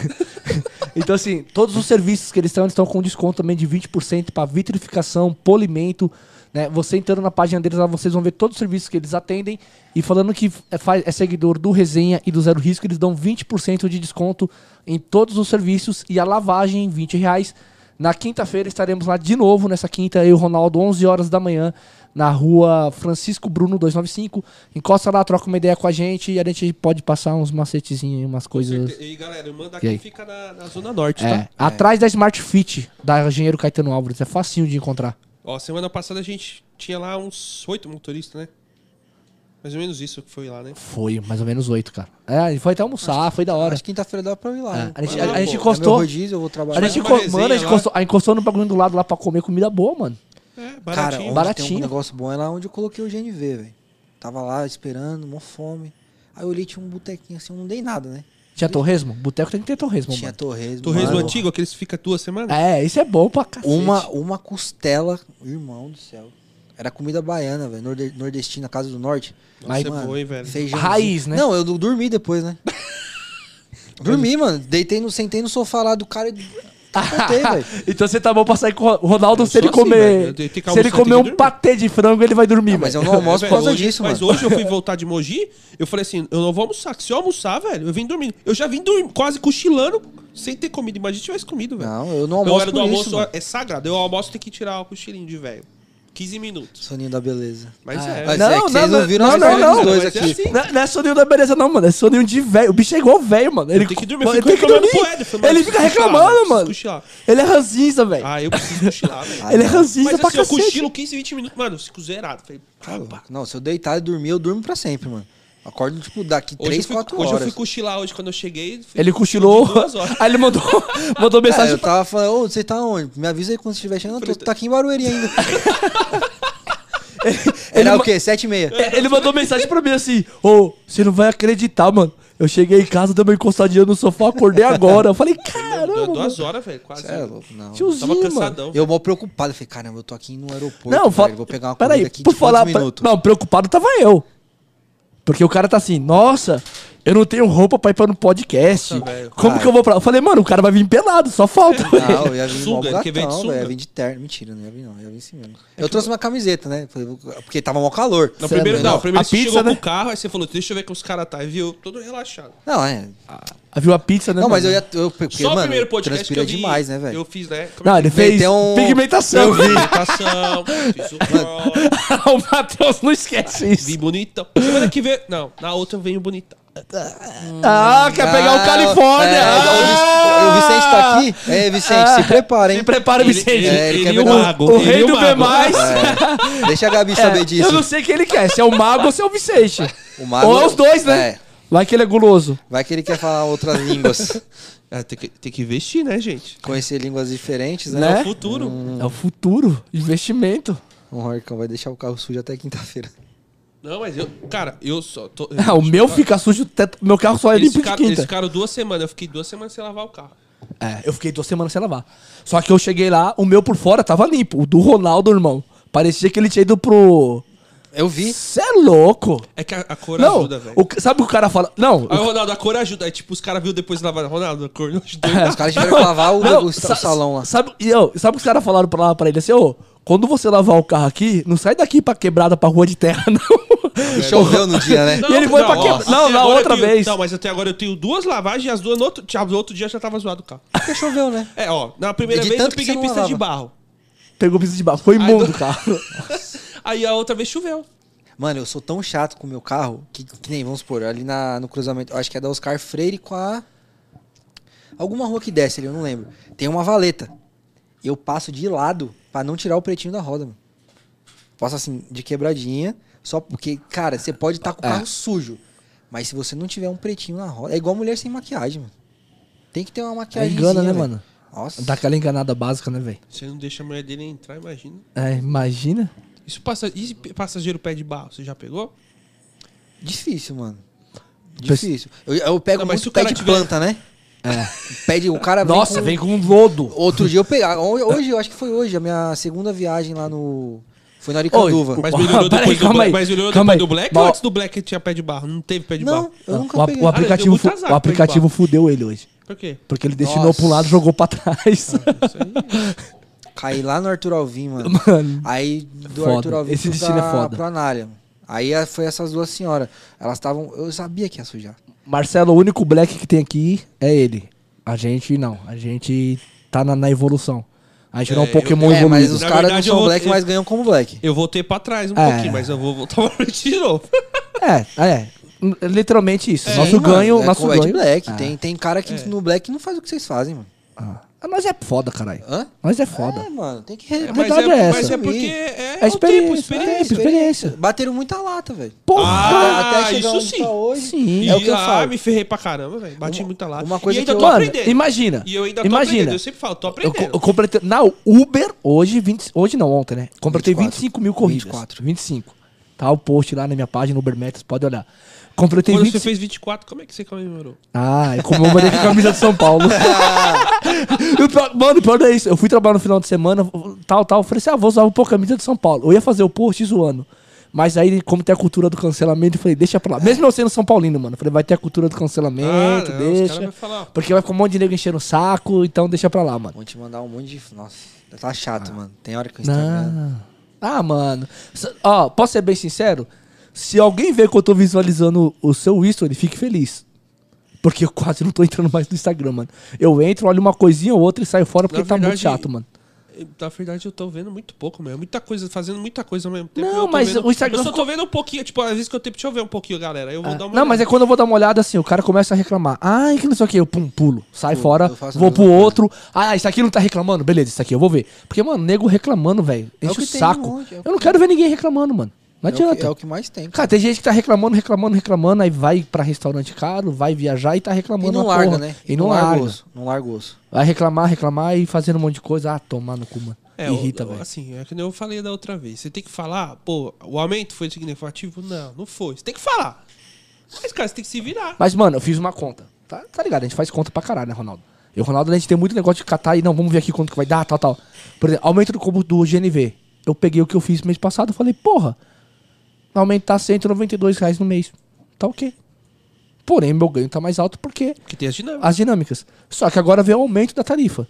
B: então assim, todos os serviços que eles estão, eles estão com desconto também de 20% pra vitrificação, polimento, né? Você entrando na página deles lá, vocês vão ver todos os serviços que eles atendem e falando que é, faz- é seguidor do Resenha e do Zero Risco, eles dão 20% de desconto em todos os serviços e a lavagem em 20 reais. Na quinta-feira estaremos lá de novo, nessa quinta, eu e o Ronaldo, 11 horas da manhã, na rua Francisco Bruno 295. Encosta lá, troca uma ideia com a gente e a gente pode passar uns macetezinhos, aí, umas coisas.
A: E aí, galera, manda
B: E
A: aqui
B: aí?
A: fica na, na Zona Norte,
B: É,
A: tá?
B: atrás da Smart Fit, da Engenheiro Caetano Álvares. É facinho de encontrar.
A: Ó, semana passada a gente tinha lá uns oito motoristas, né? Mais ou menos isso que foi lá, né?
B: Foi, mais ou menos oito, cara. É, e foi até almoçar, foi da hora.
C: Acho que quinta-feira dá pra eu ir lá.
B: É,
C: né?
B: a gente,
A: Ah,
B: a- a
A: pô,
B: gente
A: é
C: É meu é
B: encostou.
C: rodízio, eu vou trabalhar.
B: A gente,
A: Uma
B: enco- mano, a gente
A: resenha lá.
B: encostou, a gente encostou no bagulho do lado lá pra comer comida boa, mano.
A: É,
C: Cara, onde
A: baratinho.
B: Baratinho.
C: tem um negócio bom é lá onde eu coloquei o GNV, velho. Tava lá esperando, mó fome. Aí eu olhei, tinha um botequinho assim, eu não dei nada, né?
B: Tinha torresmo? Boteco tem que ter torresmo, é
C: tinha
B: mano.
C: torresmo.
A: Torresmo
C: mano.
A: antigo, aqueles que fica duas semanas?
B: É, isso é bom pra cacete.
C: Uma, uma costela, irmão do céu. Era comida baiana, velho. norde- Nordestina, casa do norte.
A: Nossa, é boa, hein, velho?
C: feijãozinho.
B: Raiz, né?
C: Não, eu du- dormi depois, né? dormi, mano. Deitei no, sentei no sofá lá do cara e contei, Tá velho.
B: então você tá bom pra sair com o Ro- Ronaldo se
A: sou
B: ele
A: assim, velho.
B: comer.
A: Eu tenho que
B: se ele
A: almoçar,
B: comer
A: tem
B: um
A: que dormir.
B: patê de frango, ele vai dormir,
C: Mas eu
B: velho.
C: não almoço
A: É,
C: por causa
A: velho, hoje-
C: disso,
A: mas
C: mano.
A: hoje eu fui voltar de Mogi, eu falei assim, eu não vou almoçar, que se eu almoçar, velho, eu vim dormindo. Eu já vim dormir, quase cochilando, sem ter comido. Imagina se tivesse comido, velho.
C: Não, eu
A: Então, a
C: não almoço
A: hora do
C: por isso,
A: almoço
C: mano.
A: é sagrado. Eu almoço tem que tirar o cochilinho de velho. 15 minutos.
C: Soninho da beleza.
A: Mas
B: Ah,
A: é.
C: Mas
B: Não,
C: é que vocês
B: não,
C: não viram
B: não,
C: a
B: não,
C: história
B: não,
C: dos
A: mas
C: dois
A: é
C: aqui.
A: assim.
B: Não, não é soninho da beleza, não, mano. É soninho de velho. O bicho é igual velho, mano. Ele
A: Tem que dormir,
B: mano,
A: eu
B: ele
A: fico
B: tem que
A: reclamando
B: dormir.
A: pro Eder, falando,
B: ele
A: "Mano,
B: fica
A: preciso
B: reclamando,
A: cochilar,
B: mano.
A: preciso cochilar."
B: Ele é ranzinza, velho.
A: Ah, eu preciso cochilar, velho.
B: ele é ranzinza
A: Ah, Mas
B: pra
A: assim, eu
B: cacete.
A: cochilo 15, 20 minutos. Mano, eu fico zerado. Falei,
C: Tá
A: rapaz.
C: louco. Não, se eu deitar e dormir, eu durmo pra sempre, mano. Acordo, tipo, daqui
A: Hoje, eu
C: 3,
A: fui,
C: 4
A: hoje eu
C: horas.
A: fui cochilar hoje quando eu cheguei. fui-
B: Ele cochilou.
A: de duas horas.
B: Aí ele mandou, mandou
C: É,
B: mensagem
C: eu tava falando, ô, você tá onde? Me avisa aí quando você estiver chegando. Eu tô, tá aqui em Barueri ainda.
B: Ele
C: Era
B: ma-
C: o quê? Sete e meia.
B: É, Ele mandou mensagem pra mim assim: Ô, você não vai acreditar, mano. Eu cheguei em casa, dei uma encostadinha no sofá, acordei agora. Eu falei:
A: Deu
B: caramba, mano.
A: Duas horas, velho, quase.
C: Cê é louco, não.
A: Tava
B: Tiozinho, mano.
A: cansadão.
C: Eu mal preocupado. Eu falei, caramba, eu tô aqui no aeroporto,
B: Não,
C: velho.
B: fala.
C: Vou pegar uma corrida
B: Peraí,
C: aqui de
B: por falar.
C: quantos
B: pra-
C: minutos?
B: Não, preocupado tava eu. Porque o cara tá assim: nossa, eu não tenho roupa pra ir pra um podcast.
A: Nossa, velho.
B: Como
C: Vai.
B: que eu vou pra. lá? Eu falei: mano, o cara vai vir pelado, só falta.
C: Não, eu ia vir
A: Sunga,
C: mal
A: ele quer ver de
C: gatão,
A: sunga.
C: velho. Eu vim de terno. Mentira, não ia vir não. Eu ia vir sim mesmo. Eu trouxe uma camiseta, né? Falei, vou- Porque tava mal calor.
A: Não, primeiro,
B: é
A: não,
B: doido.
A: primeiro
B: A
A: você
B: pizza,
A: chegou
B: né?
A: pro carro, aí você falou, deixa eu ver que os caras tá, e viu? Todo relaxado.
C: Não, é.
B: Viu a pizza, né?
C: Não, mas eu
B: mano?
C: ia. Eu, porque,
A: Só
C: mano,
A: o primeiro podcast
C: transpira
A: que eu vi,
C: demais, né, velho?
A: Eu fiz, né? Como
B: Não,
A: é que
B: ele fez
C: Meteu um-
B: pigmentação.
A: Alimentação, fiz o crawl,
B: o Matheus não esquece isso.
A: vim bonitão. Semana que vem... Não, na outra eu venho bonitão.
B: Ah, quer pegar o
C: Ah,
B: Califórnia.
C: é,
B: Ah!
C: o Vicente tá aqui? É, Vicente, se prepara, hein?
B: Se prepara,
A: Ele-
B: Vicente.
A: ele-
C: É, ele
A: ele
C: quer
A: e o
C: ver o-
A: mago.
B: o
A: ele e
B: rei do B+.
A: mago.
C: É, deixa a Gabi saber disso.
B: Eu não sei quem ele quer, se é o Mago ou se é o Vicente.
C: O mago-
B: Ou é os dois, né?
C: É.
B: Vai que ele é guloso.
C: Vai que ele quer falar outras línguas.
A: Ah, tem, que, tem que investir, né, gente?
C: Conhecer línguas diferentes, né?
A: É
B: Né?
A: o futuro.
B: É o futuro, investimento.
C: O Horcão vai deixar o carro sujo até quinta-feira.
A: Não, mas eu. Cara, eu só. Tô,
B: Ah, o meu fica sujo, teto- meu carro só é
A: Eles
B: limpo de
A: ficaram, eles
B: quinta.
A: ficaram duas semanas. Eu fiquei duas semanas sem lavar o carro.
B: É, eu fiquei duas semanas sem lavar. Só que eu cheguei lá, o meu por fora tava limpo. O do Ronaldo, irmão. Parecia que ele tinha ido pro.
C: Eu vi.
B: Cê é louco!
A: É que a, a cor
B: Não,
A: ajuda, velho.
B: o ca- sabe o que o cara fala? Não, o
C: Ah,
A: Aí, Ronaldo, a cor ajuda. Aí, tipo, os caras viram depois de lavar. Ronaldo, a cor não ajudou.
B: É.
C: Os caras tiveram que lavar o,
B: Não,
C: o sa-
B: sa-
C: salão lá.
B: Sabe, e, ô, sabe o que os caras falaram pra, lá, pra ele assim, ô, quando você lavar o carro aqui, não sai daqui pra quebrada, pra rua de terra, não.
C: Choveu no dia, né?
B: E ele foi pra
A: ó,
B: quebra- não,
A: até
B: na
A: agora eu
B: outra
A: tenho-
B: vez.
A: Não, mas até agora eu tenho duas lavagens e as duas no outro, já- no outro dia já tava zoado o carro.
C: Porque choveu, né?
A: É, ó, na primeira
C: De
A: vez eu
C: tanto que
A: peguei
C: você não
A: pista de
C: lavava.
A: barro.
B: Pegou piso de barro. Foi
A: Ai,
B: imundo,
A: não.
B: cara.
A: Aí a outra vez choveu.
C: Mano, eu sou tão chato com o meu carro que, que nem, vamos supor, ali na, no cruzamento, eu acho que é da Oscar Freire com a. Alguma rua que desce ali, eu não lembro. Tem uma valeta. Eu passo de lado pra não tirar o pretinho da roda, mano. Passo assim, de quebradinha, só porque, cara, você pode estar com o
B: É.
C: carro sujo. Mas se você não tiver um pretinho na roda. É igual mulher sem maquiagem, mano. Tem que ter uma maquiagem.
B: engana, né, mano?
C: Nossa.
B: Dá aquela enganada básica, né, velho?
A: Você não deixa a mulher dele entrar, imagina.
B: É, imagina.
A: Isso passa, e passageiro pé de barro, você já pegou?
C: Difícil, mano.
B: Pes-
C: Difícil. Eu, eu pego
A: Não, mas se
C: muito
A: o
C: pé
A: cara
C: de
A: tiver-
C: planta, né? É. Pé de, o cara vem
B: Nossa,
C: com-
B: vem com um lodo.
C: Outro dia eu peguei. Hoje, eu acho que foi hoje, a minha segunda viagem lá no. Foi na
B: Oi,
C: Aricanduva.
A: Mas
B: Ó,
A: melhorou
B: peraí,
A: depois, do,
B: calma
A: Bla-
B: aí,
A: mas melhorou
B: calma
A: depois
B: aí.
A: do Black
B: Mas-
A: ou antes do Black tinha pé de barro? Não teve pé de
C: Não,
A: barro.
C: eu
B: o,
C: nunca
B: ap-
C: peguei.
B: o
A: Ah, ele deu
B: aplicativo,
A: muito
B: fu-
A: azar,
B: o aplicativo fudeu ele hoje.
A: Por quê?
B: Porque ele destinou pro
C: Nossa.
B: lado e jogou pra trás.
A: Ah, Isso aí.
C: Caí lá no Arthur Alvim, mano.
B: Mano. é
C: Aí do
B: Foda.
C: Arthur Alvim
B: Esse
C: fui
B: destino
C: pra,
B: é foda.
C: pro Anália. mano. Aí a- foi essas duas senhoras. Elas estavam. Eu sabia que ia sujar.
B: Marcelo, o único black que tem aqui é ele. A gente não. A gente tá na, na evolução. A gente não é um
A: É,
B: Pokémon
A: eu-
C: É, mas
B: evoluído.
C: os
A: Na
C: caras não
A: verdade, eu
C: são
A: vou-
C: black,
A: eu-
C: mas ganham como black.
A: Eu voltei pra trás um
B: É.
A: pouquinho, mas eu vou voltar pra frente de novo.
B: É, é. N- Literalmente isso.
A: É,
B: nosso
C: Sim, mano,
B: ganho,
C: é
B: nosso
C: com- é
B: ganho.
C: de black.
B: Ah,
C: Tem, tem cara que
A: É.
C: no black não faz o que vocês fazem, mano.
B: ah. Ah, Nós é foda, caralho.
C: Hã?
B: Nós é foda.
C: É, mano, tem que. re-
B: A
A: mas,
B: verdade
A: é,
B: é
A: mas
B: essa.
A: é porque
B: É
A: é, o
B: experiência,
A: tempo, experiência.
B: é. experiência.
C: Bateram muita lata, velho.
B: Porra!
A: Ah,
C: Até chegar
A: isso
C: onde
A: sim.
C: tá hoje.
B: Sim.
A: E
C: É o que eu
A: ah,
C: falo.
A: me ferrei pra caramba, velho. Bati
C: Uma-
A: muita lata.
C: uma coisa
A: e ainda
C: que eu-
A: tô
B: Mano,
A: aprendendo.
B: imagina.
A: E eu ainda tô
B: imagina.
A: aprendendo. Eu sempre falo, tô
B: Eu, co-
A: aprendendo.
B: eu completei. Na Uber, hoje, 20, hoje não, ontem, né? Completei
C: 24.
B: 25 mil corridas.
C: 24.
B: 25. Tá o post lá na minha página, Uber Metas, pode olhar. Completei
A: Quando
B: 25.
A: você fez 24, como é que você comemorou?
B: Ah, eu comemorei com a camisa de São Paulo. E o pior- mano, o pior não é isso. Eu fui trabalhar no final de semana, tal, tal. Eu falei assim, ah, vou usar um pouco a camisa de São Paulo. Eu ia fazer o post zoando. Mas aí, como tem a cultura do cancelamento, eu falei, deixa pra lá. Mesmo eu sendo São Paulino, mano. Eu falei, vai ter a cultura do cancelamento,
A: Ah, não, os caras
B: deixa.
A: vão falar.
B: Porque vai ficar um monte de nego enchendo o saco, então deixa pra lá, mano.
C: Vou te mandar um monte de. Nossa, tá
A: Ah.
C: chato, mano. Tem hora que né? o Instagram.
B: Não. Ah, mano. S- Ó, posso ser bem sincero? Se alguém vê que eu tô visualizando o seu history, fique feliz. Porque eu quase não tô entrando mais no Instagram, mano. Eu entro, olho uma coisinha ou outra e saio fora porque
A: Na
B: tá muito
A: verdade,
B: chato, mano.
A: Eu, Na verdade, eu tô vendo muito pouco, meu. Muita coisa, fazendo muita coisa ao mesmo tempo.
B: Não,
A: Eu tô
B: mas
A: vendo-
B: o Instagram
A: Eu só tô
B: ficou-
A: vendo um pouquinho, tipo, às vezes que eu tenho. Deixa eu ver um pouquinho, galera. Eu vou dar uma.
B: Não, mas é
A: olhada.
B: quando eu vou dar uma olhada assim, o cara começa a reclamar. Ai, que não sei o que, eu pum, pulo, sai
C: Pulo,
B: fora,
C: eu faço a
B: vou
C: mesma
B: pro
C: coisa.
B: outro. Ah, isso aqui não tá reclamando? Beleza, isso aqui eu vou ver. Porque, mano, nego reclamando, velho.
C: É o
B: Enche o,
C: que tem um
B: saco.
C: monte, é o
B: eu não
C: que
B: quero ver ninguém reclamando, mano. Não
C: É o que-
B: adianta.
C: É o que mais tem.
B: Cara, tem gente que tá reclamando, reclamando, reclamando, aí vai pra restaurante caro, vai viajar e tá reclamando.
C: E não
B: uma
C: larga,
B: porra.
C: né?
B: E não larga.
C: osso. Não larga o osso.
B: Vai reclamar, reclamar e fazendo um monte de coisa. Ah, tomar no cu, mano.
A: É,
B: Irrita,
A: o-
B: velho.
A: Assim, é que nem eu falei da outra vez. Você tem que falar, "Ah, pô, o aumento foi significativo? Não, não foi. Você tem que falar. Mas, cara, você tem que se virar.
B: Mas, mano, eu fiz uma conta. Tá, tá ligado? A gente faz conta pra caralho, né, Ronaldo? E o Ronaldo, a gente tem muito negócio de catar e não, vamos ver aqui quanto que vai dar, tal, tal. Por exemplo, aumento do combo do GNV. Eu peguei o que eu fiz mês passado e falei, porra, vai aumentar R$ 192 reais no mês. Tá ok. Porém, meu ganho tá mais alto porque
A: Porque tem as dinâmicas.
B: as dinâmicas. Só que agora veio o aumento da tarifa.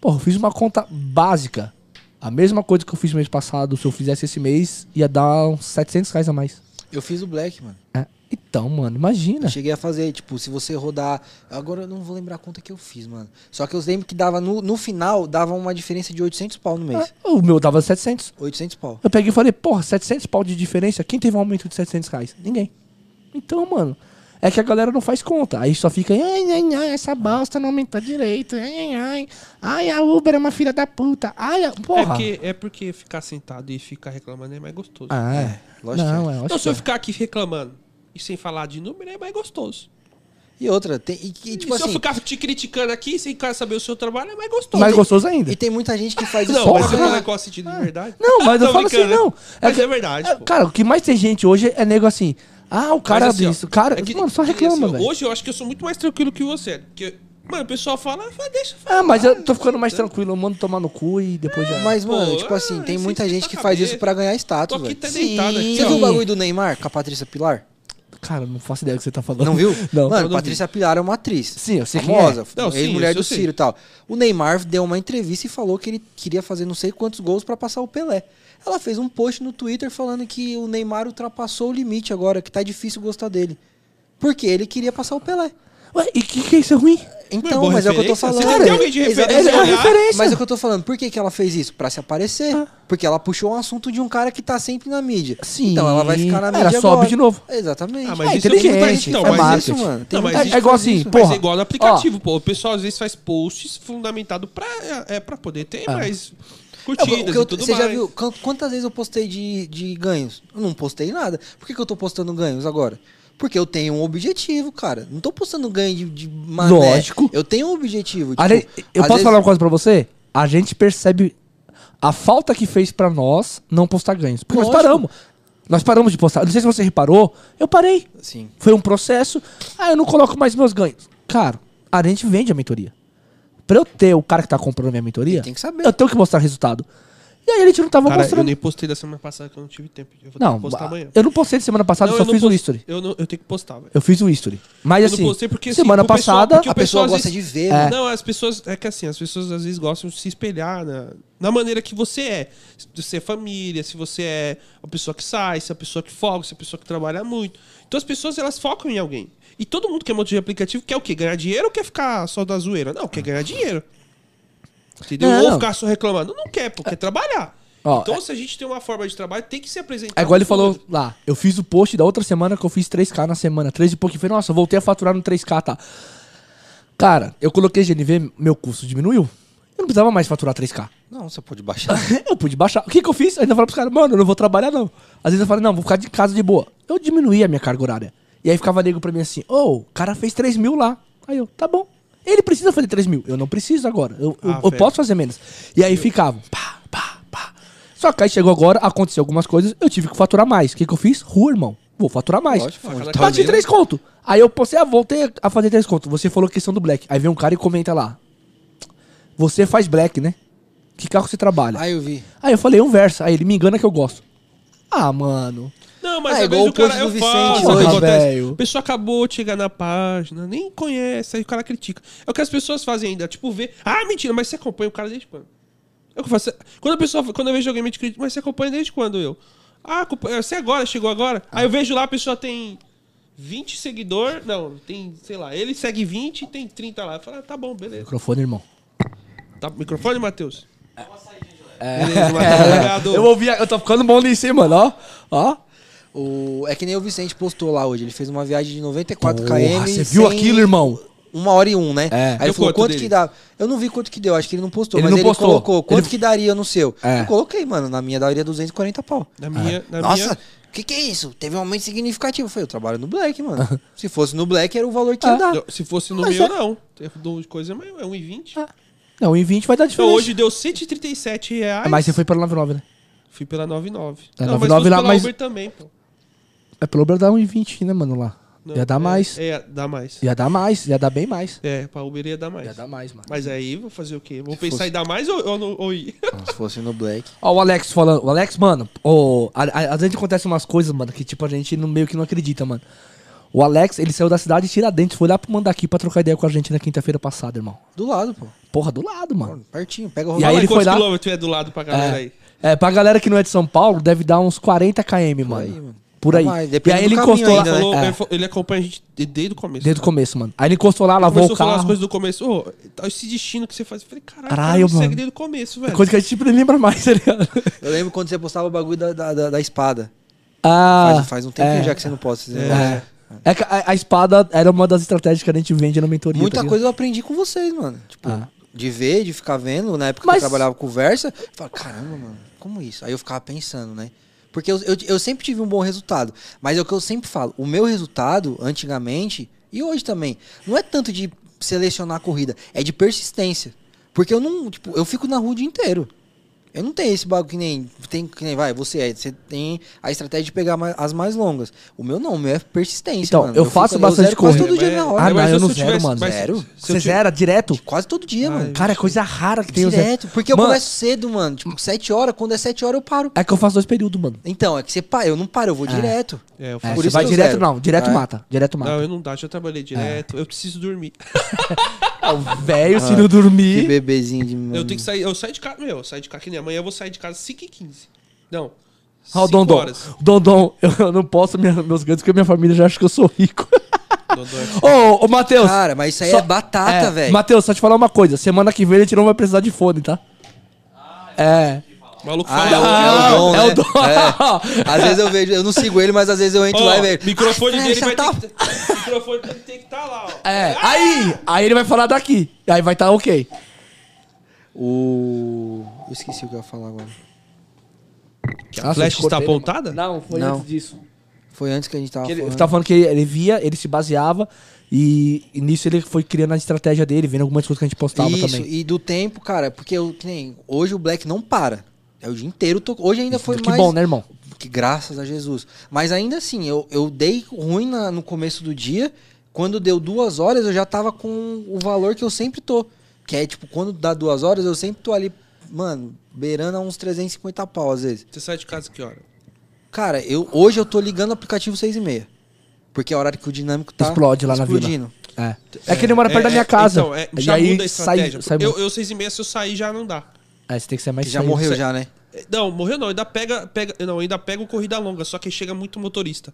B: Porra, eu fiz uma conta básica. A mesma coisa que eu fiz mês passado, se eu fizesse esse mês, ia dar uns 700 reais a mais.
C: Eu fiz o black, mano.
B: É. Então, mano, imagina.
A: É.
C: Eu cheguei a fazer, tipo, se você rodar. Agora eu não vou lembrar a conta que eu fiz, mano. Só que eu lembro que dava no, no final, dava uma diferença de 800 pau no mês.
B: Ah, O meu dava 700.
A: É.
C: 800 pau.
B: Eu peguei e falei, porra, 700 pau de diferença, quem teve um aumento de 700 reais? Ninguém. Então, mano, é que a galera não faz conta. Aí só fica, ai, ai, ai, essa bosta não aumenta direito, ai, ai, ai, ai, a Uber é uma filha da puta, ai, a...
A: É
B: porra.
A: porque, é porque ficar sentado e ficar reclamando é mais gostoso.
B: Ah, é.
C: lógico
B: não,
C: que
B: é, lógico
A: então, se
B: que
A: eu
B: é.
A: ficar aqui reclamando e sem falar de número, é mais gostoso.
C: E outra, tem, e, que,
A: E
C: tipo
A: se eu
C: assim,
A: ficar te criticando aqui sem cara saber o seu trabalho, é mais gostoso.
B: Mais gostoso ainda.
C: e tem muita gente que faz isso.
A: Não, mas
C: pra-
A: eu não é qual sentido de verdade.
B: Não, mas eu
A: Tô
B: falo assim,
A: brincando, né?
B: não.
A: Mas
B: que-
A: é verdade,
B: é,
A: pô.
B: Cara, o que mais tem gente hoje é nego assim. Ah, o cara
A: Mas, assim, ó,
B: disso. Cara,
A: é que-
B: mano, só
A: é que,
B: reclama,
A: assim,
B: velho.
A: Hoje eu acho que eu sou muito mais tranquilo que você. Porque, mano, o pessoal fala, ah, deixa eu falar.
B: Ah, mas eu tô ficando
A: né?"
B: mais tranquilo. Eu mando tomar no cu e depois já.
C: Mas,
A: Pô,
C: mano, tipo
A: ah,
C: assim, tem
A: isso aí
C: muita
A: tá
C: gente
A: pra
C: que faz
A: cabeça.
C: isso pra ganhar
A: Tô
C: status,
A: aqui
C: velho.
A: até deitado aqui,
C: Você
A: ó.
C: viu o bagulho do Neymar com a Patrícia Pilar?
B: Cara, não faço ideia do que você tá falando.
C: Não viu?
B: Não.
C: Mano,
B: Eu não
C: Patrícia Pilar é uma atriz.
B: Sim, eu sei quem
C: famosa,
A: é. Não, sim,
C: ex-mulher
A: isso eu
C: do
A: sei.
C: Ciro e tal. O Neymar deu uma entrevista e falou que ele queria fazer não sei quantos gols pra passar o Pelé. Ela fez um post no Twitter falando que o Neymar ultrapassou o limite agora, que tá difícil gostar dele. Porque ele queria passar o Pelé.
B: vi. Ué, e que que é isso ruim?
A: Mas é
C: Então,
A: boa
C: mas, é o que eu tô
A: referência.
C: falando.
A: Você tem que ter alguém de referência,
C: Exatamente.
A: olhar.
B: Referência.
C: Mas é o que eu tô falando. Por que, que ela fez isso? Pra se aparecer.
A: Ah.
C: Porque ela puxou um assunto de um cara que tá sempre na mídia.
B: Sim.
C: Então ela vai ficar na
B: Ela
C: mídia agora.
B: sobe de novo.
C: Exatamente.
A: Ah,
B: É
A: mas isso
B: inteligente,
A: muito mais- não,
B: é
A: mas
B: marketing.
A: isso-
C: mano.
A: Não, mas
C: Tem
B: É-
C: muita
B: é
C: gente que
B: igual
C: faz
B: assim,
C: isso.
A: Mas
B: Porra.
A: é igual no aplicativo, pô. O pessoal às vezes faz posts fundamentado pra, é, pra poder ter
B: Ah.
A: mais
C: É, o que
A: curtidas
C: eu-
A: e tudo
C: Você
A: mais.
C: já viu quan- quantas vezes eu postei de, de ganhos? Eu não postei nada. Por que, que eu tô postando ganhos agora? Porque eu tenho um objetivo, cara. Não tô postando ganho de, de mané.
B: Lógico.
C: Eu tenho um objetivo.
B: A
C: tipo,
B: gente- eu
C: às
B: posso
C: vezes-
B: falar uma coisa pra você? A gente percebe a falta que fez pra nós não postar ganhos. Porque nós
C: Lógico.
B: paramos. Nós paramos de postar. Não sei se você reparou, eu parei.
C: Sim.
B: Foi um processo. Ah, eu não coloco mais meus ganhos. Cara, a gente vende a mentoria. Pra eu ter o cara que tá comprando minha mentoria,
C: Ele tem que saber.
B: eu tenho que mostrar resultado. E aí a gente não tava
A: Cara, eu
B: mostrando.
A: nem postei da semana passada que eu não tive tempo. Eu vou ter
B: Não, ah,
A: que postar amanhã.
B: eu não postei de semana passada,
A: Não,
B: eu só
A: não
B: fiz o
A: post-
B: history.
A: Eu, não- eu tenho que postar, velho.
B: Eu fiz o history. Mas
A: Eu não
B: assim,
A: postei porque, assim,
B: semana
A: pro pessoal-
B: passada.
A: porque o
C: A
A: pessoal
C: pessoa
A: às
C: gosta
A: vezes-
C: de ver, né?
A: Não, as pessoas. É que assim, as pessoas às vezes gostam de se espelhar na, na maneira que você é. Se você é família, se você é a pessoa que sai, se é a pessoa que folga, se é a pessoa que trabalha muito. Então as pessoas elas focam em alguém. E todo mundo que é motor de aplicativo quer o quê? Ganhar dinheiro ou quer ficar só da zoeira? Não, quer ganhar dinheiro. Entendeu?
B: Não,
A: ou
B: não.
A: ficar só reclamando. Não quer, porque quer trabalhar.
B: Ó,
A: então, se a gente tem uma forma de trabalho, tem que se apresentar.
B: É igual ele
A: pro
B: falou
A: público.
B: lá, eu fiz o post da outra semana que eu fiz 3K na semana, 3 e pouquinho. Falei, nossa, eu voltei a faturar no 3K, tá? Cara, eu coloquei GNV, meu custo diminuiu. Eu não precisava mais faturar 3K.
C: Não, você pode baixar.
B: eu pude baixar. O que, que eu fiz? Eu ainda falei pros caras, mano, eu não vou trabalhar não. Às vezes eu falo, não, vou ficar de casa de boa. Eu diminuí a minha carga horária. E aí ficava nego pra mim assim, ô, o cara fez 3 mil lá. Aí eu, tá bom. Ele precisa fazer 3 mil. Eu não preciso agora. Eu, eu-
A: Ah,
B: eu
A: velho.
B: posso fazer menos. E aí ficava, pá, pá, pá. Só que aí chegou agora, aconteceu algumas coisas, eu tive que faturar mais. O que, que eu fiz? Rua, irmão. Vou faturar mais.
C: Lógico, onde
A: tá
B: Bati
A: vendo?
B: 3 conto. Aí eu postei, ah, voltei a fazer 3 conto. Você falou questão do black. Aí vem um cara e comenta lá. Você faz black, né? Que carro você trabalha?
C: Aí eu vi.
B: Aí eu falei um verso. Aí ele me engana que eu gosto. Ah, mano.
A: Não, mas
C: Ah,
A: às
C: igual
A: vezes o
C: o post
A: cara
C: do
A: eu
C: Vicente
A: falo,
C: né,
A: sabe o que
B: hoje.
A: acontece?
B: Velho.
A: O pessoal acabou de chegar na página, nem conhece, aí o cara critica. É o que as pessoas fazem ainda, tipo, ver. Ah, mentira, mas você acompanha o cara desde quando? É o que eu faço. Quando a pessoa, quando eu vejo alguém me critica, mas você acompanha desde quando eu? Ah, acompanha- você agora, chegou agora? Aí eu vejo lá, a pessoa tem 20 seguidor, não, tem, sei lá, ele segue 20 e tem 30 lá. Eu falo, ah, tá bom, beleza.
B: Microfone, irmão.
A: Tá, microfone, Matheus? Beleza, Matheus, É. obrigado.
B: É. Eu ouvi, eu tô ficando bom nisso, hein, mano. Ó, ó.
C: O... É que nem o Vicente postou lá hoje. Ele fez uma viagem de 94 km.
B: Porra, você viu
C: sem-
B: aquilo, irmão?
C: Uma hora e um, né?
B: É.
C: Aí ele
A: Deu
C: falou
A: quanto
C: quanto
A: dele?
C: que dá. Eu não vi quanto que deu, acho que ele não postou,
B: Ele
C: mas
B: não
C: ele
B: postou.
C: colocou quanto
B: Ele-
C: que daria no seu.
B: É.
C: Eu coloquei, mano, na minha daria 240 pau.
A: Na minha, na
C: Nossa,
A: minha.
C: o que, que é isso? Teve um aumento significativo. Eu falei, eu trabalho no Black, mano. Se fosse no Black, era o valor
B: Ah.
C: que ia dar.
A: Não, Se fosse no
B: Mas
A: meu,
B: é- Ah,
A: não. Eu dou coisa, mas é 1,20.
B: Não, em 20 vai dar
A: Então
B: diferença.
A: hoje é deu 137 reais.
B: Ah, mas você foi pela 99, né?
A: Fui pela 99.
B: É,
A: não,
B: 99
A: mas
B: lá,
A: pela
B: mas-
A: Uber também, pô.
B: É pelo menos dá um em 20, né, mano, lá.
A: Não,
B: ia dar
A: é-
B: mais.
A: É, dá mais.
B: Ia dar mais, ia dar bem mais.
A: É, pra Uber ia dar mais.
B: Ia dar mais, mano.
A: Mas aí, vou fazer o quê? Vou pensar em dar mais ou, ou, não- ou ir?
C: Se fosse no Black.
B: Ó, o Alex falando. O Alex, mano, ô, a- a- às vezes acontece umas coisas, mano, que tipo a gente não- meio que não acredita, mano. O Alex, ele saiu da cidade de Tiradentes, foi lá pro Mandaqui pra trocar ideia com a gente na quinta-feira passada, irmão.
C: Do lado, pô.
B: Porra, do lado, mano.
C: Pertinho, pega o
B: E aí
A: Fala
B: ele
A: quantos
B: foi lá-
A: quilômetros é do lado pra galera aí.
B: É, é, pra galera que não é de São Paulo, deve dar uns 40 km, mano.
C: aí, mano.
B: Por aí.
C: Mas
B: e
C: depende
B: aí
C: do
B: ele
C: caminho
B: encostou lá.
C: ainda, né?
A: Falou-
B: é,
A: ele, fa- ele acompanha a gente de- desde o começo.
B: desde o começo, mano. Aí ele encostou lá, lavou
A: Começou
B: o
A: a falar as
B: carro.
A: coisas do começo. Ô, tá esse destino que você faz. Eu falei, é caralho,
B: Caralho,
A: cara, me
B: mano. É
A: segue desde o começo, velho.
B: Coisa que a gente nem lembra mais, tá ligado?
C: Eu lembro quando você postava o bagulho da, da, da- da espada.
B: Ah,
C: faz, faz um tempinho
B: é,
C: já que você não posta. esse negócio.
B: É. É que a, a espada era uma das estratégias que a gente vende na mentoria. tá
C: Muita
B: ligado?
C: coisa eu aprendi com vocês, mano. Tipo,
B: Ah.
C: de ver, de ficar vendo. Na época
B: Mas-
C: que eu trabalhava com Versa, eu falava, caramba, mano, como isso? Aí eu ficava pensando, né? Porque eu, eu, eu sempre tive um bom resultado. Mas é o que eu sempre falo, o meu resultado, antigamente, E hoje também. Não é tanto de selecionar a corrida, é de persistência. Porque eu não, tipo, eu fico na rua o dia inteiro. Eu não tenho esse bagulho que nem, tem, que nem vai, você é, você tem a estratégia de pegar ma- as mais longas. O meu não, o meu é persistência,
B: Então,
C: mano.
B: eu faço
C: fico-
B: bastante
C: zero quase
B: corrida,
C: todo dia na hora.
B: Ah, não,
A: mas
B: eu não
A: se
B: zero,
A: tivesse-
B: mano.
A: mas se-
C: Zero?
A: se eu
B: Você
A: tivesse-
B: zera direto?
C: Quase todo dia, mano.
B: Cara, é coisa rara que tem o Zé.
C: Direto, porque eu
B: Mano,
C: começo cedo, mano. Tipo, 7 horas, quando é 7 horas eu paro.
B: É que eu faço dois períodos, mano.
C: Então, é que você para, eu não paro, eu vou direto.
A: É, eu
B: É,
A: faço
C: Por
B: você
C: isso
B: vai
C: que eu
B: direto,
C: zero.
B: não. Direto
C: É.
B: mata. Direto
A: Não,
B: mata. É.
A: eu não dá, já trabalhei direto. Eu preciso dormir.
B: O velho, se não dormir.
C: Ah, Que bebezinho de mano.
A: Eu
B: Hum.
A: tenho que sair. Eu saio de casa. Meu, eu saio de casa que nem amanhã eu vou sair de casa 5h15. Não.
B: Ó, Ah, o
A: 5
B: Dondon.
A: horas.
B: Dondon, eu não posso minha- meus ganhos porque minha família já acha que eu sou rico.
A: Dondon é
B: Ô, ô, Matheus.
C: Cara, mas isso aí
B: só-
C: é batata,
B: é,
C: velho.
B: Matheus, só te falar uma coisa. Semana que vem a gente não vai precisar de fone, tá? É.
A: O maluco
C: Ah,
A: fala.
C: é o-
B: Ah,
C: é o Dom,
B: É
C: né? É.
B: o Dom.
C: Às vezes eu vejo, eu não sigo ele, mas às vezes eu entro
A: Ó,
C: lá e vejo.
A: microfone
C: Ah,
A: dele
C: já
A: vai
C: tá-
A: ter que. o microfone dele tem que estar lá, ó. Ah,
B: É. Aí, aí ele vai falar daqui. Aí vai estar ok.
C: O. Eu esqueci o que eu ia falar agora.
A: a flecha está
B: cortei, né,
A: apontada?
B: mano? Não, foi
C: Não.
B: antes disso.
C: Foi antes que a gente tava
B: Que ele,
C: falando.
B: você tava falando que ele via, ele se baseava e, e nisso ele foi criando a estratégia dele, vendo algumas coisas que a gente postava
C: Isso,
B: também.
C: e do tempo, cara, porque eu, que nem, hoje o Black não para. É o dia inteiro. Tô, hoje ainda foi
B: que
C: mais.
B: bom, né, irmão?
C: Que graças a Jesus. Mas ainda assim, eu, eu dei ruim na- no começo do dia. Quando deu duas horas, eu já tava com o valor que eu sempre tô. Que é tipo, quando dá duas horas, eu sempre tô ali, mano, beirando a uns 350 pau às vezes.
A: Você sai de casa que hora?
C: Cara, eu, hoje eu tô ligando o aplicativo 6 e meia. Porque é o horário que o dinâmico tá
B: Explode lá na vila.
C: explodindo.
B: É. é que ele mora perto da
A: É,
B: minha
A: é,
B: casa.
A: Então, é,
B: e
A: já
B: aí
A: muda a
B: sai,
A: estratégia.
B: sai
A: eu,
B: muito.
A: eu seis e meia, se eu sair, já não dá. É,
B: É, você tem que ser mais
C: Que já
B: saído.
C: morreu já, né?
A: Não, morreu não. Ainda pega, pega, não, ainda pega o corrida longa, só que chega muito motorista.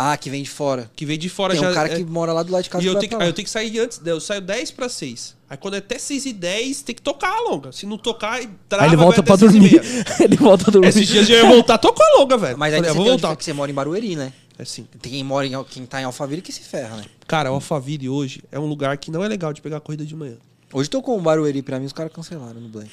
C: Ah, que vem de fora.
A: Que vem de fora
C: Tem
A: já.
C: um cara
A: é,
C: que mora lá do lado de casa
A: E eu
C: vai
A: tenho, que-
C: pra
A: aí
C: lá.
A: eu tenho que sair antes, eu saio 10 pra 6. Aí quando é até 6 e 10, tem que tocar a longa. Se não tocar, trava,
B: Aí ele volta
A: vai
B: pra
A: até 6 e
B: dormir.
A: meia.
B: ele volta a dormir.
A: Esses dias eu ia voltar, tocou a longa, velho.
C: Mas aí
A: Falei,
C: você
A: eu vou
C: tem
A: voltar.
C: voltar. que você mora em Barueri, né?
A: É assim.
C: Tem quem mora em Al- quem tá em Alphaville que se ferra, né?
A: Cara, o Alphaville hoje é um lugar que não é legal de pegar a corrida de manhã.
C: Hoje tô com o Barueri pra mim, os caras cancelaram no Blank.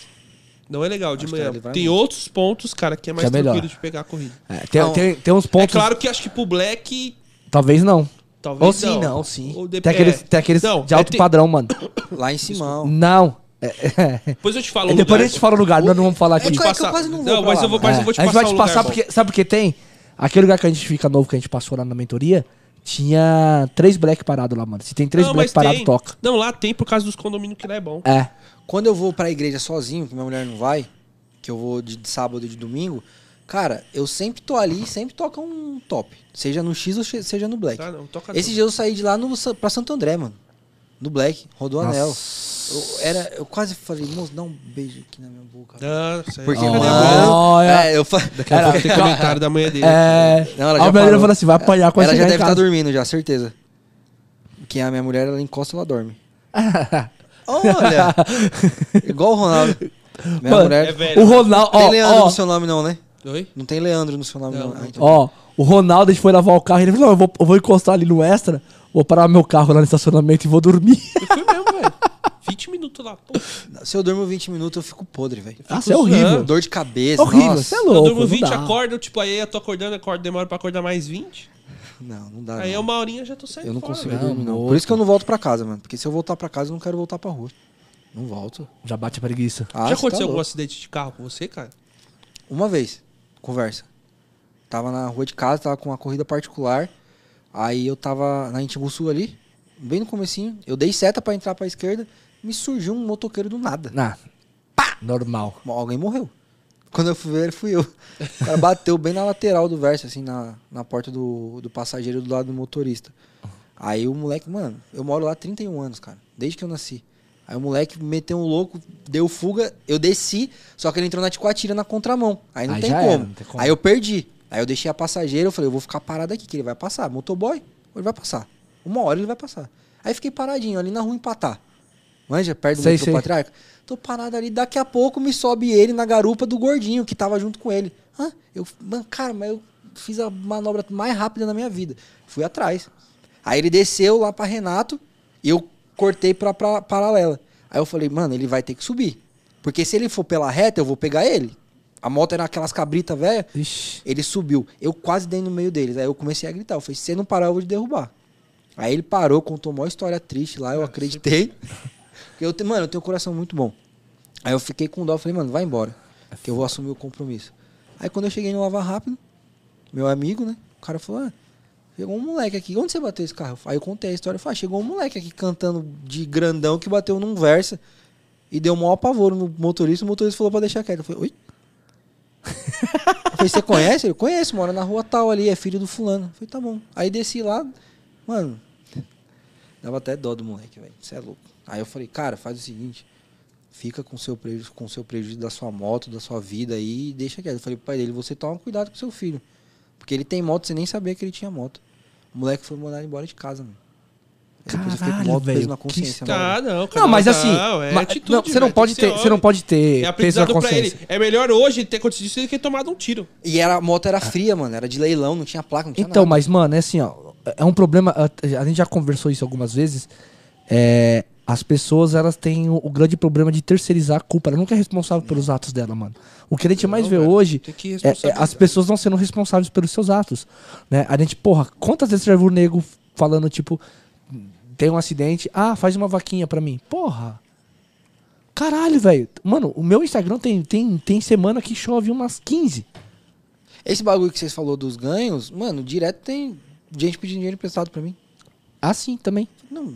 A: Não é legal de
C: Acho que
A: manhã.
C: ele vai
A: Tem
C: muito.
A: outros pontos, cara, que é mais
B: Que é melhor.
A: tranquilo de pegar a corrida.
B: É, tem,
C: Não.
B: tem, tem uns pontos.
A: É claro que acho que pro Black,
B: Talvez não.
A: talvez
B: Ou sim, não, sim.
A: Ou dep-
B: Tem aqueles,
A: é.
B: tem aqueles
A: Não,
B: de
A: é,
B: alto
A: tem-
B: padrão, mano.
C: Lá em Simão.
B: Não. É, é.
A: Depois eu te falo
B: É,
A: o
B: Depois
A: um lugar.
B: a gente fala o lugar, nós não vamos falar
A: Vou
B: aqui.
A: te
C: É que eu
A: passar.
C: quase não vou pra
A: mas
C: lá,
A: eu vou,
C: mano.
A: mas eu vou te
B: É, a gente
A: passar
B: vai te
A: o
B: passar
A: um lugar, bom.
B: porque. Sabe porque tem? Aquele lugar que a gente fica novo, que a gente passou lá na mentoria, tinha três black parados lá, mano. Se tem três
A: Não,
B: black
A: mas
B: parados,
A: tem.
B: toca.
A: Não, lá tem por causa dos condomínios que lá é bom.
B: É.
C: Quando eu vou pra igreja sozinho, que minha mulher não vai, que eu vou de de sábado e de domingo, cara, eu sempre tô ali, sempre toca um top. Seja no X ou che- seja no
B: É.
C: Black.
A: Tá, não, toca
C: Esse
A: tudo.
C: dia eu saí de lá no, Sa- pra Santo André, mano. No Black, rodou o anel.
B: Nossa.
C: Eu, era, eu quase falei, moço, dá um beijo aqui na minha boca.
A: Dança.
C: Porque,
A: é.
B: Olha.
C: mano, é, eu fa...
A: Cara, tem comentário da manhã dele.
B: É.
C: Não,
B: a
C: ela já
B: mulher
C: parou.
B: falou assim: vai apanhar com a
C: ela já
B: chegar
C: deve
B: em
C: estar
A: tá
B: casa.
C: dormindo já, certeza. Que a minha mulher, ela encosta, ela dorme. Olha! Igual o Ronaldo. Minha
B: Mano,
A: É
C: mulher...
A: velho.
B: O Ronaldo,
C: Não tem Leandro
B: ó,
C: no seu nome não, né?
A: Oi?
C: Não tem Leandro no seu nome não.
A: Não,
C: Ah, então.
B: ó, ó, o Ronaldo, a gente foi lavar o carro. Ele falou: não, eu vou, eu vou encostar ali no extra, vou parar meu carro lá no estacionamento e vou dormir.
A: Eu fui mesmo, velho. 20 minutos lá. Pô,
C: Se eu durmo 20 minutos, eu fico podre, velho.
B: Ah, isso é horrível.
C: Dor de cabeça,
B: Horrível,
C: nossa.
B: você é louco.
A: eu durmo
B: não
A: 20,
B: dá.
A: acordo, tipo, aí eu tô acordando, acordo, demora pra acordar mais 20.
C: Não, não dá.
A: Aí é
C: Ah, não.
A: uma horinha já tô saindo
C: Eu não
A: fora,
C: consigo
A: velho.
C: dormir, não.
B: louco.
C: Por isso que eu não volto pra casa, mano. Porque se eu voltar pra casa, eu não quero voltar pra rua. Não volto.
B: Já bate a preguiça.
C: Ah,
A: Já
C: você tá
A: aconteceu algum
C: louco.
A: acidente de carro com você, cara?
C: Uma vez, conversa. Tava na rua de casa, tava com uma corrida particular. Aí eu tava na Intimbu Sul ali, bem no comecinho. Eu dei seta pra entrar pra esquerda, me surgiu um motoqueiro do nada.
B: Ah, Normal.
C: Alguém morreu. Quando eu fui ver, fui eu. O cara bateu bem na lateral do verso, assim, na, na porta do, do passageiro do lado do motorista. Aí o moleque, mano, eu moro lá há 31 anos, cara, desde que eu nasci. Aí o moleque meteu um louco, deu fuga, eu desci, só que ele entrou na Ticoatira na contramão. Aí não,
B: Aí
C: tem,
B: já
C: como.
B: era, não tem como.
C: Aí eu perdi. Aí eu deixei a passageira, eu falei, eu vou ficar parado aqui, que ele vai passar. Motoboy, ele vai passar. Uma hora ele vai passar. Aí fiquei paradinho ali na rua empatar. Manja, perto do
B: Sei,
C: metrô
B: sei.
C: patriarca. Tô parado ali, daqui a pouco me sobe ele na garupa do gordinho que tava junto com ele. Hã? Eu, mano, cara, mas eu fiz a manobra mais rápida na minha vida. Fui atrás. Aí ele desceu lá pra Renato e eu cortei pra, pra paralela. Aí eu falei, mano, ele vai ter que subir. Porque se ele for pela reta, eu vou pegar ele. A moto era aquelas cabritas velhas.
B: Ixi.
C: Ele subiu. Eu quase dei no meio deles. Aí eu comecei a gritar. Eu falei, se você não parar, eu vou te derrubar. Aí ele parou, contou uma história triste lá, eu acreditei. Porque eu, te- mano, eu tenho um coração muito bom. Aí eu fiquei com dó, falei, mano, vai embora. Que eu vou assumir o compromisso. Aí quando eu cheguei no Lava Rápido, meu amigo, né? O cara falou, ah, chegou um moleque aqui. Onde você bateu esse carro? Aí eu contei a história. Eu falei, ah, chegou um moleque aqui cantando de grandão que bateu num Versa e deu o maior pavor no motorista. O motorista falou pra deixar quieto. Eu falei, oi? Eu falei, você conhece? Ele, conheço, mora na rua tal ali, é filho do fulano. Eu falei, tá bom. Aí desci lá, mano, dava até dó do moleque, velho. Você é louco. Aí eu falei, cara, faz o seguinte, fica com seu prejuízo, com seu prejuízo da sua moto, da sua vida aí, e deixa quieto. Eu falei pro pai dele, você toma cuidado com seu filho. Porque ele tem moto, você nem sabia que ele tinha moto. O moleque foi mandado embora de casa, mano. Aí depois eu fiquei com
B: Caralho,
C: o maior peso
B: velho,
C: na
B: que
C: consciência, mano.
A: Tá, não, cara,
B: Não, mas
A: não,
B: assim,
A: é
B: ma-
A: atitude,
B: não, você não
A: velho, tem
B: pode
A: que
B: ter,
A: ser
B: você não
A: homem.
B: pode ter
A: É
B: peso na
A: aprendizado pra ele.
B: consciência.
A: É melhor hoje ele ter acontecido isso do que ter tomado um tiro.
C: E era, a moto era fria, mano, era de leilão, não tinha placa, não tinha
B: Então,
C: nada.
B: mas mano, é assim, ó, é um problema, a a gente já conversou isso algumas vezes, é, as pessoas, elas têm o, o grande problema de terceirizar a culpa, ela nunca é responsável pelos atos dela, mano. O que a gente mais
A: Não,
B: vê
A: velho,
B: hoje
A: tem que
B: é- é as
A: responsabilizar.
B: pessoas não sendo responsáveis pelos seus atos, né? A gente, porra, quantas vezes você já viu o nego falando, tipo, tem um acidente, ah, faz uma vaquinha pra mim. Porra! Caralho, velho. Mano, o meu Instagram tem, tem, tem semana que chove umas 15.
C: Esse bagulho que vocês falou dos ganhos, mano, direto tem gente pedindo dinheiro emprestado pra mim.
B: Assim também.
C: Não,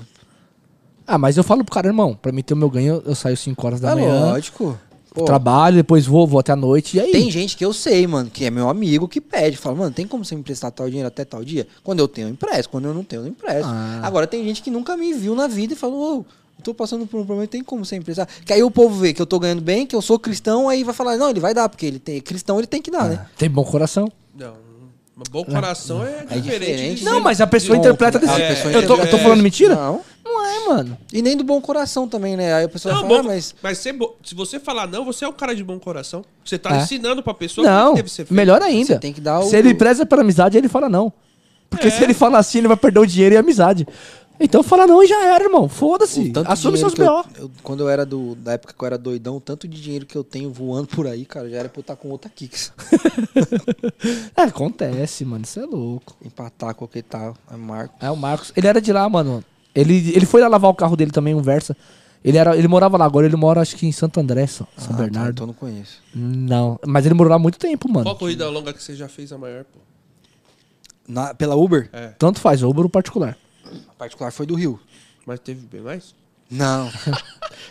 B: Ah, mas eu falo pro cara, irmão, pra mim ter o meu ganho, eu saio 5 horas da
C: é
B: manhã,
C: lógico. Pô,
B: trabalho, depois vou, vou até a noite, e aí?
C: tem gente que eu sei, mano, que é meu amigo que pede. Fala, mano, tem como você me emprestar tal dinheiro até tal dia? Quando eu tenho, eu empresto. Quando eu não tenho, eu não empresto.
B: Ah.
C: Agora tem gente que nunca me viu na vida e falou, ô, eu tô passando por um problema, tem como você emprestar? Que aí o povo vê que eu tô ganhando bem, que eu sou cristão, aí vai falar, não, ele vai dar, porque ele tem cristão, ele tem que dar, né?
B: Ah, Tem bom coração.
A: Não. Um bom coração é, diferente.
C: diferente.
A: de-
B: Não, mas a pessoa
A: de-
C: Bom,
B: interpreta desse
A: a
B: jeito.
A: pessoa
B: É, eu, tô, eu tô
A: interpreta-
B: falando mentira? Não.
C: É. Não.
B: é, mano.
C: E nem do bom coração também, né? Aí a pessoa
A: Não,
C: fala,
A: bom-
C: ah, mas.
A: mas ser bo- se você falar não, você é um cara de bom coração. Você tá
B: É.
A: ensinando pra pessoa
B: Não,
A: que deve ser feito.
B: melhor ainda.
C: Você tem que dar o-
B: Se ele preza pela amizade, ele fala não. Porque
A: É.
B: se ele fala assim, ele vai perder o dinheiro e a amizade. Então fala não e já era, irmão. Foda-se.
C: O tanto de
B: Assume
C: dinheiro
B: seus
C: que eu-
B: B.O.
C: eu- Quando eu era do, da época que eu era doidão, o tanto de dinheiro que eu tenho voando por aí, cara, já era pra eu estar com outra Kicks.
B: É, acontece, mano. Isso é louco.
C: Empatar com o que tá, a Marco.
B: É o Marcos. Ele era de lá, mano. Ele, ele foi lá lavar o carro dele também, um Versa. Ele, era, ele morava lá, agora ele mora acho que em Santo André, São, São
C: Ah, tá,
B: Bernardo.
C: então eu não conheço.
B: Não, mas ele morou lá há muito tempo, mano.
A: Qual corrida longa que você já fez a maior, pô?
C: Na- pela Uber?
A: É.
B: Tanto faz, Uber ou particular.
C: A particular foi do Rio.
A: Mas teve bem mais?
C: Não.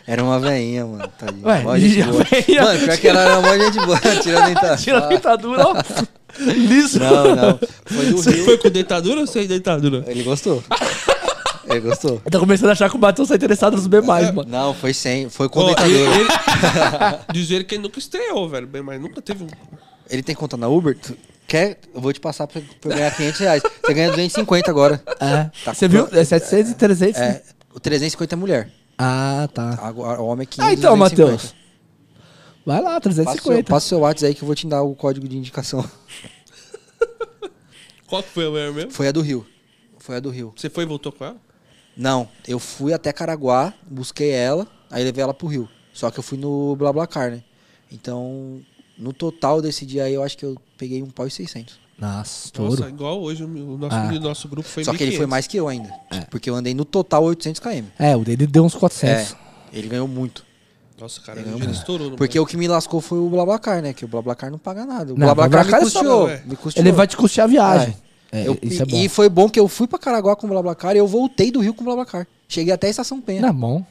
C: era uma veinha, mano. Tadinha.
B: Ué,
C: Mó gente
B: e a
C: boa.
B: veinha?
C: Mano, pior que ela era mó gente boa. Tirando a dentadura.
B: Tira a ditadura, ó. Liso.
C: Ah. Não, não. Foi do
A: Você
C: Rio.
A: foi com dentadura ou sem dentadura?
C: Ele gostou. Ele gostou.
B: Eu tô começando a achar que o Matheus tá interessado nos B+,
A: É.
B: mano.
C: Não, foi sem. Foi com
A: Ó,
C: dentadura.
A: ele- ele- Diz ele que ele nunca estreou, velho. Bem, mas nunca teve um.
C: Ele tem conta na Uber? Tu quer? Eu vou te passar pra, pra eu ganhar 500 reais. Você ganha 250 agora.
B: É.
C: Tá
B: Você
C: com-
B: viu? É 700 e 300?
C: É, o 350 é mulher.
B: Ah, tá.
C: Agora, o homem é 500.
B: Ah, então,
C: 250.
B: Matheus. Vai lá,
C: Passa o seu,
B: 350.
C: passa o seu WhatsApp aí que eu vou te dar o código de indicação.
A: Qual que foi a maior mesmo?
C: Foi a do Rio. Foi a do Rio.
A: Você foi e voltou com ela?
C: Não, eu fui até Caraguá, busquei ela, aí levei ela pro Rio. Só que eu fui no BlaBlaCar, né? Então, no total desse dia aí, eu acho que eu peguei um pau e 600.
B: Nossa,
A: Nossa,
B: touro.
A: igual hoje o meu- o nosso,
B: Ah.
A: o nosso grupo foi
C: Só que ele foi
A: 1.500.
C: mais que eu ainda. Porque eu andei no total 800 km.
B: É, o dele deu uns 400.
C: ele ganhou muito.
A: Nossa, cara, hoje ele estourou. no
C: Porque o que me lascou foi o BlaBlaCar, né? Que o BlaBlaCar não paga nada. O
B: Não, o
C: BlaBlaCar me
B: BlaBlaCar é só-
C: custeou.
A: é.
C: Me custeou.
B: Ele vai te custear a viagem. É,
C: Eu-
B: isso é bom.
C: E foi bom que eu fui pra Caraguá com o BlaBlaCar e eu voltei do Rio com o BlaBlaCar. Cheguei até a Estação Penha.
B: Na mão.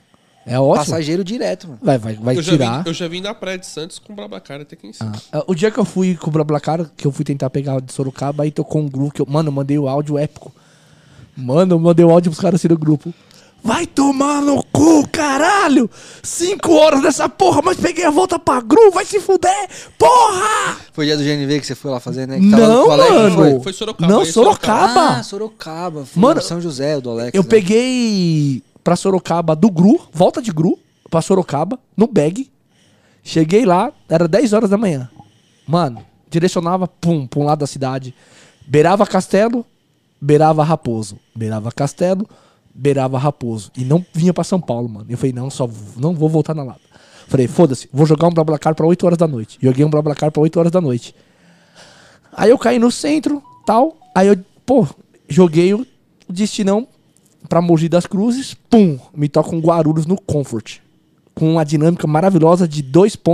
B: É ótimo.
C: Passageiro direto, mano.
B: Vai, vai, vai
A: eu, já
B: tirar.
A: vim, eu já vim na praia de Santos com o Brabacara até quem sabe.
B: Ah, O dia que eu fui com o BlaBlaCar, que eu fui tentar pegar de Sorocaba, aí tocou um grupo que eu. Mano, eu mandei o áudio épico. Mano, eu mandei o áudio pros caras assim do grupo. Vai tomar no cu, caralho! Cinco horas dessa porra, mas peguei a volta pra Gru, vai se fuder! Porra!
C: Foi o dia do GNV que você foi lá fazer, né? Que tava no
B: Não,
C: colégio, não
B: mano!
C: foi?
A: Foi Sorocaba,
B: Não,
A: aí Sorocaba.
B: Sorocaba!
C: Ah, Sorocaba. Foi
B: Mano,
C: no São José, o do Alex.
B: Eu
C: né?
B: peguei pra Sorocaba do Gru, volta de Gru, pra Sorocaba, no bag. Cheguei lá, era 10 horas da manhã. Mano, direcionava, pum, pra um lado da cidade. Beirava Castelo, beirava Raposo. Beirava Castelo, beirava Raposo. E não vinha pra São Paulo, mano. Eu falei, não, só v- não vou voltar na Lapa. Falei, foda-se, vou jogar um BlaBlaCar pra 8 horas da noite. Joguei um BlaBlaCar pra 8 horas da noite. Aí eu caí no centro, tal. Aí eu, pô, joguei o destinão pra Mogi das Cruzes, pum, me toca um Guarulhos no Comfort. Com uma dinâmica maravilhosa de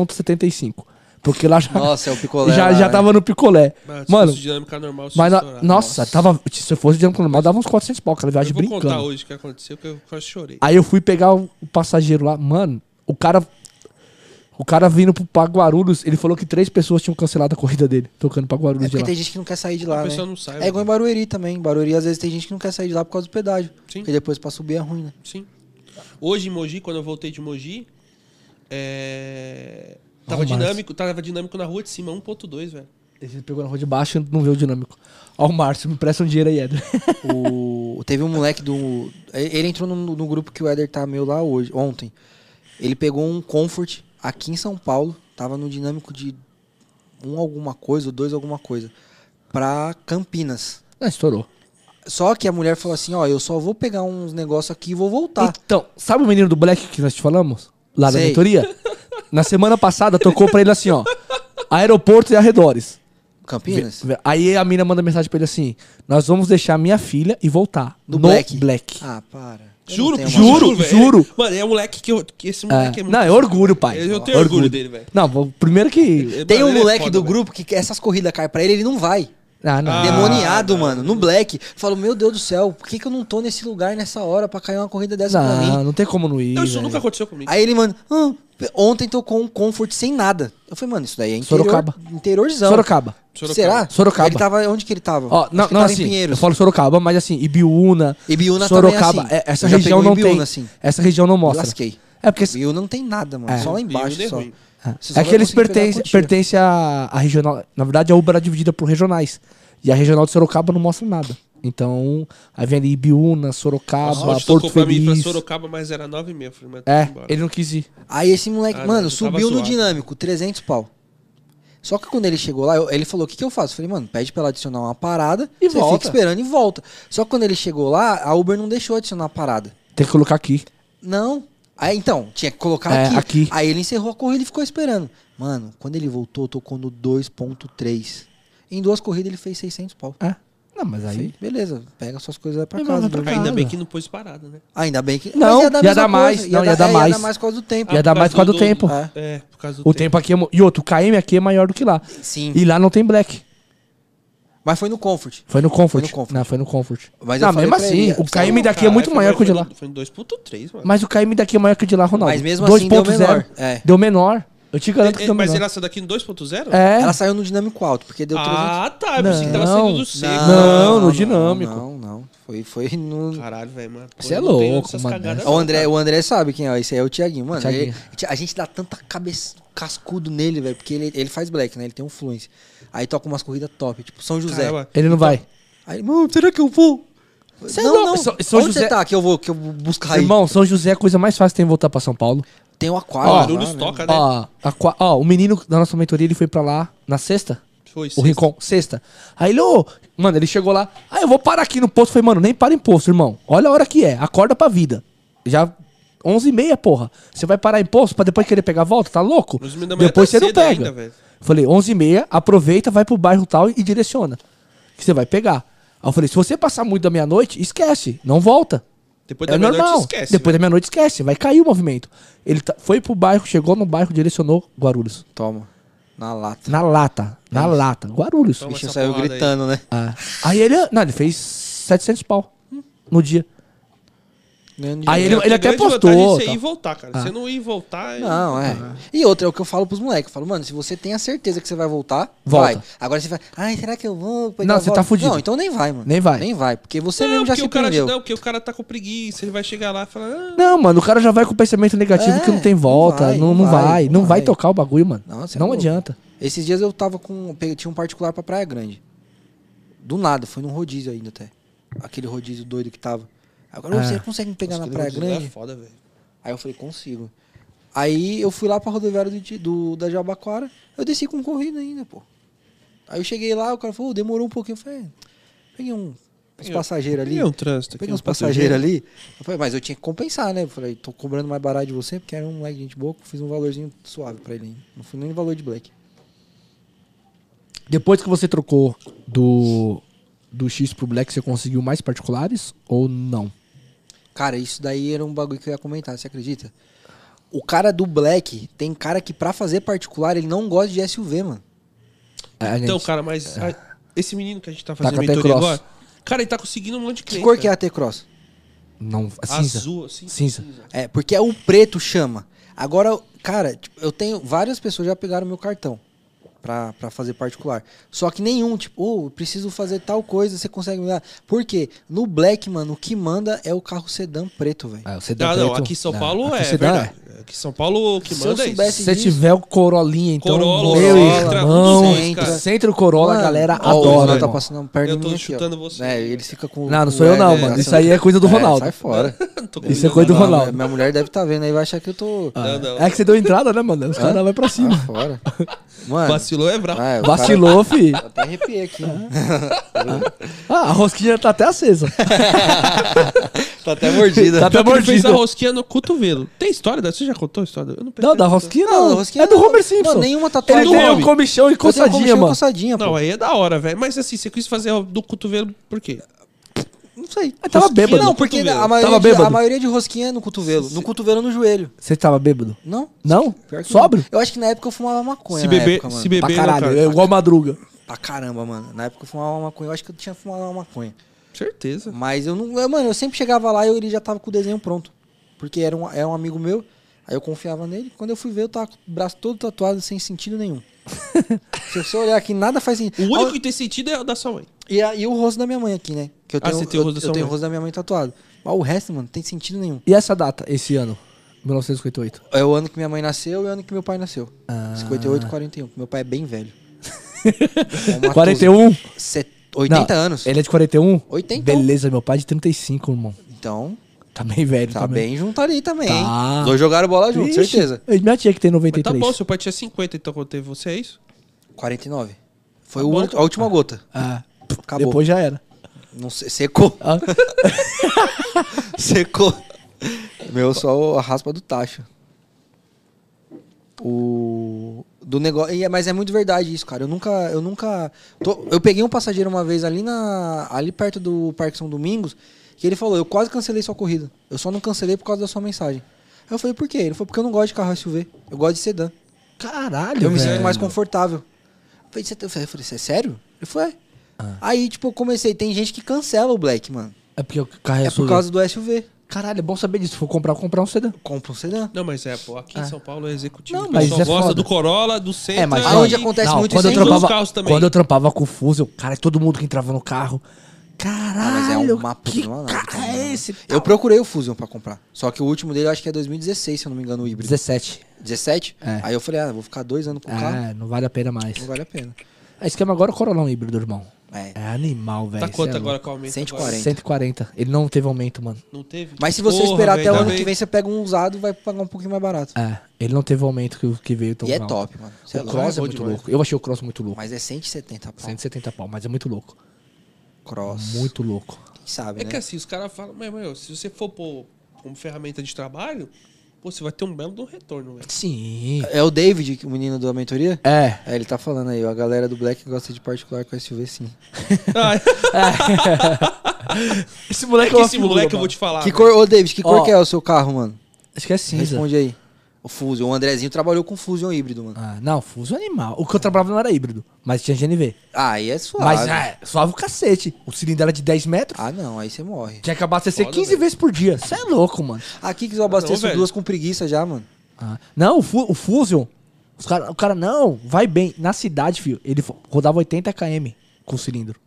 B: 2,75. Porque lá já,
C: Nossa, é o picolé.
B: já,
C: lá,
B: já
C: né?
B: tava no picolé.
A: Mas,
B: Mano,
A: se fosse dinâmica normal, se
B: mas na-
A: estourar.
B: nossa, tava, se eu fosse de âmbito normal, dava uns 400 pau, cara,
A: Eu
B: viagem
A: vou contar
B: brincando.
A: hoje o que aconteceu, que eu quase chorei.
B: Aí eu fui pegar o o passageiro lá, mano, o cara. O cara vindo pro pra Guarulhos, ele falou que três pessoas tinham cancelado a corrida dele, tocando pra Guarulhos
C: É
B: de
C: porque
B: lá.
C: tem gente que não quer sair de lá,
A: a
C: né?
A: pessoa não sai.
C: É igual em
A: mano.
C: Barueri também. Barueri, às vezes, tem gente que não quer sair de lá por causa do pedágio.
A: Sim.
C: Porque depois pra subir é ruim, né?
A: Sim. Hoje em Mogi, quando eu voltei de Mogi, é... tava,
B: Arrumado.
A: dinâmico, tava dinâmico na rua de cima, 1.2, velho.
B: Ele pegou na rua de baixo e não vê o dinâmico. Ó, o Márcio, me presta um dinheiro aí, Edra.
C: O... Teve um moleque do. Ele entrou no, no grupo que o Éder tá meu lá hoje, ontem. Ele pegou um Comfort aqui em São Paulo. Tava no dinâmico de um alguma coisa, ou dois alguma coisa. Pra Campinas.
B: Ah, estourou.
C: Só que a mulher falou assim: ó, eu só vou pegar uns negócios aqui e vou voltar.
B: Então, sabe o menino do Black que nós te falamos? Lá da
C: Tá. Sei.
B: mentoria? Na semana passada, tocou pra ele assim, ó. Aeroporto e arredores.
C: Campinas?
B: Ve- ve- Aí a mina manda mensagem pra ele assim: Nós vamos deixar minha filha e voltar.
C: Do
B: no
C: Black.
B: Black.
C: Ah, para. Eu não
A: Juro,
C: tenho mais-
B: juro,
A: velho.
B: juro.
A: Mano, é um moleque que eu. que esse
B: É.
A: moleque é, muito.
B: Não, é orgulho, pai.
A: Eu tenho orgulho dele, velho.
B: Não, vou- primeiro que.
A: É,
C: Tem
A: mano,
C: um
A: ele é
C: moleque
A: foda,
C: do
A: velho.
C: grupo que essas corridas caem pra ele, ele não vai.
B: Ah, não.
A: Ah.
C: Demoniado,
A: não.
C: mano. No black. Falo, meu Deus do céu, por que, que eu não tô nesse lugar nessa hora pra cair uma corrida dessa pra
B: Não,
C: mim?
B: Ah, não tem como não ir.
A: Não, isso
B: velho.
A: nunca aconteceu comigo.
C: Aí ele, mano, "Ah, ontem tocou um comfort sem nada. Eu falei, mano, isso daí é interior,
B: Sorocaba.
C: interiorzão.
B: Sorocaba.
A: Sorocaba.
C: Será?
B: Sorocaba.
C: Ele tava, onde que ele tava?
B: Ó,
C: Acho
B: não,
C: que
B: não
C: tava em
B: assim, eu
C: Pinheiros.
B: falo Sorocaba, mas assim, Ibiúna,
C: Ibiúna também é
B: Sorocaba,
C: assim.
B: é- essa
C: Eu já
B: região
C: peguei
B: não
C: o Ibiúna,
B: tem,
C: assim.
B: essa região não mostra.
C: Lasquei.
B: É porque
C: Ibiúna não tem nada, mano.
B: É.
C: Só lá
A: Ibiúna
C: embaixo,
A: é
C: só.
A: ruim.
C: Você só
B: É
C: vai
B: que eles
C: conseguir pegar
B: pertencem,
C: quantia.
B: pertencem à, à regional. Na verdade, a Uber é dividida por regionais. E a regional de Sorocaba não mostra nada. Então, aí vem ali Ibiúna,
A: Nossa,
B: Sorocaba,
A: hoje
B: Ah, Porto
A: tocou pra mim ir pra
B: Feliz.
A: Sorocaba, mas era 9 e meia. Falei, mas
B: É,
A: tem que ir embora.
B: ele não quis ir.
C: Aí esse moleque,
A: Ah,
C: mano,
A: não, tava
C: subiu no
A: zoado.
C: dinâmico, 300 pau. Só que quando ele chegou lá, eu- ele falou: O que, que eu faço? Eu falei, mano, pede pra ela adicionar uma parada,
B: E
C: você
B: volta.
C: fica esperando e volta. Só que quando ele chegou lá, a Uber não deixou adicionar a parada.
B: Tem que colocar aqui.
C: Não. Aí então, tinha que colocar
B: É,
C: aqui.
B: aqui.
C: Aí ele encerrou a corrida e ficou esperando. Mano, quando ele voltou, tocou no 2,3. Em duas corridas ele fez 600 pau.
B: É. Não, mas aí.
C: Falei, beleza, pega suas coisas vai pra
B: Mas
C: casa.
B: vai pra
C: né?
B: casa.
A: Ainda
B: Nada.
A: bem que não pôs parada, né?
C: Ainda bem que.
B: tá Não,
C: Mas
B: ia
C: mesma
B: dar mais,
C: coisa,
B: não, ia dar
C: é,
B: mais.
C: Ia dar mais por causa do tempo.
B: Ia
A: por
B: dar
A: causa
B: mais por causa do tempo.
C: É.
A: É, por causa do
B: O tempo aqui é. mo- E outro, o KM aqui é maior do que lá.
C: Sim.
B: E lá não tem black.
C: Mas foi no Comfort.
B: Foi no Comfort.
C: Foi no Comfort.
B: Não, foi no Comfort.
C: Mas eu
B: não,
C: falei
B: mesmo
C: pra
B: assim,
C: ele,
B: o
C: você
B: KM daqui é
A: Caralho,
B: muito
A: foi
B: maior que o de
A: no-
B: lá.
A: Foi no 2.3, mano.
B: Mas o KM daqui é maior que o de lá, Ronaldo.
C: Mas mesmo assim deu
B: 2.0.
C: menor. É.
B: Deu menor. Eu te garanto
A: É,
B: que
A: é,
B: deu
A: mas
B: menor.
A: ele daqui no 2.0?
B: É.
C: Ela saiu no dinâmico alto, porque deu 300.
A: Ah, tá. Eu pensei que tava
B: Não.
A: saindo do seco.
B: Não, no dinâmico.
C: Não, não. Foi, foi no.
A: Caralho, velho, mano. Pô,
B: Você é
A: eu não tenho
B: louco,
A: essas
B: mano.
A: cagadas,
C: O
A: não,
C: André, o André sabe quem é. Esse aí é o Thiaguinho. Mano,
B: Thiaguinho.
C: ele- a gente dá tanta cabeça cascudo nele, velho, porque ele, ele faz black, né? Ele tem um fluence. Aí toca umas corridas top, tipo São José.
A: Caramba.
B: Ele
C: Então,
B: não vai.
C: Aí, mano, será que eu vou?
B: Cê é louco. São- São
C: Onde
B: José-
C: você tá que eu vou, que eu vou buscar aí?
B: Irmão, São José é a coisa mais fácil que tem voltar pra São Paulo.
C: Tem um aquário.
B: Ó,
C: lá,
A: Barulhos
C: né?
A: toca, né?
B: Ó, a qua- ó, o menino da nossa mentoria, ele foi pra lá na sexta.
A: Foi
B: O
A: sexta.
B: Rincon, sexta. Aí ele, ô, mano, ele chegou lá. Ah, eu vou parar aqui no posto. Falei, mano, nem para em posto, irmão. Olha a hora que é. Acorda pra vida. Já 11 e meia, porra. Você vai parar em posto pra depois querer pegar a volta? Tá louco?
A: Mas o menino da manhã
B: Depois
A: tá
B: você não
A: cedo
B: pega.
A: ainda, velho.
B: falei, 11 e meia, aproveita, vai pro bairro tal e direciona. Que você vai pegar. Aí eu falei, se você passar muito da meia-noite, esquece. Não volta
A: Depois
B: é
A: da meia-noite
B: normal.
A: esquece. né?
B: Depois
A: velho.
B: da meia-noite esquece, vai cair o movimento. Ele tá- foi pro bairro, chegou no bairro, direcionou Guarulhos.
C: Toma. Na lata.
B: Na lata, na lata, Guarulhos.
A: Toma.
C: Bicho
A: essa
C: saiu
A: porrada aí.
C: gritando, né?
B: Ah, Aí ele, não, ele fez 700 pau no dia.
C: Ganhando
B: Aí
C: dinheiro.
B: ele-
A: Eu tenho grande
B: até postou,
A: vantagem de Você
B: tá.
A: ir e voltar, cara. Você não ir e voltar.
C: Não, é. E outra, é o que eu falo pros moleques. Eu falo, mano, se você tem a certeza que você vai voltar,
B: Volta.
C: vai. Agora você fala, ai, será que eu vou? pegar
B: Não,
C: a
B: você
C: volta?"
B: tá fudido.
C: Não, então nem vai, mano.
B: Nem vai.
C: Nem vai, porque você
A: Não,
C: mesmo já
A: porque
C: se
A: o cara,
C: prendeu.
A: não, porque o cara tá com preguiça, ele vai chegar lá e falar. "Ah,
B: Não, mano, o cara já vai com o pensamento negativo
C: É,
B: que não tem
C: não
B: volta,
C: vai,
B: não, não, vai, não vai, tocar o bagulho, mano.
C: Não, você é
B: não
C: louco.
B: adianta.
C: Esses dias eu tava com. pe- Tinha um particular pra Praia Grande. Do nada, foi num rodízio ainda até. Aquele rodízio doido que tava. Agora
B: Ah.
C: você consegue me pegar
A: nossa,
C: na
A: que
C: Praia
A: rodízio lá
C: Grande?
A: É foda, velho.
C: Aí eu falei, consigo. Aí eu fui lá pra rodoviária do, Ti- do- da Jabaquara, eu desci com corrida ainda, pô. Aí eu cheguei lá, o cara falou, "Ô, demorou um pouquinho. Eu falei, "É, peguei um, uns
A: Eu-
C: passageiros ali.
A: Peguei um trânsito aqui.
C: Peguei uns passageiros ali. Eu falei, mas eu tinha que compensar, né? Eu falei, tô cobrando mais barato de você, porque era um moleque de gente boa, fiz um valorzinho suave pra ele. Não fui nem valor de black.
B: Depois que você trocou do, do X pro Black, você conseguiu mais particulares ou não?
C: Cara, isso daí era um bagulho que eu ia comentar, você acredita? O cara do Black tem cara que pra fazer particular ele não gosta de SUV, mano.
B: A
A: Então,
B: gente-
A: cara, mas a- esse menino que a gente tá
B: com
A: fazendo
B: a
A: mentoria
B: T-Cross.
A: agora, cara, ele tá conseguindo um monte de
C: Que
A: cliente.
C: cor que é
A: cara.
C: a T-Cross?
B: Não, assim, cinza.
A: Azul, cinza.
B: Cinza.
C: É, porque é o preto chama. Agora, cara, tipo, eu tenho várias pessoas já pegaram meu cartão pra, pra fazer particular. Só que nenhum, tipo, ô, eu preciso fazer tal coisa, você consegue me dar? Por quê? No Black, mano, o que manda é o carro sedã preto, velho.
B: Ah, o sedã
A: Ah, não,
B: preto?
A: aqui em São
B: Não,
A: Paulo
B: aqui
A: é,
B: o sedã
A: verdade. Aqui em São Paulo o que
C: Se eu
A: manda é isso.
C: soubesse-
B: Se você tiver o Corolinha, então.
A: Corolla,
B: meu
A: Elantra,
B: irmão,
A: tudo isso,
B: Centro,
A: cara.
B: Centro Corolla, a galera
C: ó, o
B: adora.
C: Renan tá
B: irmão.
C: passando perto
A: Eu
C: de
A: tô
C: mim aqui, ó.
A: chutando você.
C: É, eles ficam com.
B: Não, não
C: com
B: sou eu
C: o
B: não,
C: ego
B: mano. Isso
C: engraçado.
B: aí é coisa do Ronaldo.
C: É, sai fora.
A: Não tô
B: Isso é
A: combinando
B: coisa do
A: nada.
B: Ronaldo.
C: Não, minha mulher deve estar vendo aí, vai achar que eu tô.
A: Não, não.
B: É que você deu entrada, né, mano? Os caras vão pra
C: Sai
B: cima.
C: fora. Mano.
A: Vacilou é brabo.
C: ah, o cara-
B: Vacilou, fi.
C: Eu até arrepiei aqui.
B: Ah, a rosquinha tá até acesa.
C: tá até mordida.
B: Tá até
A: Pior que ele fez a
B: mordida.
A: rosquinha no cotovelo. Tem história dessa? Você já contou a história? Eu não
B: Não,
A: pensei
B: da
A: nessa.
B: rosquinha
C: Não,
B: não.
C: a rosquinha
B: É do
C: não.
B: Homer Simpson.
C: Mano, nenhuma tá tatuagem.
B: Ele
A: do
B: tem um
A: Homer.
B: comichão e
C: Eu tenho
B: coçadinha,
C: comichão e
B: mano.
C: coçadinha, pô.
A: Não, aí é da hora, velho. Mas assim, você quis fazer do cotovelo por quê?
C: Não sei.
B: Mas tava
A: Rosquinha
B: bêbado.
C: Não,
A: no
C: porque
A: cotovelo.
C: a maioria,
B: Tava
C: de,
B: bêbado.
C: a maioria de rosquinha é no cotovelo. No cotovelo ou no joelho.
B: Você tava bêbado?
C: Não?
B: Não?
C: Pior que
B: Sóbrio?
C: não. Eu acho que na época eu fumava maconha.
A: Se
C: na
A: beber-
C: época, mano.
A: se beber-
B: Pra
A: Bebendo,
B: caralho,
A: cara.
B: é igual madruga.
C: Pra caramba, mano. Na época eu fumava maconha. Eu acho que eu tinha fumado uma maconha.
A: Certeza.
C: Mas eu não. eu, mano, eu sempre chegava lá e ele já tava com o desenho pronto. Porque era um, era um amigo meu. Aí eu confiava nele. Quando eu fui ver, eu tava com o braço todo tatuado, sem sentido nenhum. Se você olhar aqui, nada faz sentido.
A: O único que tem sentido é o da sua mãe.
C: E, a- e o rosto da minha mãe aqui, né? Que eu
A: Ah,
C: tenho,
A: você tem o rosto da
C: eu,
A: sua
C: eu tenho
A: mãe.
C: o rosto da minha mãe tatuado. Mas o resto, mano, não tem sentido nenhum.
B: E essa data, esse ano? 1958.
C: É o ano que minha mãe nasceu e o ano que meu pai nasceu.
B: Ah.
C: 58 e 41. Meu pai é bem velho. É uma
B: 41?
C: tosa. Set- 80
B: Não,
C: anos.
B: Ele é de 41?
C: 80.
B: Beleza, meu pai é de 35, irmão.
C: Então,
B: Tá bem velho
C: tá
B: também.
C: bem junto ali também,
B: Tá.
C: hein? Os dois jogaram bola junto,
B: Ixi,
C: certeza.
B: Minha tia que tem
A: Mas
B: 93.
A: tá bom, seu pai tinha 50, então quando teve você, é isso?
C: 49. Foi
A: Tá
C: o
A: bom,
C: único- a última gota.
B: Ah,
C: Acabou.
B: Depois já era.
C: Não sei, secou.
B: Ah,
C: Secou. Meu, só a raspa do tacho. O. Do negócio. e é- Mas é muito verdade isso, cara. Eu nunca. Eu nunca. tô- eu peguei um passageiro uma vez ali na. ali perto do Parque São Domingos, que ele falou, eu quase cancelei sua corrida. Eu só não cancelei por causa da sua mensagem. Aí eu falei, por quê? Ele falou, porque eu não gosto de carro SUV. Eu gosto de sedã.
B: caralho,
C: Eu me
B: velho.
C: sinto mais confortável. Eu falei, "Cê tá-" eu falei, "Cê é sério? Ele falou, é.
B: Ah.
C: Aí, tipo, eu comecei. Tem gente que cancela o Black, mano.
B: É porque o carro é,
C: É por
B: SUV.
C: causa do SUV.
B: Caralho, é bom saber disso. Se for comprar, eu vou comprar um sedã.
C: Compra um sedã.
A: Não, mas é, pô, aqui em São Paulo é executivo.
B: Ah. Não,
A: Não,
B: mas
A: mas só
B: é
A: gosta
B: foda.
A: do Corolla, do Centro.
B: É, mas
A: e-
C: aonde acontece muito
B: quando
C: isso
B: eu
C: é em
B: trampava,
A: outros carros também.
B: Quando eu trampava com o Fuso, cara, todo mundo que entrava no carro. Caralho,
C: mas é um mapa
B: que
C: do Ronaldo,
B: carro
C: tá
B: é
C: ligado?
B: esse?
C: Eu procurei o Fusion pra comprar. Só que o último dele eu acho que é 2016, se eu não me engano, o híbrido.
B: 17.
C: 17?
B: É.
C: Aí eu falei, ah, vou ficar dois anos com o carro.
B: Ah, não vale a pena mais.
C: Não vale a pena.
B: É esquema agora é o Corolão híbrido, irmão.
C: É.
B: É animal, velho.
A: Tá
B: cê
A: quanto
B: é
A: agora
B: louco.
A: com o aumento?
C: 140.
A: agora?
B: 140. Ele não teve aumento, mano.
A: Não teve?
C: Mas se você
A: Porra,
C: esperar
A: velho,
C: até o
A: ainda
C: ano que
A: bem.
C: vem, você pega um usado e vai pagar um pouquinho mais barato.
B: É, ele não teve o aumento que, que veio tão
C: e é
B: alto.
C: top, mano. Cê é
B: Então O
C: louco.
B: Cross é,
A: é bom
B: muito
A: demais.
B: louco. Eu achei o Cross muito louco.
C: Mas é 170 pau.
B: 170 pau, mas é muito louco.
C: Cross.
B: Muito louco.
C: Quem sabe,
A: É
C: né?
A: que assim, os caras falam, mas, meu, se você for pôr como ferramenta de trabalho, pô, você vai ter um belo do retorno, velho.
B: Sim.
A: assim-
C: É o David, que- o menino da mentoria?
B: É.
C: É, ele tá falando aí, ó, a galera do Black gosta de particular com SUV, sim.
A: Ah,
B: É. Esse moleque
A: É
B: é
A: que esse moleque eu vou te falar.
C: que
A: Ah, velho.
C: cor, ô David, que cor
B: Ó.
C: que é o seu carro, mano?
B: Acho que é cinza.
C: Responde aí. O Fusion, o Andrezinho trabalhou com Fusion híbrido, mano.
B: Ah, não, fuso animal. O que eu trabalhava não era híbrido, mas tinha GNV.
C: Ah, aí é suave.
B: Mas é, suave o cacete. O cilindro era de 10 metros.
C: Ah, não, aí você morre.
B: Tinha que abastecer
A: Foda,
B: 15
A: velho.
B: vezes por dia. Você é louco, mano.
C: Aqui que eu abasteço
A: velho.
C: duas com preguiça já, mano.
B: Ah, não, o, fu o Fusion. Os cara, o cara, não, vai bem. Na cidade, filho, ele fo- rodava 80 km com o cilindro.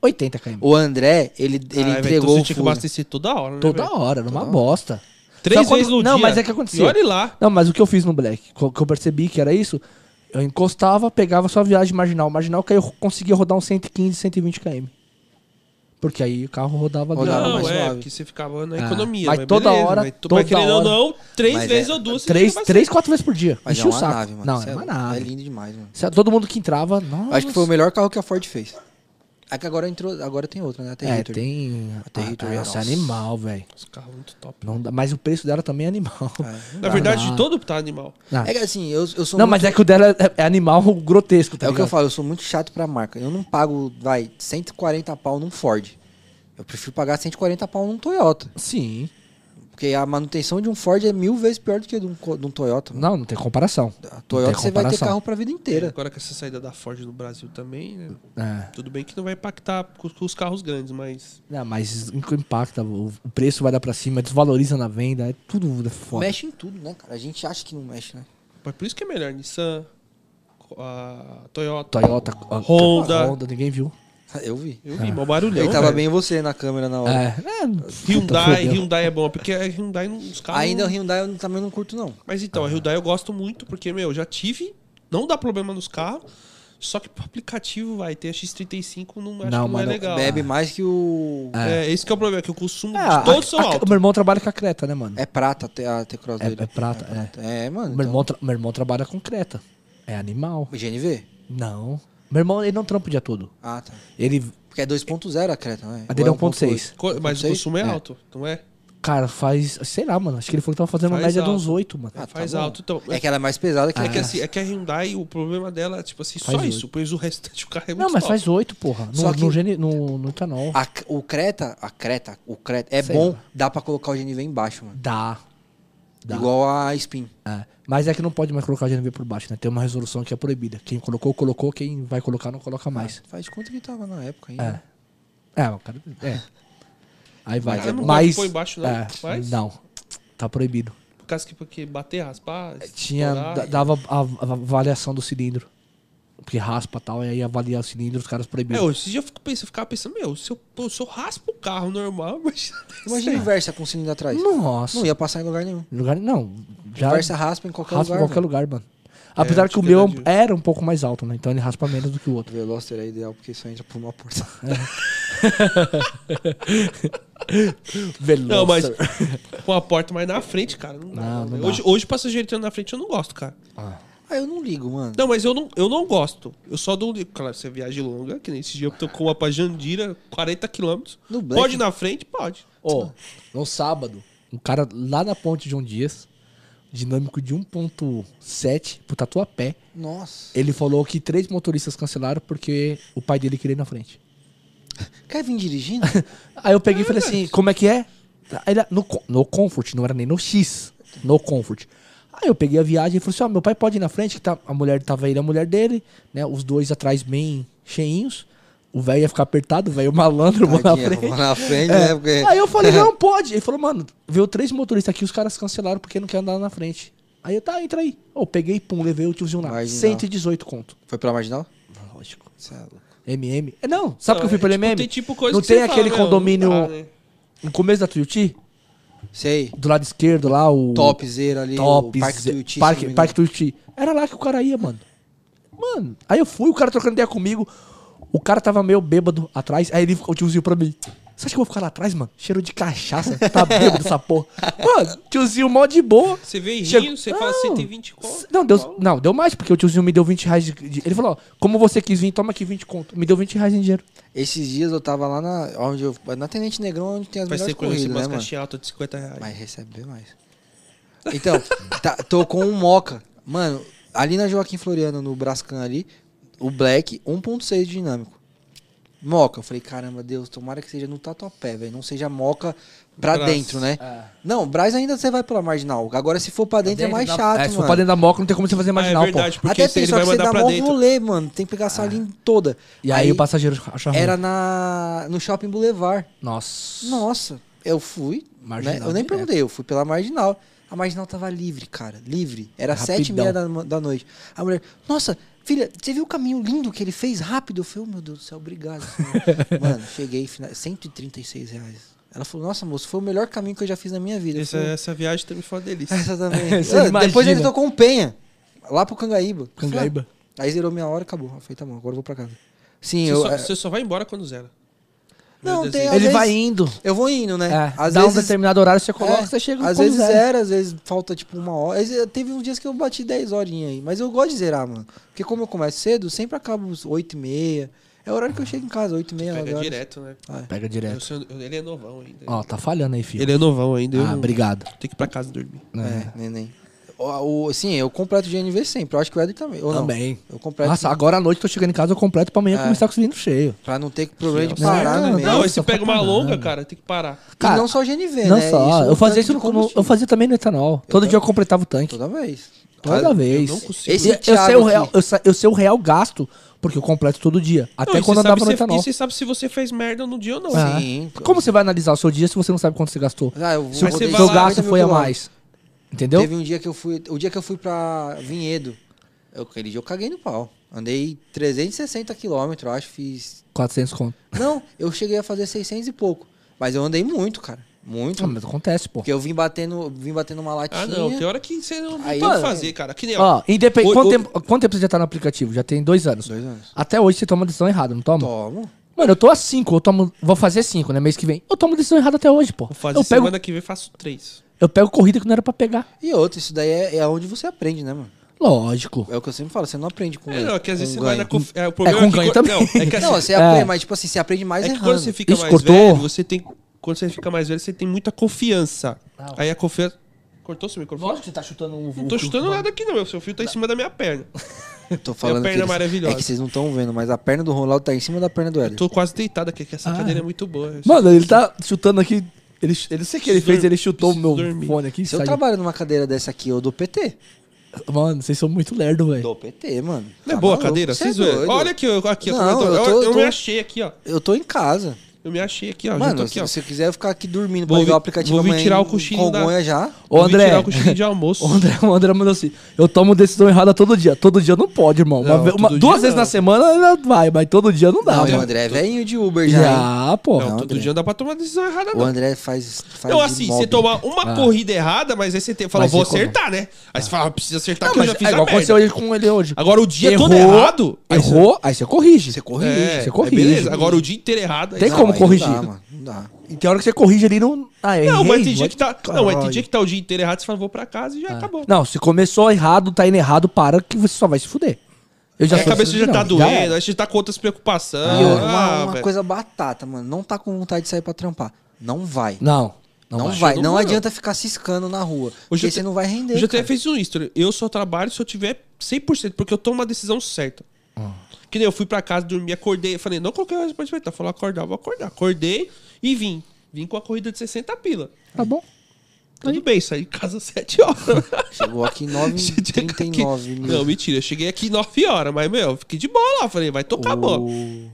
B: 80 km.
C: O André, ele,
A: Ah,
C: ele
A: velho, então
C: entregou
A: você
C: o
A: tinha que
C: Fusion.
A: abastecer toda hora, né?
B: Toda
A: velho?
B: hora, numa bosta.
A: Três
B: Só quando-
A: vezes no dia.
B: Não, mas é que acontecia.
A: E olha lá.
B: Não, mas o que eu fiz no Black, co- que eu percebi que era isso, eu encostava, pegava só a viagem marginal. Marginal que aí eu conseguia rodar uns 115, 120 km. Porque aí o carro rodava
C: Rodava
B: grau,
A: Não,
C: mais
A: é,
C: suave.
A: porque você ficava na
B: Ah,
A: economia.
B: mas
A: mas
B: toda
A: beleza,
B: hora,
A: Mas, tu-
B: toda
A: mas querendo
B: hora.
A: ou não, três
C: Mas
A: vezes
C: é-
A: ou duas. você
B: Três,
A: tinha que
B: três, quatro vezes por dia.
C: Mas é
B: Enchia o
C: uma
B: saco.
C: nave, mano.
B: Não,
C: Cê
B: é uma
C: louco.
B: nave.
C: É lindo demais, mano.
B: Cê- Todo mundo que entrava, nossa.
C: Acho que foi um o melhor carro que a Ford fez. É que agora entrou, agora tem outra, né? A
B: É,
C: Territory.
B: tem.
C: A Territory,
B: Nossa, é
C: nossa.
B: animal, velho.
A: abastecer. Os carros muito top.
B: Não dá- Mas o preço dela também é animal.
C: É.
A: Na verdade,
B: dá.
A: de todo tá animal.
B: Ah,
C: É que assim, eu, eu sou
B: Não,
C: muito-
B: mas é que o dela é- é animal grotesco, tá
C: É o que eu
B: ligado?
C: falo, eu sou muito chato pra marca. Eu não pago, vai, 140 pau num Ford. Eu prefiro pagar 140 pau num Toyota.
B: Sim.
C: Porque a manutenção de um Ford é mil vezes pior do que de um, co- de um Toyota.
B: Não, não tem comparação.
C: A Toyota
B: tem
C: você vai ter
B: comparação.
C: carro pra vida inteira.
A: Agora com essa saída da Ford no Brasil também, né?
B: É.
A: Tudo bem que não vai impactar com com os carros grandes, mas.
B: Não, mas impacta, o o preço vai dar pra cima, desvaloriza na venda, é tudo foda.
C: Mexe em tudo, né, cara? A gente acha que não mexe, né?
A: mas por isso que é melhor. Nissan, a Toyota.
B: Toyota, a-
A: Honda.
B: Honda, ninguém viu.
C: Eu vi.
A: Eu vi, mó barulhão.
C: Ele tava
A: velho.
C: bem você na câmera na hora.
B: É, é, puta,
A: Hyundai,
B: fodeu.
A: Hyundai é bom, porque a Hyundai não- os carros.
C: Ainda o Hyundai eu também não curto, não.
A: Mas então, a
B: Ah.
A: Hyundai eu gosto muito, porque, meu, já tive, não dá problema nos carros, só que pro aplicativo vai ter a X35, não acho
B: Não,
A: que não é
B: mano,
A: legal.
C: Bebe mais que o.
A: É, esse que é o problema, que o consumo
B: É,
A: de todos
B: a-
A: são
B: a-
A: altos.
B: Meu irmão trabalha com a Creta, né, mano?
C: É, prata até a T-Cross
B: É,
C: dele.
B: é prata, é.
C: É, mano.
B: Meu,
C: então-
B: irmão tra- meu irmão trabalha com Creta. É animal.
C: GNV?
B: Não. Meu irmão, ele não trampa o dia todo.
C: Ah, tá.
B: Ele,
C: Porque é 2.0 a Creta, né?
B: a dele é 1.6.
A: Co- Mas o
C: 1.6?
A: consumo é,
B: É.
A: alto, não é?
B: Cara, faz, sei lá, mano. Acho que ele falou que tava fazendo uma
A: Faz
B: média
A: alto.
B: de uns 8, mano.
C: Ah, tá
A: Faz
C: bom.
A: alto, então. É,
C: É que ela é mais pesada que
A: é
C: a
A: que
C: Creta.
A: assim, é que a Hyundai, o problema dela é tipo assim,
B: Ah, Faz
A: só
B: oito.
A: isso, pois o restante do carro é muito
B: Não, mas
A: top.
B: faz 8, porra. No,
C: Só que-
B: no, gene- no, no etanol.
C: A C- o Creta, a Creta, o Creta, é
B: Sei
C: bom,
B: lá.
C: dá pra colocar o GNV embaixo, mano.
B: Dá. Dá.
C: Igual a Spin.
B: É. Mas é que não pode mais colocar GNV por baixo, né? Tem uma resolução que é proibida. Quem colocou, colocou. Quem vai colocar, não coloca mais.
C: Faz de conta que tava na época ainda.
B: É. É, o cara. É. Aí vai.
A: Mas é bom
B: Mas.
A: que põe embaixo, não?
B: é,
A: Faz?
B: Não. Tá proibido.
A: Por causa que porque bater, raspar,
B: Tinha.
A: estourar,
B: da- Dava a, a avaliação do cilindro. Porque raspa e tal. E aí avalia o cilindro, os caras
A: É,
B: proibiram.
A: hoje em dia eu fico pensando, eu ficava pensando, meu, se eu, pô, se eu raspo o carro normal, imagina.
B: É.
C: Imagina o Versa com o cilindro atrás.
B: Nossa.
C: Não ia passar em lugar nenhum.
B: Em Lugar, não. Já
C: o Versa raspa em qualquer
B: raspa em
C: lugar.
B: qualquer lugar, mano. Apesar
A: né? É, acho
B: que o
A: que
B: meu
A: verdade.
B: era um pouco mais alto, né? Então ele raspa menos do que o outro.
C: O Veloster é ideal porque só entra por uma porta.
B: Veloster.
A: Não, mas com a porta mais na frente, cara, não dá.
B: Não,
A: né?
B: não dá.
A: hoje, hoje passageiro entrando na frente eu não gosto, cara.
B: Ah.
C: Ah, eu não ligo, mano.
A: Não, mas eu não, eu não gosto. Eu só dou. um Claro, você viagem longa, que nem esse dia eu tô com uma pra Jandira, 40 quilômetros.
C: No Black-
A: Pode ir na frente? Pode.
B: Ó, no sábado, um cara lá na ponte João Dias, dinâmico de 1.7 pro Tatuapé,
C: Nossa.
B: ele falou que três motoristas cancelaram porque o pai dele queria ir na frente.
C: Quer vir dirigindo?
B: Aí eu peguei e falei assim, como é que é? Aí ele, no, co- no Comfort, não era nem no X, no Comfort. Aí eu peguei a viagem e falei assim, ó, meu pai pode ir na frente, que tá, a mulher tava ele e a mulher dele, né? Os dois atrás bem cheinhos. O velho ia ficar apertado, o velho malandro, eu vou na
C: Tadinha,
B: frente.
C: vou na frente,
B: É.
C: né? Porque...
B: Aí eu falei, não, pode. Ele falou, mano, veio três motoristas aqui, os caras cancelaram porque não quer andar na frente. Aí eu, tá, entra aí. Eu peguei, pum, levei o tiozinho lá.
C: Marginal.
B: 118 conto.
C: Foi pela marginal?
B: Lógico.
C: Cê é louco.
B: MM. É, Não,
A: Não,
B: sabe por que
A: é,
B: eu fui pelo
A: tipo,
B: MM?
A: tem tipo coisa
B: não
A: que
B: tem
A: você
B: aquele
A: fala, meu,
B: condomínio
A: não dá, né?
B: no começo da Tuiuti?
C: Sei.
B: Do lado esquerdo lá, o...
C: Topzera ali,
B: Top,
C: o Parque
B: Zé-
C: Tuiuti. se não
B: Parque,
C: me
B: Parque Tuiuti. Era lá que o cara ia, mano. Mano, aí eu fui, o cara trocando ideia comigo. O cara tava meio bêbado atrás. Aí ele ficou, o tiozinho pra mim. Você acha que eu vou ficar lá atrás, mano? Cheiro de cachaça. Tá bêbado essa porra. Mano, tiozinho mó de boa.
A: Você vê rindo,
B: Chegou-
A: você fala assim,
B: Não.
A: 120 conto.
B: Não é deu, não, deu mais, porque o tiozinho me deu 20 reais. De, de- ele falou, ó, como você quis vir, toma aqui 20 conto. Me deu 20 reais em dinheiro.
C: Esses dias eu tava lá na. Onde eu, na Tenente Negrão, onde tem as
A: Vai
C: melhores
A: ser quando você
C: corridas, né,
A: umas
C: mano?
A: caixinhas altas de 50 reais.
C: Mas recebe bem mais. Então, tá- tô com um Moca. Mano, ali na Joaquim Floriano, no Brascan ali, o Black 1.6 dinâmico. Moca, eu falei, caramba, Deus, tomara que seja no tatuapé, velho. Não seja moca pra
A: Brás.
C: dentro, né? Não, Braz ainda você vai pela marginal. Agora, se for pra dentro, é mais chato,
B: É,
C: mano.
B: se for pra dentro da moca, não tem como você fazer marginal,
A: Ah, é verdade,
B: pô.
A: porque
C: Até
A: se
C: tem,
A: ele
C: só
A: vai
C: que você
A: mandar
C: dá
A: pra
C: mó
A: dentro.
C: rolê, mano. Tem que pegar essa linha toda.
B: E aí, o passageiro acha ruim.
C: Era na, no Shopping Boulevard.
B: Nossa.
C: Nossa, eu fui.
B: Marginal
C: né? Eu nem
B: direto.
C: perguntei, eu fui pela marginal. A marginal tava livre, cara. Livre. Era
B: Rapidão.
C: sete e meia da, ma- da noite. A mulher, nossa, filha, você viu o caminho lindo que ele fez rápido? Eu falei, oh, meu Deus do céu, obrigado. senhora." Mano, cheguei, fina- 136 reais. Ela falou, nossa, moço, foi o melhor caminho que eu já fiz na minha vida. Eu
A: Essa,
C: falei,
A: essa viagem também foi uma delícia.
C: Essa também.
B: é Você
C: Ah,
B: imagina.
C: Depois ele tocou um penha. Lá pro Cangaíba. Eu falei,
B: Cangaíba.
C: "Ah." Aí zerou minha hora e acabou. Eu falei, tá bom, agora eu vou pra casa. Sim,
A: Você,
C: eu.
A: só,
C: é,
A: você só vai embora quando zera.
C: Não,
A: Meu
C: tem
A: desenho.
C: às
B: Ele
C: vezes-
B: vai indo.
C: Eu vou indo, né?
B: É,
C: às
B: dá um
C: vezes
B: determinado horário, você coloca,
C: É,
B: você chega quando
C: Às vezes
B: zera.
C: zera, às vezes falta tipo uma hora. Às vezes- Teve uns dias que eu bati 10 horinhas aí, mas eu gosto de zerar, mano. Porque como eu começo cedo, sempre acabo uns 8 e meia. É o horário que eu chego em casa, 8 e meia.
A: Pega
C: nove horas.
A: direto, né?
B: Pega
A: Eu
B: direto.
A: sou- eu- ele é novão ainda.
B: Ó, tá falhando aí, filho.
C: um-
A: Ele é novão ainda. eu
B: Ah,
A: não-
B: obrigado. né?
A: Tem que ir pra casa dormir.
C: É, neném. O, o- sim, eu completo o GNV sempre. Eu acho que o Eder também. Ou
B: Também.
C: Não. Eu completo.
B: Nossa, agora à noite tô chegando em casa, eu completo pra amanhã
C: É.
B: começar com o cilindro cheio.
C: Pra não ter problema de
B: Não,
C: parar no
B: não,
C: meio.
A: Não,
B: Nossa,
A: aí você pega
B: pra
A: uma
B: caralho.
A: longa, cara, tem que parar.
B: Cara,
C: e não só GNV,
B: não
C: né?
B: só, eu fazia isso
C: no
B: no, no- eu fazia também no etanol. Todo dia eu completava o tanque.
C: Toda vez.
B: Toda
C: Cara,
B: vez.
A: Eu não consigo.
C: Esse-
B: eu,
C: é
B: eu sei
C: Thiago
B: o real,
C: aqui.
B: eu, sa- eu sei o real gasto, porque eu completo todo dia. Até
A: Não, e
B: quando
A: você
B: eu
A: sabe
B: andava no
A: se você-
B: etanol.
A: E você sabe se você fez merda no dia ou não.
B: Ah,
C: Sim. então.
B: Como você vai analisar o seu dia se você não sabe quanto você gastou?
C: Ah, eu vou-
B: Se o
A: Mas você
C: rodei
A: vai
B: seu
A: lá,
B: gasto
C: 50 mil
B: foi a
C: quilômetros.
B: mais. Entendeu?
C: Teve um dia que eu fui. O dia que eu fui pra Vinhedo. Eu, aquele dia eu caguei no pau. Andei 360 quilômetros, eu acho. Fiz.
B: 400 conto.
C: Não, eu cheguei a fazer 600 e pouco. Mas eu andei muito, cara. Muito.
B: Ah, mas acontece, pô.
C: Porque eu vim batendo, vim batendo uma latinha.
A: Ah, não. Tem hora que você não não tem o
C: Aí,
A: que
C: mano,
A: fazer, cara. Que nem, ó,
B: Ó, independ...
A: Oi,
B: quanto,
A: oi.
B: Tempo, quanto tempo você já tá no aplicativo? Já tem dois
A: é
B: anos.
C: Dois anos.
B: Até hoje você toma decisão errada, não toma?
C: Tomo.
B: Mano, eu tô a cinco, eu tomo. Vou fazer cinco, né? Mês que vem. Eu tomo decisão errada até hoje, pô.
A: Vou fazer
B: Eu pego,
A: semana que vem, faço três.
B: eu pego corrida que não era pra pegar.
C: E outro, isso daí é, é onde você aprende, né, mano?
B: Lógico.
C: É o que eu sempre falo, você não aprende com
A: É,
C: erro,
A: não, é que às
C: com
A: vezes você
C: ganho.
A: vai na conf... é, o problema
B: com
A: que
B: ganho
A: co-
B: também.
A: Não, é que assim,
C: Não, você
B: É.
C: aprende, mas tipo assim, você aprende mais
A: é que
C: errando.
A: quando você fica
B: Isso
A: mais
B: cortou?
A: velho, você tem quando você fica mais velho, você tem muita confiança.
B: Não.
A: Aí a confiança cortou seu microfone?
B: que você tá chutando um.
A: Não tô chutando nada aqui não, meu seu fio tá em cima da minha perna.
C: Eu tô falando
A: perna
C: que eles-
A: maravilhosa.
C: É que vocês não estão vendo, mas a perna do Ronaldo tá em cima da perna do Éder.
A: Tô quase deitado aqui, que essa
B: Ah.
A: cadeira é muito boa. Eu
B: Mano, ele tá chutando aqui. Ele, ele sei o que ele fez,
A: Preciso
B: ele chutou o meu
A: dormir. Preciso
B: fone aqui.
C: Se eu
B: saiu.
C: trabalho numa cadeira dessa aqui, eu dou PT.
B: Mano, vocês são muito lerdo, velho.
C: Dou PT, mano.
A: Não é
C: Tá
A: boa a
C: maluco?
A: cadeira?
C: Cê
A: Vocês
C: é
A: zoam.
C: doido.
A: Olha aqui, eu, aqui, ó,
C: Não,
A: como eu, tô,
C: eu
A: eu,
C: tô-
A: eu
C: eu tô-
A: me achei aqui, ó.
C: Eu tô em casa.
A: Eu me achei aqui, ó. já tô
C: Mano,
A: aqui, ó.
C: se você quiser ficar aqui dormindo
A: Vou
C: pra ver
A: vir-
C: o aplicativo
A: vou vir
C: amanhã
A: tirar
C: em
A: o cochilinho da-
C: Congonha já.
B: Ô,
A: Eu vim
B: André.
A: tirar o cochilinho de almoço.
B: O André, o André mandou assim: eu tomo decisão errada todo dia. Todo dia não pode, irmão. Uma
A: Não,
B: ve- uma-
A: todo
B: duas
A: dia
B: vezes
A: não.
B: na semana ainda vai, mas todo dia não dá.
C: Não,
B: mano.
C: o André é velhinho de Uber já. hein?
B: Já,
A: Não,
B: pô.
C: Não,
A: todo
C: André.
A: dia não dá pra tomar decisão errada,
C: O
A: não.
C: André faz. faz
A: Não,
C: de
A: assim,
C: mob.
A: você tomar uma corrida errada, mas aí você tem- fala,
B: Mas
A: vou
B: você come.
A: acertar, né? Aí você fala, precisa acertar Tá
B: Não,
A: que eu
B: mas
A: já fiz
B: é
A: a
B: igual aconteceu
A: merda.
B: hoje com ele hoje.
A: Agora o dia todo errado, aí você-
B: errou, aí você corrige.
C: Você corrige.
A: É,
B: Você
A: é
B: corrige.
A: beleza, agora o dia inteiro errado. aí
B: Tem
A: você-
C: Não,
B: como
C: aí
B: corrigir?
C: Não dá, mano. Não dá.
B: E tem hora que você corrige ali não. Ah, errei,
A: Não, mas tem
B: vou-
A: dia que tá. Não, mas tem
B: Caralho.
A: dia que tá o dia inteiro errado, você fala, vou pra casa e já acabou.
B: Não, se começou errado, tá indo errado, para que você só vai se fuder. Eu já
A: Aí a
B: sou
A: cabeça
B: assim,
A: já tá
B: não,
A: doendo,
B: era.
A: aí você tá com outras preocupações.
C: E outra,
A: Ah,
C: uma, uma
A: velho.
C: coisa batata, mano. Não tá com vontade de sair pra trampar. Não vai.
B: Não, não,
C: Não,
B: vai.
C: vai.
A: não
C: Não,
A: vai,
C: adianta ficar ciscando na rua.
A: Hoje
C: porque
A: eu
C: você
A: te-
C: não vai render.
A: Eu já até
C: cara.
A: fiz um history. Eu só trabalho se eu tiver 100%, porque eu tomo uma decisão certa.
B: Ah.
A: Que nem eu fui pra casa, dormi, acordei. Falei, não qualquer hora você pode despertar. Falei, acordar, vou acordar. Acordei e vim. Vim com a corrida de 60 pila.
B: Tá bom.
A: Tudo bem, saí de casa às 7 horas.
C: Chegou aqui em
A: Cheguei aqui-
C: 9h39.
A: Não, mentira. Eu cheguei aqui 9 horas, mas, meu, eu fiquei de boa lá. Falei, vai tocar a bola.
C: O-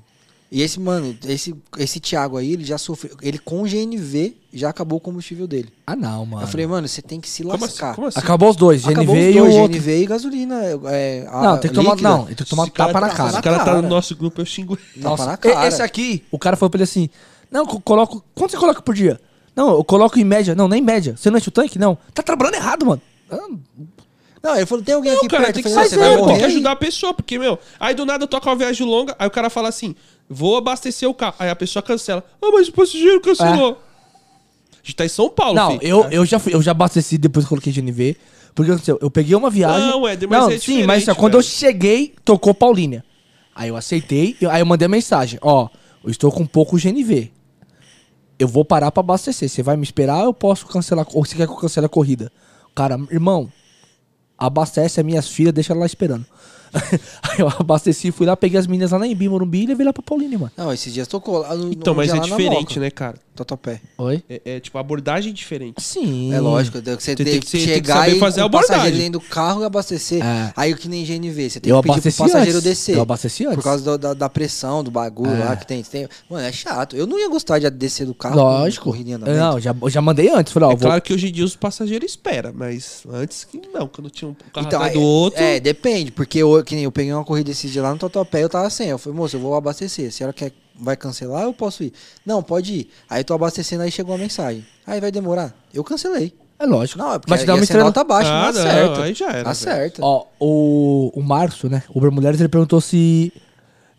C: E esse, mano, esse, esse Thiago aí, ele já sofreu. Ele com GNV já acabou o combustível dele.
B: Ah, não, mano.
C: Eu falei, mano, você tem que se
A: Como assim?
C: lascar.
A: Como assim?
B: Acabou os dois, GNV
C: Acabou os
B: e o
C: dois,
B: outro.
C: GNV e gasolina. é, a-
B: Não, tem que tomar,
C: líquida.
B: não, tem que tomar
A: Esse cara
B: tapa na
A: tá-
B: cara.
A: Esse cara tá
C: Cara.
A: no nosso grupo, eu xingo ele.
C: Tapa
B: Nossa,
C: na cara.
B: e- Esse aqui, o cara falou pra ele assim: Não, co- coloco. Quanto você coloca por dia? Não, eu coloco em média. Não, nem média. Você não enche o tanque? Não. Tá trabalhando errado, mano. Ah,
C: Não, ele falou, tem alguém
A: Não,
C: aqui
A: cara,
C: perto.
A: tem
C: Eu
A: que,
C: falei,
A: saber,
C: "Ah, você vai
A: tem
C: morrer
A: que
C: aí?"
A: ajudar a pessoa, porque, meu, aí do nada eu toco uma viagem longa, aí o cara fala assim, vou abastecer o carro. Aí a pessoa cancela. Ah, mas o passageiro cancelou.
C: É.
A: A gente tá em São Paulo,
B: Não,
A: filho.
B: eu, eu já fui, eu já abasteci depois que coloquei GNV. Porque aconteceu, eu peguei uma viagem.
A: Não, Éder, mas é
B: sim, mas assim, ó,
A: diferente,
B: quando eu
A: velho.
B: cheguei, tocou Paulínia. Aí eu aceitei, eu- aí eu mandei a mensagem, ó, eu estou com pouco GNV. Eu vou parar pra abastecer. Você vai me esperar ou eu posso cancelar ou você quer que eu cancele a corrida? Cara, irmão, abastece as minhas filhas, deixa ela lá esperando. aí eu abasteci, fui lá, peguei as meninas lá na Embi, Morumbi e levei lá pra Paulínia, mano.
C: Não, esses dias tocou lá no
A: Então,
C: no
A: mas
C: dia
A: é
C: lá na
A: diferente,
C: Moca,
A: né, cara?
C: Totopé.
B: Oi?
A: É, é, tipo, abordagem diferente.
B: Sim.
C: É lógico, você
A: Tem-
C: tem,
A: tem que
C: que
A: ser- tem que
C: chegar
A: saber
C: e
A: fazer
C: fazer
A: a
C: o passageiro
A: abordagem.
C: dentro do carro e abastecer.
B: É.
C: Aí o que nem GNV, você tem
B: Eu
C: que pedir pro
B: abasteci
C: passageiro
B: antes.
C: descer.
B: Eu abasteci antes.
C: Por causa da, da- da pressão, do bagulho
B: É.
C: lá que tem, tem. Mano, é chato. Eu não ia gostar de descer do carro. com
B: Lógico.
C: corridinha na
B: Não, já, eu já mandei antes. Falei, ó,
A: é
B: vou,
A: claro que hoje em dia os passageiros esperam, mas antes que não, quando tinha um carro
C: Então,
A: atrás
C: é,
A: do outro...
C: é, depende, porque eu, que nem eu peguei uma corrida esse dia lá no Totopé, eu tava sem. Eu falei, moço, eu vou abastecer. Se ela quer, vai cancelar, eu posso ir. Não, pode ir. Aí eu tô abastecendo, aí chegou a mensagem. Aí vai demorar. Eu cancelei.
B: É lógico.
C: Não, é porque
B: Vai te dar uma
C: ia ser
B: estrela.
C: nota baixa,
A: Ah,
C: não
A: não,
C: acerta.
A: aí já era, velho.
C: Acerta.
B: Ó, o, o Março, né? Uber Mulheres, ele perguntou se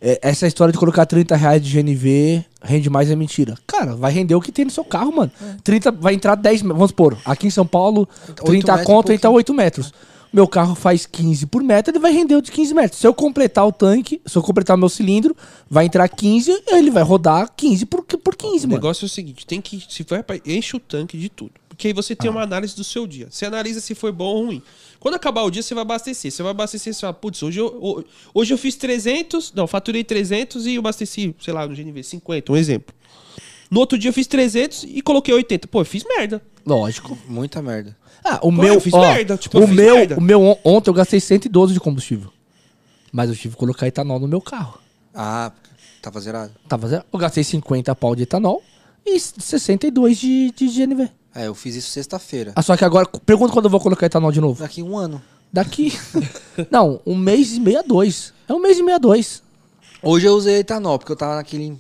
B: é, essa história de colocar 30 reais de GNV rende mais é mentira. Cara, vai render o que tem no seu carro, mano. 30, vai entrar 10, me- vamos supor, aqui em São Paulo,
C: É. Oito
B: 30 a
C: metros e
B: conta, entra
C: pouquinho.
B: 8 metros. Meu carro faz 15 por metro, ele vai render o de 15 metros. Se eu completar o tanque, se eu completar o meu cilindro, vai entrar 15, ele vai rodar 15 por, por 15,
A: O
B: mano.
A: negócio é o seguinte, tem que... Se vai pra, enche o tanque de tudo. Porque aí você
B: Ah.
A: tem uma análise do seu dia. Você analisa se foi bom ou ruim. Quando acabar o dia, você vai abastecer. Você vai abastecer, você fala, putz, hoje eu, ho- hoje eu fiz 300, não, faturei 300 e eu abasteci, sei lá, no GNV, 50, um exemplo. No outro dia eu fiz 300 e coloquei 80. Pô, eu fiz merda.
B: Lógico.
C: Muita merda.
B: Ah,
C: é
B: o meu.
A: eu fiz
B: ó,
A: merda, tipo, eu
B: o,
A: fiz
B: meu
A: merda.
B: o meu. on- Ontem eu gastei 112 de combustível. Mas eu tive que colocar etanol no meu carro.
C: Ah, tava zerado.
B: Tava zero. Eu gastei 50 pau de etanol e 62 de, de GNV.
C: É, eu fiz isso sexta-feira.
B: Ah, só que agora, pergunta quando eu vou colocar etanol de novo.
C: Daqui um ano.
B: Daqui. não, um mês e meia, dois. É um mês e meia, dois.
C: Hoje eu usei etanol, porque eu tava naquele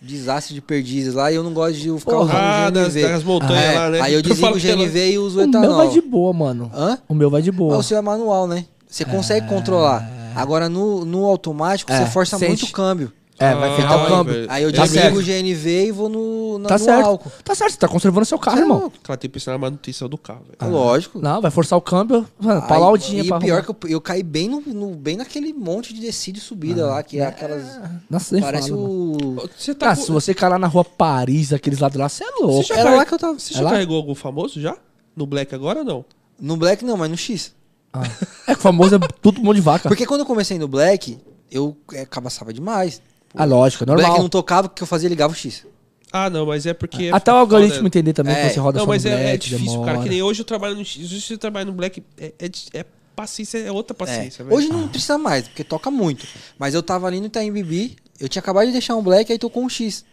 C: desastre de perdizes lá e eu não gosto de ficar
B: Porra.
C: usando
A: Ah, das-
C: GNV.
A: das montanhas
C: é.
A: lá, né?
C: Aí eu
A: Eu falo
C: desligo o
A: que tem lá-
C: GNV e uso
B: O meu
C: etanol.
B: vai de boa, mano.
C: Hã?
B: O meu vai de
C: Ah,
B: boa.
C: o seu é manual, né? Você consegue controlar. Agora no, no automático
B: É,
C: você força
B: sente.
C: muito o câmbio.
B: É, vai
A: Ah,
B: ferrar o
A: ai,
B: câmbio.
A: velho.
C: Aí eu
B: Tá
C: desligo
B: certo.
C: o GNV e vou no, na-
B: Tá
C: no
B: certo.
C: álcool.
B: Tá certo, você tá conservando seu carro,
C: Você é
B: irmão.
C: louco.
A: Ela tem que pensar na manutenção do carro,
B: Ah.
A: velho.
C: Lógico.
B: Não, vai forçar o câmbio. Mano,
C: Aí-
B: pra lá o dinheiro.
C: E
B: pra
C: pior
B: arrumar.
C: que eu, eu caí bem, no, no- bem naquele monte de descida e subida
B: Ah.
C: lá, que é aquelas.
B: Nossa, nem
C: parece
B: fala, mano.
C: o.
A: Você tá
B: Ah,
A: com-
B: se você cair lá na rua Paris, aqueles lados lá, você é louco.
A: Você já,
C: Era
A: carre-
C: lá que eu tava.
A: você
B: É
A: já
B: lá?
A: carregou algum famoso já? No Black agora ou não?
C: No Black não, mas no X.
B: Ah. É que o famoso é tudo mão de vaca.
C: Porque quando eu comecei no Black, eu é, cabaçava demais.
B: Ah, lógico, é
C: Black
B: normal.
C: não tocava, porque eu fazia ligava o X.
A: Ah, não, mas é porque.
B: Até o
A: foda.
B: algoritmo entender também
C: É.
B: que você roda
A: Não,
B: só no
A: mas é, é
B: black,
A: difícil,
B: demora.
A: cara. Que nem hoje eu trabalho no X. Hoje eu trabalho no Black. É, é di- é paciência, é outra paciência,
C: É.
A: velho. Ah.
C: Hoje não precisa mais, porque toca muito. Mas eu tava ali no Itaim Bibi, eu tinha acabado de deixar um Black, aí tocou um X.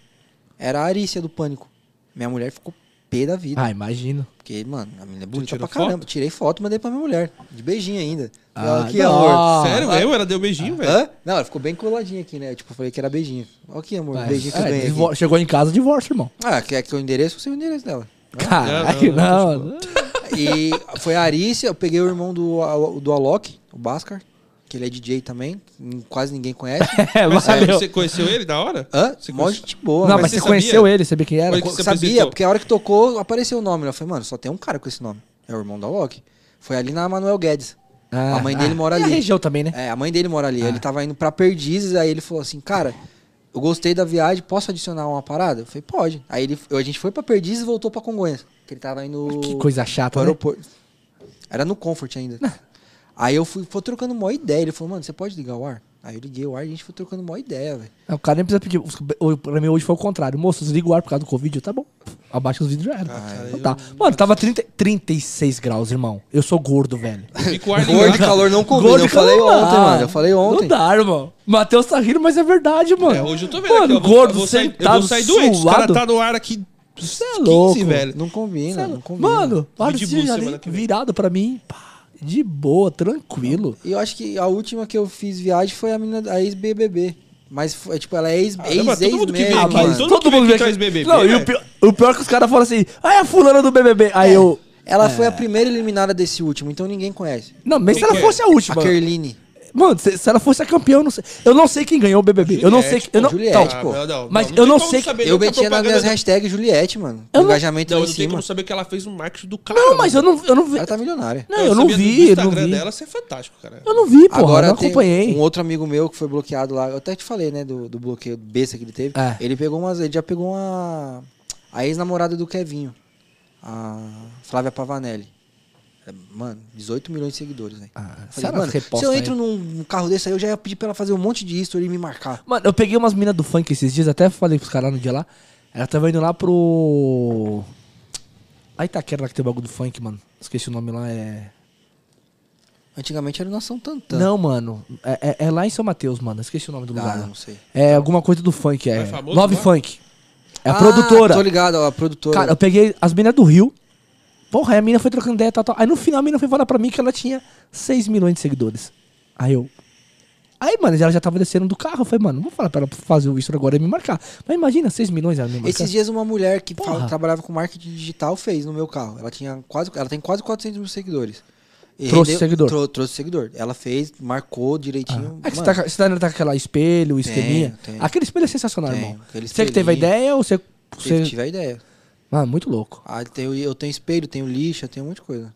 C: Era a Arícia do Pânico. Minha mulher ficou pé da vida.
B: Ah, imagino.
C: Porque, mano, a menina é bonita
A: tirou
C: pra caramba.
A: foto?
C: Tirei foto e mandei pra minha mulher. De beijinho ainda.
B: Ah,
C: Ela, que
B: não.
C: amor. Ah,
A: Sério,
B: Ah.
A: velho? Ela deu beijinho, velho.
C: Hã? Não, ela ficou bem coladinha aqui, né? Eu, tipo, falei que era beijinho. Olha aqui, amor,
B: É,
C: beijinho que eu
B: é,
C: ganhei.
B: divor-
C: aqui.
B: Chegou em casa, divórcio, irmão.
C: Ah, quer que eu endereço? Eu sei o endereço dela.
B: Caralho,
A: Ah, não,
B: não.
C: E foi a Arícia, eu peguei o irmão do, Al- do Alok, o Bhaskar, que ele é DJ também, hum, quase ninguém conhece.
B: É,
A: Mas sabe,
B: valeu.
A: você conheceu ele da hora?
C: Hã?
A: Você
C: Mó
A: conhece-
C: gente boa.
B: Não,
C: mas
B: mas
A: você
B: você
A: sabia?
B: conheceu ele, sabia quem era?
A: Foi que você
C: sabia,
A: apresentou?
C: porque a hora que tocou, apareceu o nome. Eu falei, mano, só tem um cara com esse nome. É o irmão do Alok. Foi ali na Manuel Guedes.
B: Ah,
C: a mãe dele
B: ah.
C: mora
B: E a
C: ali.
B: região também, né?
C: É, a mãe dele mora ali.
B: Ah.
C: Ele tava indo pra Perdizes, aí ele falou assim, cara, eu gostei da viagem, posso adicionar uma parada? Eu falei, pode. Aí ele, a gente foi pra Perdizes e voltou pra Congonhas. Que ele tava indo
A: É,
B: Que coisa
C: pro
B: chata, né?
C: aeroporto. Era no Comfort ainda. aí eu fui, foi trocando uma ideia. Ele falou, mano, você pode ligar o ar? Aí eu liguei o ar e a gente foi trocando uma ideia, velho.
B: É, O cara nem precisa pedir. Os- o- Pra mim hoje foi o contrário. Moço, desliga o ar por causa do Covid. Eu, Tá bom. Abaixa os vidros já
C: Ah,
B: era.
A: cara,
B: Então
A: eu
B: tá. Mano, tava 30, 36 graus, irmão. Eu sou gordo, velho.
A: Fica o ar
C: Gordo e
A: ligado.
C: calor não combina.
B: Gordo Ah.
C: eu falei
B: não dá.
C: ontem, mano. Eu falei ontem.
B: Não dá, irmão. Matheus tá rindo, mas é verdade, mano.
A: É, hoje eu tô vendo
B: Mano,
A: aqui, ó, vou-
B: gordo, tá
A: vou sair-
B: sentado,
A: Eu vou sair doente. O cara
B: suado.
A: tá no ar aqui. Você
B: é louco.
A: velho.
C: Não combina,
B: Mano,
C: não combina.
B: Mano, para de
A: Red Bull
B: ser
A: semana que vem.
B: virado pra mim. Pá, de boa, tranquilo.
C: E eu acho que a última que eu fiz viagem foi a menina, a ex-BBB. Mas, foi, tipo, ela é ex,
A: Ah,
C: ex,
A: mas todo
C: ex
A: mundo que
C: mesmo.
A: vem aqui,
C: mano.
A: todo- mundo vem aqui traz BBB,
B: Não, e
A: né?
B: o pior, o pior é que os caras falam assim, ah, é a fulana do BBB. Aí
A: É.
B: eu... É.
C: Ela foi a primeira eliminada desse último, então ninguém conhece.
B: Não, mesmo se
A: Quem
B: ela
A: que é?
B: fosse a última.
C: A Kerline.
B: Mano, se, se ela fosse a campeã, eu não sei. Eu não sei quem ganhou o BBB. eu não sei.
A: Juliette,
B: Eu não,
C: pô, Juliette,
B: então,
C: Ah,
B: tipo,
A: não, não,
B: mas
A: não
B: eu
A: tem
B: não
A: como
B: sei.
A: saber,
C: Eu
A: não tem
C: metia nas
A: propaganda
C: minhas
A: da-
C: hashtags Juliette, mano.
B: Eu não-
C: Engajamento
A: Não,
C: lá
A: eu
C: em
A: não tem
C: cima.
A: como saber que ela fez um marketing do cara.
B: Não, mas eu não, eu não vi.
C: Ela tá milionária.
B: Não, eu não
A: sabia do- do
B: vi, eu não
A: Instagram
B: vi.
A: dela, você é fantástico, cara.
B: Eu não vi, porra. eu não
C: tem
B: acompanhei.
C: um outro amigo meu que foi bloqueado lá. Eu até te falei, né, do, do bloqueio besta que ele teve.
B: É.
C: Ele pegou umas. Ele já pegou uma. A ex-namorada do Kevinho. A Flávia Pavanelli. É, Mano, 18 milhões de seguidores, né?
B: Ah,
C: Falei,
B: será
C: mano,
B: que
C: se
B: reposta
C: eu
B: aí?
C: entro num, num carro desse aí, eu já ia pedir pra ela fazer um monte de history e me marcar.
B: Mano, eu peguei umas minas do funk esses dias, até falei pros caras lá no dia lá. Ela tava indo lá pro. Aí tá lá que tem o bagulho do funk, mano. Esqueci o nome lá, é.
C: Antigamente era nação Tantan.
B: Não, mano. É, é- é lá em São Mateus, mano. Esqueci o nome do
C: ah,
B: lugar. lá.
C: não sei.
B: É alguma coisa do funk, é.
A: É famoso
B: Love
A: lá?
B: Funk. É a
C: Ah,
B: produtora.
C: Tô ligado, ó, a produtora.
B: Cara, eu peguei as minas do Rio. Porra, aí a mina foi trocando ideia, tal, tal. Aí no final a mina foi falar pra mim que ela tinha 6 milhões de seguidores. Aí eu. Aí, mano, ela já tava descendo do carro. Eu falei, mano, não vou falar pra ela fazer o isso agora e me marcar. Mas imagina, 6 milhões ela me marcar.
C: Esses dias uma mulher que
B: Porra.
C: fala- trabalhava com marketing digital fez no meu carro. Ela tinha quase, ela tem quase 400 mil seguidores. E
B: Trouxe seguidor.
C: trou- trouxe seguidor. Ela fez, marcou direitinho.
B: É que você
C: um- Mano,
B: tá, você tá, tá com aquela espelho, esqueminha.
C: Tenho, tenho.
B: Aquele espelho é sensacional,
C: Tenho,
B: irmão.
C: aquele
B: Você que teve a
C: espelhinho.
B: ideia ou você.
C: se
B: você...
C: tiver ideia.
B: Ah, muito louco.
C: Ah, tem- eu tenho espelho, tenho lixo, eu tenho um monte de coisa.
A: Não,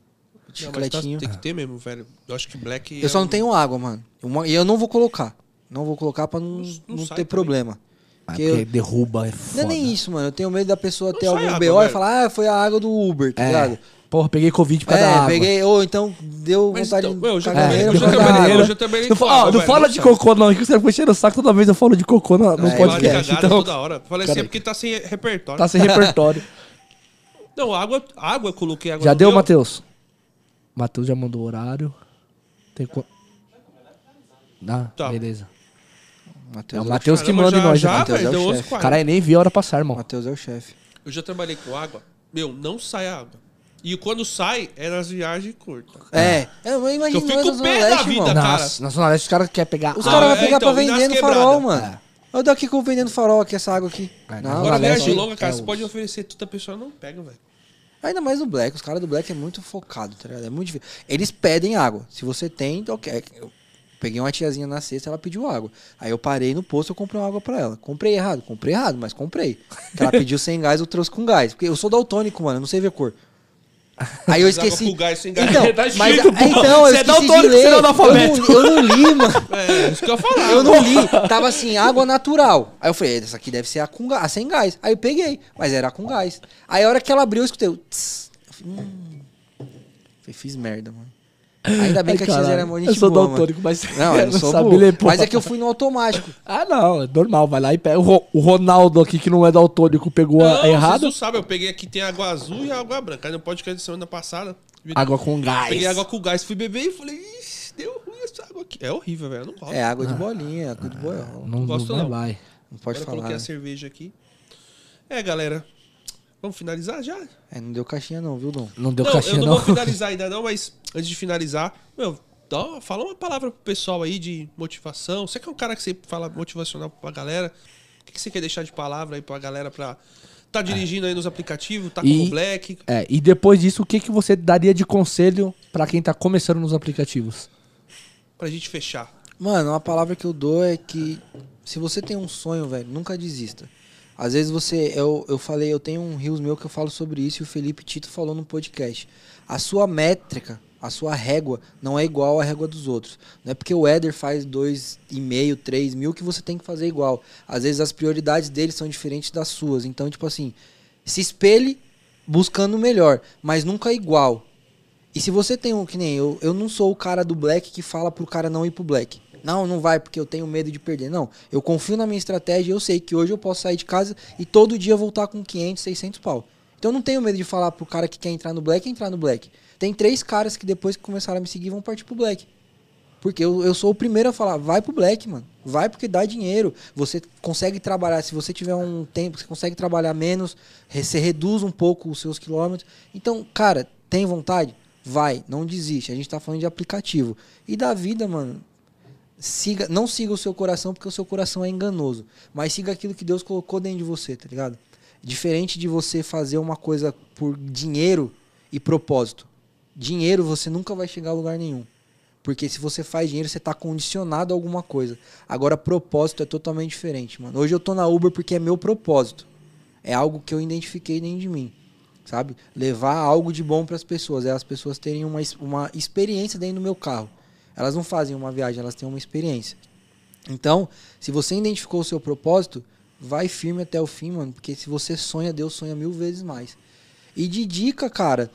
A: mas tá-
C: Chicletinho.
A: tem que ter mesmo, velho. Eu acho que Black.
C: Eu
A: é
C: só não
A: um-
C: tenho água, mano. Uma- E eu não vou colocar. Não vou colocar pra não,
A: Não- não
C: não
A: sai
C: ter
A: também.
C: problema.
B: Ah,
C: Que eu-
B: porque derruba, é foda.
C: Não é nem isso, mano. Eu tenho medo da pessoa ter
A: sai
C: algum
A: água,
C: BO e
A: velho.
C: falar, ah, foi a água do Uber, tá
B: É.
C: ligado?
B: Porra, peguei Covid por causa da
C: É,
B: água.
C: peguei, ou então deu
A: Mas
C: vontade
A: então,
B: É,
A: eu já
C: cagar
A: também-
C: nele
A: eu
C: por
A: já
C: causa da
A: também-
C: água.
A: eu já trabalhei
B: Não,
A: com
B: fa-
A: água,
B: ó, não
A: velho,
B: fala
A: não
B: de
A: sabe.
B: cocô, não, que você fica enchendo o saco toda vez eu falo de cocô no, no
C: É,
A: Falar de
B: podcast.
A: cagada
B: Então,
A: toda hora. Falei
B: Cara,
A: sempre que tá sem repertório.
B: tá sem repertório.
A: Não, água, água eu coloquei água.
B: já
A: não
B: deu, Matheus? Matheus já mandou o horário. Tem co... Ah,
A: Tá.
B: beleza. É o
C: Matheus é o
B: Matheus que
A: Caramba,
B: manda em
A: já,
B: nós,
A: já,
B: né?
C: Matheus,
A: velho,
C: é o
A: deu
C: chefe.
A: 11h40.
B: Caralho, nem vi a hora passar, irmão.
C: Matheus é o chefe.
A: Eu já trabalhei com água. Meu, não sai água. E quando sai, é nas viagens curtas.
C: É, é mas imagina
A: Eu fico
C: nós na Zona
A: pé da
C: Leste,
A: vida,
C: irmão.
A: é um cara.
B: Nossa, na Zona Leste os caras querem pegar.
C: Os
A: Ah,
C: caras
A: é,
C: vão pegar
A: então,
C: pra
A: e nas
C: vender no
A: quebradas?
C: farol, mano. Eu daqui que eu vendendo farol aqui, essa água aqui.
B: É,
C: Não,
B: na
A: Agora,
B: Zona Leste
A: viagem
B: é-
A: longa, cara,
B: é
A: você
B: os-
A: pode oferecer tudo, a pessoa não pega, velho.
C: Ainda mais no Black, os caras do Black é muito focado, tá ligado? É muito difícil. Eles pedem água. Se você tem, então quer. Eu peguei uma tiazinha na sexta, ela pediu água. Aí eu parei no posto, eu comprei uma água pra ela. Comprei errado, comprei errado, mas comprei. Porque ela pediu sem gás, eu trouxe com gás. Porque eu sou daltônico, mano, eu não sei ver cor. Aí eu
A: Mas água
C: esqueci.
A: com gás, sem gás.
C: Então,
B: Tá
C: mas,
B: escrito, pô.
C: então eu
B: Você é
C: esqueci de
B: daltônico,
C: ler.
B: você é
C: Eu
B: analfabeto.
C: não, eu não li, mano.
A: É, isso que eu falava.
C: Eu não li, tava assim, água natural. Aí eu falei, essa aqui deve ser a, com gás, a sem gás. Aí eu peguei, mas era a com gás. Aí a hora que ela abriu, eu escutei. o tss. Eu falei, hum. Falei, fiz merda, mano. Ainda bem
B: Ai,
C: que a Tiazinha
B: caralho.
C: era muito
B: Eu sou
C: boa,
B: daltônico, mas.
C: mano. Não, eu não sou
B: sabia
C: burro.
B: ler, porra.
C: Mas é que eu fui no automático.
B: Ah, não, é normal, vai lá e pega. O, Ro- o Ronaldo aqui, que não é daltônico, pegou a-
A: Não,
B: errado.
A: Vocês não sabem, eu peguei aqui, tem água azul e água branca. Aí no podcast de semana passada,
B: Água com gás.
A: peguei água com gás, fui beber e falei, ixi, deu ruim essa água aqui. É horrível, velho, eu não gosto.
C: É água de
B: Ah.
C: bolinha, água de boiol.
B: Não,
A: Gosto
B: não
A: não.
B: vai, vai.
C: Não
A: Agora
C: pode
A: eu
C: falar.
A: coloquei assim. a
C: né?
A: cerveja aqui. É, galera, vamos finalizar já?
C: É, não deu caixinha não, viu, Dom?
B: Não deu
A: não,
B: caixinha,
A: eu não,
B: não.
A: vou finalizar ainda não, mas antes de finalizar, meu, dá uma- fala uma palavra pro pessoal aí de motivação. Você que é um cara que sempre fala motivacional pra galera, o que, que você quer deixar de palavra aí pra galera pra tá dirigindo aí nos aplicativos, tá com
B: E-
A: o Black?
B: É, e depois disso, o que, que você daria de conselho pra quem tá começando nos aplicativos?
A: Pra gente fechar.
C: Mano, uma palavra que eu dou é que se você tem um sonho, velho, nunca desista. Às vezes você. Eu, eu falei, eu tenho um rios meu que eu falo sobre isso e o Felipe Tito falou no podcast. A sua métrica, a sua régua, não é igual à régua dos outros. Não é porque o Éder faz dois e meio, três mil que você tem que fazer igual. Às vezes as prioridades dele são diferentes das suas. Então, tipo assim, se espelhe buscando o melhor, mas nunca é igual. E se você tem um, que nem eu, eu não sou o cara do black que fala pro cara não ir pro black. Não, não vai porque eu tenho medo de perder. Não, eu confio na minha estratégia, eu sei que hoje eu posso sair de casa e todo dia voltar com 500, 600 pau. Então eu não tenho medo de falar pro cara que quer entrar no black, entrar no black. Tem três caras que depois que começaram a me seguir vão partir pro black. Porque eu, eu sou o primeiro a falar, vai pro black, mano. Vai porque dá dinheiro. Você consegue trabalhar, se você tiver um tempo, você consegue trabalhar menos, re- você reduz um pouco os seus quilômetros. Então, cara, tem vontade? Vai, não desiste. A gente tá falando de aplicativo. E da vida, mano, siga, não siga o seu coração, porque o seu coração é enganoso. Mas siga aquilo que Deus colocou dentro de você, tá ligado? Diferente de você fazer uma coisa por dinheiro e propósito. Dinheiro você nunca vai chegar a lugar nenhum. Porque se você faz dinheiro, você tá condicionado a alguma coisa. Agora, propósito é totalmente diferente, mano. Hoje eu tô na Uber porque é meu propósito. É algo que eu identifiquei dentro de mim, sabe? Levar algo de bom pras pessoas, é as pessoas terem uma, ex- uma experiência dentro do meu carro. Elas não fazem uma viagem, elas têm uma experiência. Então, se você identificou o seu propósito, vai firme até o fim, mano, porque se você sonha, Deus sonha mil vezes mais. E de dica, cara,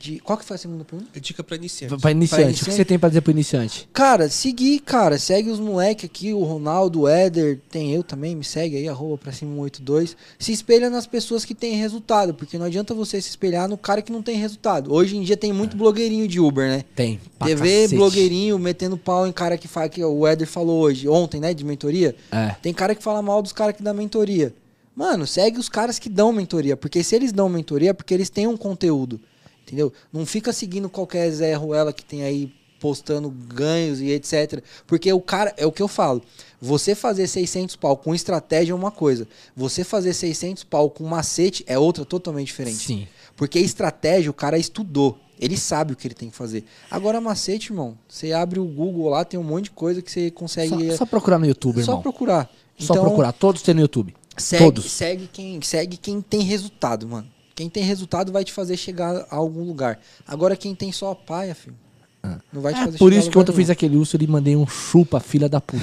C: de qual que foi a segunda pergunta?
A: É dica pra iniciante.
B: Pra iniciante, o que
C: iniciante?
B: você tem pra dizer pro iniciante?
C: Cara, seguir, cara. Segue os moleque aqui, o Ronaldo, o Éder, tem eu também, me segue aí, arroba pra cima 182. Se espelha nas pessoas que têm resultado, porque não adianta você se espelhar no cara que não tem resultado. Hoje em dia tem muito blogueirinho de Uber, né?
B: Tem. É. pra
C: TV,
B: cacete.
C: blogueirinho, metendo pau em cara que fala, que o Éder falou hoje, ontem, né, de mentoria.
B: É.
C: Tem cara que fala mal dos caras que dá mentoria. Mano, segue os caras que dão mentoria, porque se eles dão mentoria é porque eles têm um conteúdo, entendeu? Não fica seguindo qualquer Zé Ruela que tem aí postando ganhos e etc. Porque o cara, é o que eu falo, você fazer 600 pau com estratégia é uma coisa, você fazer 600 pau com macete é outra totalmente diferente.
B: Sim.
C: Porque estratégia, o cara estudou. Ele sabe o que ele tem que fazer. Agora, macete, irmão, você abre o Google lá, tem um monte de coisa que você consegue.
B: Só, só procurar no YouTube,
C: É só
B: irmão.
C: procurar. Então,
B: Só procurar. Todos tem no YouTube.
C: Segue,
B: Todos.
C: Segue quem, segue quem tem resultado, mano. Quem tem resultado vai te fazer chegar a algum lugar. Agora, quem tem só a paia, filho, Não vai te
B: É
C: fazer
B: por
C: chutar
B: isso que
C: lugar
B: ontem eu fiz
C: nenhum.
B: aquele urso e mandei um chupa, filha da puta.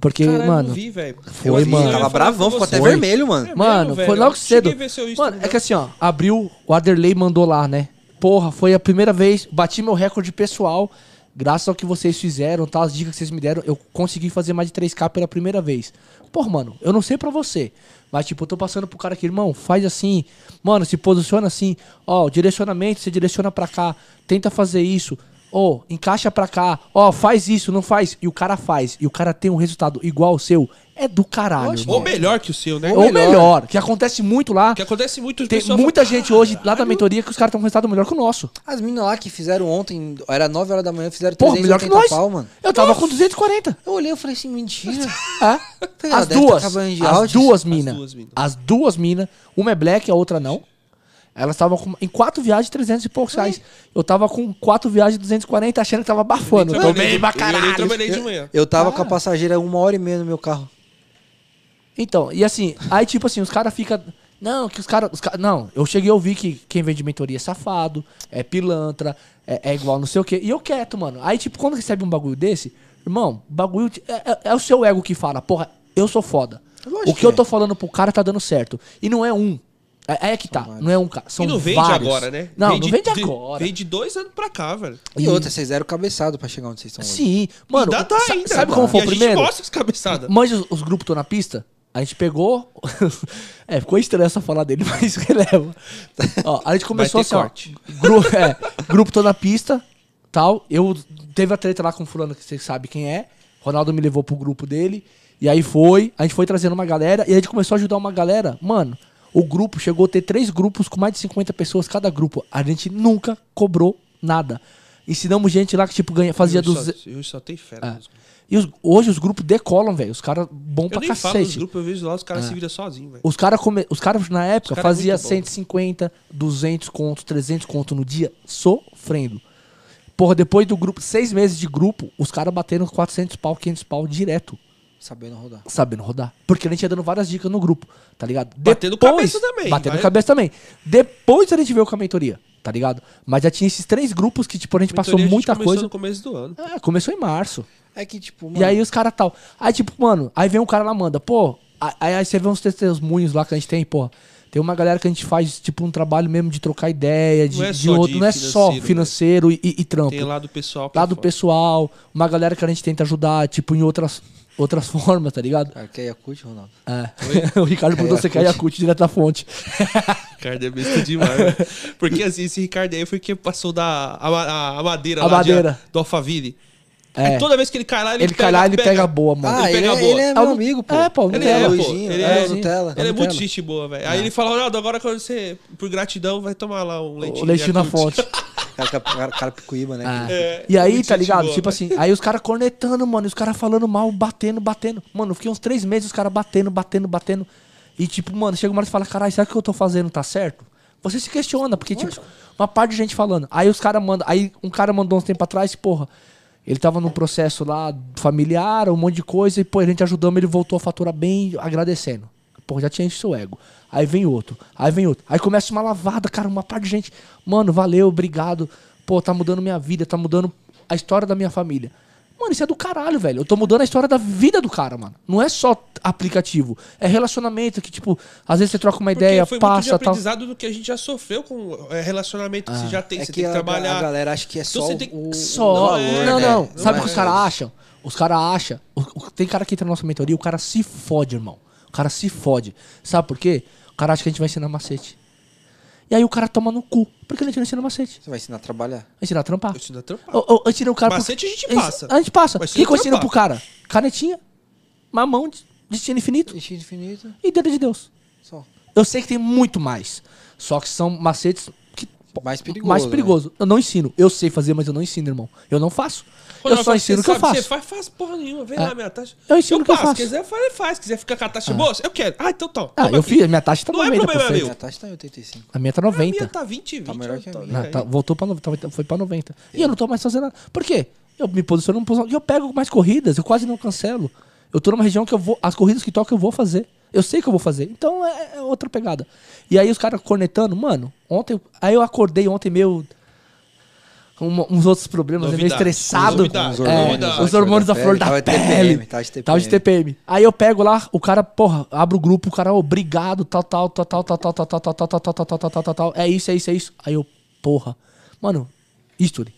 B: Porque,
A: Caralho,
B: mano.
A: não vi, velho.
B: foi,
A: Eu vi,
B: mano.
A: eu ia
C: Tava
A: falar
C: bravão,
A: com
C: ficou
A: você.
C: até
B: Foi.
C: vermelho, mano.
A: É
B: Mano,
A: mesmo,
B: foi
A: velho.
B: logo cedo.
A: Cheguei a ver seu Insta,
B: Mano, é
A: meu
B: que assim, ó, abriu, o Aderley mandou lá, né? Porra, foi a primeira vez, bati meu recorde pessoal. Graças ao que vocês fizeram, tá? As dicas que vocês me deram, eu consegui fazer mais de 3K pela primeira vez. Porra, mano, eu não sei pra você. Mas, tipo, eu tô passando pro cara aqui, irmão, faz assim. Mano, se posiciona assim. Ó, o direcionamento, você direciona pra cá. Tenta fazer isso. Ó, encaixa pra cá. Ó, faz isso, não faz. E o cara faz. E o cara tem um resultado igual ao seu. É do caralho.
A: Deus.
B: irmão.
A: Ou melhor que o seu, né?
B: Ou melhor, que acontece muito lá.
A: Que acontece muito. as
B: Tem
A: pessoas
B: muita
A: falam,
B: gente hoje lá da mentoria que os caras estão com resultado melhor que o nosso.
C: As meninas lá que fizeram ontem, era 9 horas da manhã, fizeram
B: Pô, melhor que
C: 380
B: nós.
C: pau, mano.
B: Eu tava com 240.
C: Eu olhei e falei assim, mentira.
B: É.
C: Ela
B: As
C: Tá deve
B: duas.
C: tá acabando de
B: As
C: áudios.
B: duas
A: As
B: minas.
A: duas mina.
B: As duas minas. Uma é black, a outra não. Elas estavam com- em quatro viagens de 300 e poucos reais. Eu tava com quatro viagens de 240 achando que tava abafando. Eu
A: trabalhei
B: Tomei
A: de-
B: pra
A: Eu nem
B: caralho.
A: trabalhei de manhã.
C: Eu tava
B: Ah.
C: com a passageira uma hora e meia no meu carro.
B: Então, e assim, aí tipo assim, os caras ficam. Não, que os caras. Os cara, não, eu cheguei a ouvir que quem vende mentoria é safado, é pilantra, é, é igual não sei o quê. E eu quieto, mano. Aí, tipo, quando recebe um bagulho desse, irmão, bagulho. de- É, é- é o seu ego que fala, porra, eu sou foda.
C: Lógico
B: o que
C: que
B: eu
C: é.
B: tô falando pro cara tá dando certo. E não é um. É, é que tá, não é um cara. São
A: e não vende
B: vários.
A: agora, né?
B: Não,
A: Vende
B: não vende
A: de-
B: agora.
A: Vende dois anos pra cá, velho.
C: E outra, vocês eram cabeçado pra chegar onde vocês estão hoje.
B: Sim, mano.
A: Dá, dá
B: sa-
A: ainda.
B: sabe como
A: E
B: foi o
A: a
B: primeiro?
A: gente gosta de cabeçada.
B: Mas os, os grupos estão na pista, a gente pegou. é, ficou estranho essa falar dele, mas releva. Ó, a gente começou
A: Vai ter
B: assim, ó,
A: corte.
B: gru- é, grupo tô na pista, tal. Eu teve a treta lá com o fulano que vocês sabem quem é. Ronaldo me levou pro grupo dele. E aí foi, a gente foi trazendo uma galera e a gente começou a ajudar uma galera. Mano, o grupo chegou a ter três grupos com mais de 50 pessoas cada grupo. A gente nunca cobrou nada. Ensinamos gente lá que tipo ganha, fazia Ah,
A: eu,
B: dos
A: só, eu só tenho fera. nos grupos.
B: e os- hoje os grupos decolam, velho. Os caras bom
A: Eu
B: pra
A: nem falo nos
B: cacete. Ah.
A: grupos, eu vejo lá os caras se viram sozinhos, velho.
B: Os caras os cara, na época
A: Os cara é
B: fazia
A: muito bom.
B: 150, 200 conto, 300 conto no dia, sofrendo. Porra, depois do grupo, seis meses de grupo, os caras bateram 400 pau, 500 pau direto,
C: Sabendo rodar.
B: sabendo rodar. Porque a gente ia dando várias dicas no grupo, tá ligado?
A: Batendo cabeça também,
B: Batendo
A: vai.
B: cabeça também. Depois a gente veio com a mentoria, tá ligado? Mas já tinha esses três grupos que, tipo, a gente
A: Mentoria, a
B: passou
A: gente
B: muita
A: começou
B: coisa.
A: no Então, começo do ano.
B: É, começou em março.
C: É que, tipo,
B: E aí os caras tal. Aí, tipo, mano, aí vem um cara lá, manda, pô. Aí, aí- aí você vê uns testemunhos lá que a gente tem, porra. Tem uma galera que a gente faz, tipo, um trabalho mesmo de trocar ideia, de,
A: Não é
B: de
A: só
B: outro.
A: de
B: não é só
A: financeiro, né?
B: financeiro e, e- e trampo.
A: Tem lá do pessoal. que
B: lá
A: é
B: do
A: foda.
B: pessoal, uma galera que a gente tenta ajudar, tipo, em outras, outras formas, tá ligado?
C: Cara, quer Yakut, Ronaldo?
B: É. o Ricardo perguntou se quer Yakut direto da fonte.
A: Ricardo é besta demais. velho. Porque assim, esse Ricardo aí foi quem passou da a, a- a madeira
B: A
A: lá de-
B: madeira.
A: do Alphaville.
B: É.
A: E toda vez que ele cai lá, ele
B: Ele cai lá, ele pega boa, mano.
C: Ah,
A: ele
C: ele,
A: pega
C: é-
A: boa.
C: ele é
B: Ah,
C: meu
B: o-
C: amigo, pô.
B: é, pô, o
C: Ele
A: Nutella.
C: é,
A: Ele é, pô,
C: Luizinho,
A: ele
C: é,
A: é-
C: o Nutella.
A: Ele é
B: Nutella.
A: muito gente boa, velho. Aí ele fala, Ronaldo, agora quando você, por gratidão, vai tomar lá um leitinho.
B: o leitinho
A: de
B: na
A: Yakult."
B: fonte.
C: Cara, cara, cara, cara picuíba, né?
B: Ah.
A: É,
B: e aí,
A: muito
B: tá
A: gente
B: ligado?
A: boa, né?
B: tipo
A: velho.
B: assim, aí os caras cornetando, mano, e os caras falando mal, batendo, batendo. Mano, eu fiquei uns três meses, os caras batendo, batendo, batendo. E tipo, mano, chega uma hora e fala, caralho, será que o que eu tô fazendo tá certo? Você se questiona, porque, tipo, uma parte de gente falando. Aí os caras mandam. Aí um cara mandou uns tempo atrás, porra. Ele tava num processo lá familiar, um monte de coisa, e, pô, a gente ajudando, ele voltou a faturar bem, agradecendo. Pô, já tinha enchido seu ego. Aí vem outro, aí vem outro. Aí começa uma lavada, cara, uma parte de gente. Mano, valeu, obrigado. Pô, tá mudando minha vida, tá mudando a história da minha família. Mano, isso é do caralho, velho. Eu tô mudando a história da vida do cara, mano. Não é só aplicativo. É relacionamento que, tipo, às vezes você troca uma
A: Porque
B: ideia,
A: foi muito de
B: passa tal. Ah,
A: aprendizado do que a gente já sofreu com é, relacionamento que você já tem,
C: É
A: você
C: que
A: tem que
C: a,
A: trabalhar.
C: a galera acha que é só
A: você
C: o-
A: tem que-
C: o...
B: Só.
C: o valor,
B: não,
C: né?
B: não. Sabe o
C: é
B: que os
C: só
B: caras
C: isso.
B: acham? Os caras acham. o- o- Tem cara que entra na nossa mentoria, o cara se fode, irmão. O cara se fode. Sabe por quê? O cara acha que a gente vai ensinar macete. E aí o cara toma no cu. Porque a gente não ensina macete.
C: Você vai ensinar a trabalhar.
B: Vai ensinar a trampar.
A: Eu te dou trampar.
B: Eu, eu, eu tirei o cara.
A: Macete a gente
B: ens-
A: passa.
B: A gente passa. O
A: Mas
B: que, que eu
A: ensina
B: ensino
A: trampar.
B: pro cara? Canetinha, mamão, de destino infinito
C: Enchi infinito,
B: e dedo de Deus.
C: só.
B: Eu sei que tem muito mais. Só que são macetes que.
C: Mais perigoso.
B: mais
C: né?
B: perigoso. Eu não ensino. Eu sei fazer, mas eu não ensino, irmão. Eu não faço.
A: Quando ela
B: eu só
A: fala,
B: ensino o
A: "Você
B: que
A: sabe,
B: eu faço. É.
A: Você faz, faz porra nenhuma, vem lá, minha taxa.
B: Eu ensino o que eu faço. É.
A: Se quiser, faz, "É, faz. Se quiser ficar com a taxa boa, eu quero. Ah, então tá.
B: Ah,
A: Toma
B: eu
A: aqui.
B: fiz. Minha taxa tá
A: Não é
B: 90%.
A: problema meu.
C: Minha taxa tá em 85.
B: A minha tá
A: A minha
B: 90.
A: tá 20 20.
C: Tá melhor
A: eu
C: que a
A: tô
C: minha.
A: nem
B: Não,
A: aí.
B: tá- voltou pra 90, foi pra 90. E eu não tô mais fazendo. Por quê? Eu me posiciono numa posição. e Eu pego mais corridas, eu quase não cancelo. Eu tô numa região que eu vou. As corridas que toca eu vou fazer. Eu sei que eu vou fazer. Então é, é outra pegada. E aí os caras cornetando, mano, ontem. Aí eu acordei ontem meio. um- uns outros problemas, ele é meio
A: Novidade.
B: estressado.
A: Novidade.
B: É,
A: Novidade.
B: Os hormônios da flor da pele.
C: Tá de TPM.
B: Tal de TPM. Aí eu pego lá, o cara, porra, abre o grupo, o cara, obrigado, tal, tal, tal, tal, tal, tal, tal, tal, tal, tal, tal, tal, tal, tal, tal, tal, tal, tal. É isso, é isso, é isso. Aí eu, porra. Mano, history.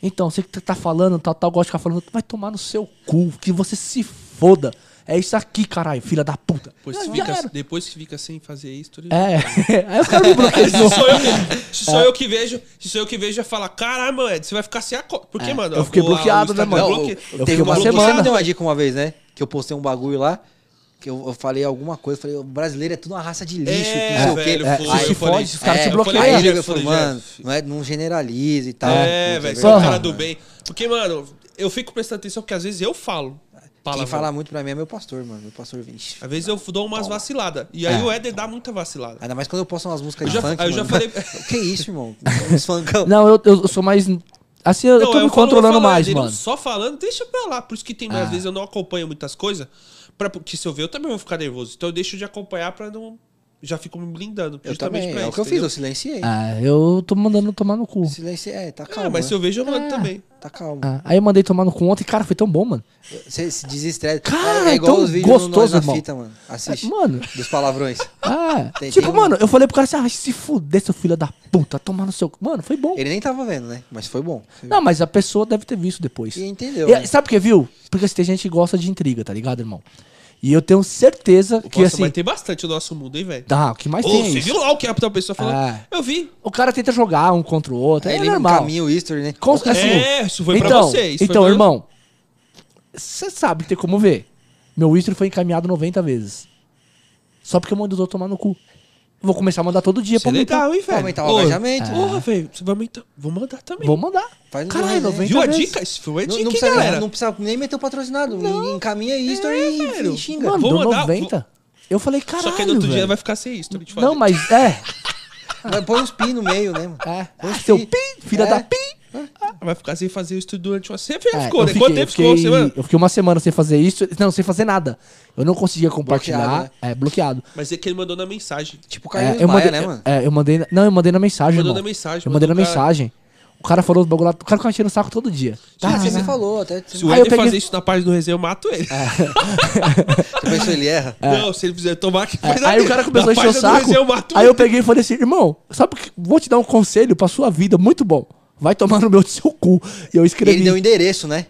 B: Então, você que tá falando, tal, tal, gosta de ficar falando, vai tomar no seu cu, que você se foda. É isso aqui, caralho, filha da puta.
A: Depois,
B: Não,
A: que
B: já
A: fica, assim.
B: era.
A: depois que fica sem fazer isso, tudo-
B: É, aí os caras me bloqueiam de
A: Se
B: novo.
A: sou, eu que, se
B: É.
A: sou eu que vejo, se sou eu que vejo, eu falar, caramba, Ed, você vai ficar sem a conta. Por que, mano?
B: É. eu fiquei
A: O- a- o
B: bloqueado, né,
A: Instagram
B: mano?
A: bloque- um
B: Eu- eu
C: Eu
B: fiquei
C: teve
B: uma
C: uma
B: semana.
C: Você me deu uma dica uma vez, né? Que eu postei um bagulho lá. Que eu, eu falei alguma coisa, falei, o brasileiro é tudo uma raça de lixo, que não sei
A: É,
C: o quê.
A: velho,
B: É,
A: foi,
B: aí se
A: eu falei-
B: fode, os caras
A: é,
B: te
A: eu falei,
B: bloqueiam.
A: "Ah,
C: Aí
A: já
C: eu
A: falei,
C: falei,
A: já
C: mano, tá, não, é, não generaliza e tal.
A: É, velho,
C: Puta,
A: você é um
B: Porra.
A: cara do bem. Porque, mano, eu fico prestando atenção porque às vezes eu falo.
C: Quem
A: palavrão.
C: fala muito pra mim é meu pastor, mano. Meu pastor vixe.
A: Às vezes eu dou umas vaciladas. E
B: É.
A: aí o Éder dá muita vacilada.
C: Ainda mais quando eu posto umas músicas
A: Eu
C: de
A: já-
C: funk,
A: eu já
C: mano.
A: falei-
C: que isso, irmão? Uns funkão.
B: Não, eu, eu sou mais. Assim, eu tô
A: Não,
B: me
A: falo-
B: controlando
A: falo,
B: mais,
A: Éder, eu
B: mano. É.
A: Só falando, deixa pra lá. Por isso que tem, às vezes eu não acompanho muitas coisas. Pra, porque se eu ver, eu também vou ficar nervoso. Então eu deixo de acompanhar pra não. Já fico me blindando.
C: Eu
A: justamente
C: também,
A: pra
C: é o
A: isso,
C: que eu fiz, eu
A: entendeu?
C: silenciei.
B: Ah, eu tô mandando tomar no cu.
C: Silenciei, é, tá
A: Ah,
C: calmo.
A: mas se
C: né?
A: eu vejo, eu
B: É.
A: mando também.
C: Tá calmo.
B: Ah, aí eu mandei tomar no cu ontem, cara, foi tão bom, mano.
C: Você se desestressa.
B: Ah. Cara,
C: é igual
B: então
C: os vídeos no
B: gostoso,
C: Nós na
B: irmão. É,
C: fita, mano. Assiste.
B: Mano,
C: Dos palavrões.
B: ah,
C: Tem-
B: tipo,
C: tem um-
B: mano, eu falei pro cara assim, ah, se fuder, seu filho da puta, tomar no seu. Mano, foi bom.
C: Ele nem tava vendo, né? Mas foi bom.
B: Não, mas a pessoa deve ter visto depois.
C: E entendeu. né?
B: E, sabe por que, viu? Porque assim, tem gente que gosta de intriga, tá ligado, irmão? E eu tenho certeza que
A: Nossa,
B: assim.
A: mas tem bastante o nosso mundo, hein, velho?
B: Tá, o que mais
A: Ô,
B: tem é
A: você
B: isso.
A: viu lá o que a pessoa falou?
B: Ah.
A: Eu vi.
B: O cara tenta jogar um contra o outro,
C: Aí
B: é,
C: ele
B: normal.
C: encaminha o history, né?
B: Com-
C: Nossa,
B: assim,
A: é, isso foi pra
B: então,
A: você. Isso foi
B: então,
A: pra-
B: irmão, você sabe que tem como ver. Meu history foi encaminhado 90 vezes. Só porque eu mando os outros tomar no cu. Vou começar a mandar todo dia
A: Isso é
B: pra aumentar.
A: legal, hein,
C: Pra
A: velho?
C: aumentar o
A: Ô,
C: engajamento.
A: Porra, velho, você vai aumentar. Vou mandar também.
B: Vou mandar.
C: Faz um
B: Caralho,
C: rolê.
B: 90
A: Viu a
B: vezes.
A: dica? Isso foi a
C: Não,
A: dica,
C: não
A: hein,
C: precisa,
A: galera. É,
C: não precisa nem meter o patrocinado. Encaminha a history e
A: velho.
C: xinga.
B: Mano,
A: Vou
B: deu
A: mandar,
B: 90. Eu falei, caralho,
A: Só que aí no outro dia
B: velho.
A: vai ficar sem isso. tô te falando.
B: Não, mas é.
C: Mas Põe uns pi no meio, né, mano?
B: é.
C: Põe
B: Ah,
C: uns
B: seu
C: pi.
B: pi, filha
C: É.
B: da pi.
A: Vai ficar sem fazer isso durante uma semana.
B: É,
A: ficou,
B: eu
A: né?
B: fiquei-
A: Quanto tempo
B: eu fiquei-
A: ficou? Uma semana?
B: Eu fiquei uma semana sem fazer isso. Não, sem fazer nada. Eu não conseguia compartilhar.
C: Bloqueado, né?
B: É, bloqueado.
A: Mas é que ele mandou na mensagem.
C: Tipo o
B: É,
C: Carlinhos
B: eu
C: Maia,
B: mandei,
C: né, mano?
B: é, eu mandei. Não, eu mandei na mensagem.
A: Mandou
B: irmão.
A: na mensagem,
B: Eu mandei na
A: mandou o cara-
B: mensagem. O cara falou os bagulho lá. O cara ficava enchendo o saco todo dia. Tá?
C: Ah,
B: Cara,
C: que você falou, até.
A: Se o
B: Aí eu
A: Eder
B: peguei- É,
A: fazer isso na página do resenha, eu mato ele.
C: Você pensou, ele erra?
A: Não, se ele fizer tomar que
B: É, aí o cara começou a encher o saco.
A: Eu mato
B: aí
A: ele.
B: eu peguei e falei assim, irmão, sabe que vou te dar um conselho pra sua vida, muito bom. Vai tomar no meu seu cu. E eu
C: E
B: escrevi.
C: ele deu o endereço, né?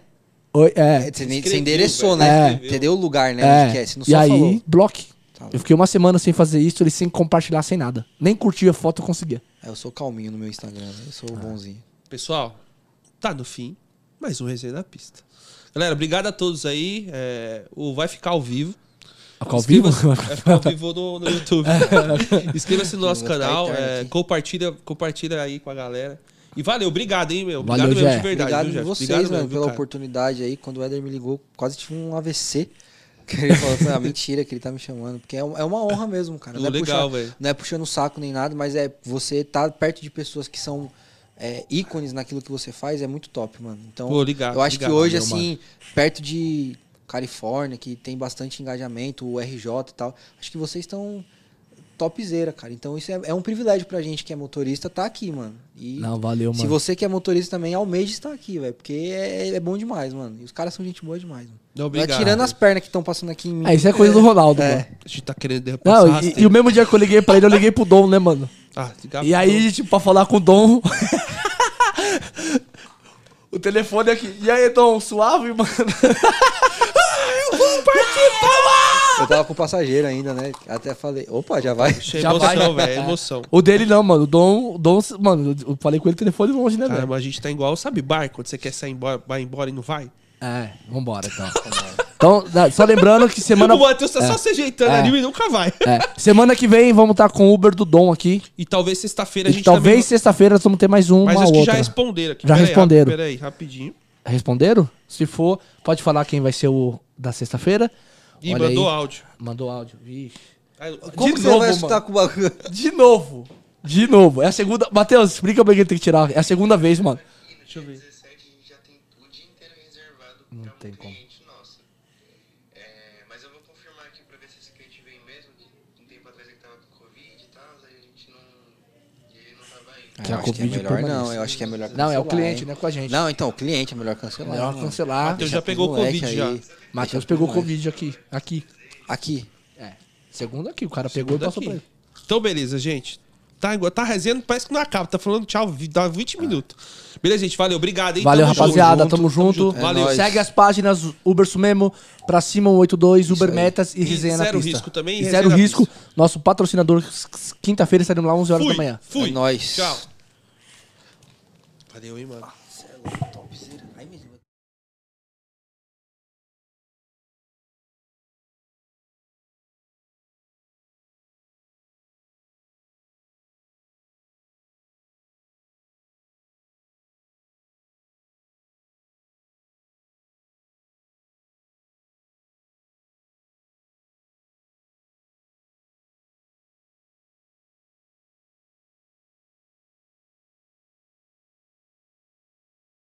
B: Oi, é.
C: Você, nem- você
A: Escreveu,
C: endereçou,
A: velho,
C: né?
A: escreveu.
C: Entendeu o lugar, né?
B: é.
C: Onde que é. Você não
B: e
C: só
B: aí,
C: falou.
B: bloque.
C: Tá
B: Eu fiquei uma semana sem fazer isso, ele sem compartilhar, sem nada. Nem curtir a foto eu conseguia.
C: É, Eu sou calminho no meu Instagram, né? eu
B: Ah.
C: sou bonzinho.
A: Pessoal, tá no fim. Mais um resenha na pista. Galera, obrigado a todos aí. É, o Vai Ficar ao Vivo.
B: Ao É. vivo?
A: Inscreva-se- Vai ficar ao vivo no, no YouTube. Inscreva-se no nosso
C: Vou ficar
A: canal.
C: eterno
A: é,
C: aqui.
A: compartilha, compartilha aí com a galera. E valeu, obrigado, hein, meu.
B: Valeu,
A: Obrigado mesmo, de
B: Jé.
A: verdade.
C: Obrigado
A: viu, Jé?
C: a vocês,
A: Obrigado
C: mano,
A: mesmo,
C: pela
A: cara.
C: oportunidade aí. Quando o Éder me ligou, quase tive um AVC. Que ele falou assim, ah, mentira que ele tá me chamando. Porque é, um- é uma honra mesmo, cara.
A: Pô,
C: Não é,
A: legal,
C: puxar-
A: velho.
C: não é puxando o saco nem nada, mas é você tá perto de pessoas que são é, ícones naquilo que você faz, é muito top, mano. Então,
A: Pô, ligado,
C: eu acho
A: ligado,
C: que hoje,
A: meu
C: assim, perto de Califórnia, que tem bastante engajamento, o RJ e tal, acho que vocês estão topzera, cara. Então, isso é, é um privilégio pra gente que é motorista tá aqui, mano. E
B: Não, valeu,
C: se
B: mano.
C: você que é motorista também, almeja estar aqui, velho. Porque é, é bom demais, mano. E os caras são gente boa demais, mano.
A: Não,
C: Não é
A: obrigado.
C: tirando as pernas que estão passando aqui em mim.
B: É, isso é coisa do Ronaldo, mano.
A: A gente tá querendo derrubar essa
B: Não, e,
A: rasteira.
B: e o mesmo dia que eu liguei pra ele, eu liguei pro Dom, né, mano?
A: Ah, ligado.
B: E aí, tipo, pra falar com o Dom. o telefone aqui. E aí, Dom, suave, mano?
C: Eu tava com o passageiro ainda, né? Até falei, opa, já vai.
A: Achei
B: Já
A: emoção,
B: vai.
A: velho. é Emoção.
B: O dele não, mano. O Dom, o Dom, mano, eu falei com ele telefone longe, né,
A: Cara,
B: velho?
A: mas a gente tá igual, sabe, barco, quando você quer sair embora, vai embora e não vai?
B: É, vambora, então. então, na- só lembrando que semana.
A: O Matheus tá só se ajeitando
B: É.
A: ali e nunca vai.
B: é, semana que vem vamos estar com o Uber do Dom aqui.
A: E talvez sexta-feira a
B: E
A: gente
B: talvez
A: também...
B: sexta-feira nós vamos ter mais um
A: Mas
B: ou
A: acho que já é
B: outra.
A: responderam aqui.
B: Já
A: Pera aí,
B: responderam.
A: rap- Pera aí, rapidinho.
B: Responderam? Se for, pode falar quem vai ser o da sexta-feira.
A: Ih,
B: Olha
A: mandou
B: aí.
A: áudio.
B: Mandou áudio. Vixe.
A: Aí,
C: Como
B: de novo,
C: que você vai
B: mano.
C: escutar com o bagulho?
B: De novo. De novo. É a segunda. Matheus, explica pra quem tem que tirar. É a segunda vez, mano.
A: Deixa eu ver.
D: 17 a gente já tem o dia inteiro reservado pra um
B: tem como.
D: cliente nosso. É, mas eu vou confirmar aqui pra ver se esse cliente vem mesmo, que um tempo atrás ele tava com Covid e tal, aí a gente não. E ele não tava indo.
B: Que
C: eu
B: a
C: acho
B: Covid
C: é melhor,
B: permaneça.
C: não, eu acho que é melhor
B: Não, é o
C: cancelar,
B: cliente,
C: hein?
B: não é com a gente.
C: Não, então, o cliente é melhor cancelar.
B: Melhor
C: mano.
B: cancelar.
C: Deixa
A: Então já
C: pros
A: pegou
C: moleque
A: Covid já.
B: Matheus
C: Deixa
B: pegou
C: pro moleque.
B: Covid aqui. Aqui.
C: Aqui.
B: É. Segundo aqui, o cara pegou e passou pra ele.
A: Então, beleza, gente. Tá, igual- tá resenhando, parece que não acaba. Tá falando tchau, vi- dá 20
C: Ah.
A: minutos. Beleza, gente. Valeu, obrigado, hein?
B: Valeu,
A: Tamo junto.
B: rapaziada. tamo junto.
A: junto.
C: É
A: Valeu.
C: nóis.
B: Segue as páginas Uber Sumemo, pra cima 182, Uber
C: aí.
B: Metas e
A: E
B: Resenha na
A: Zero
B: Pista.
A: Risco também,
B: E
A: Resenha
B: zero
A: na
B: risco.
A: Pista.
B: Nosso patrocinador, quinta-feira estaremos lá 11 horas
A: Fui,
B: da manhã.
A: Fui.
C: É nóis.
A: Tchau. Valeu, hein, mano.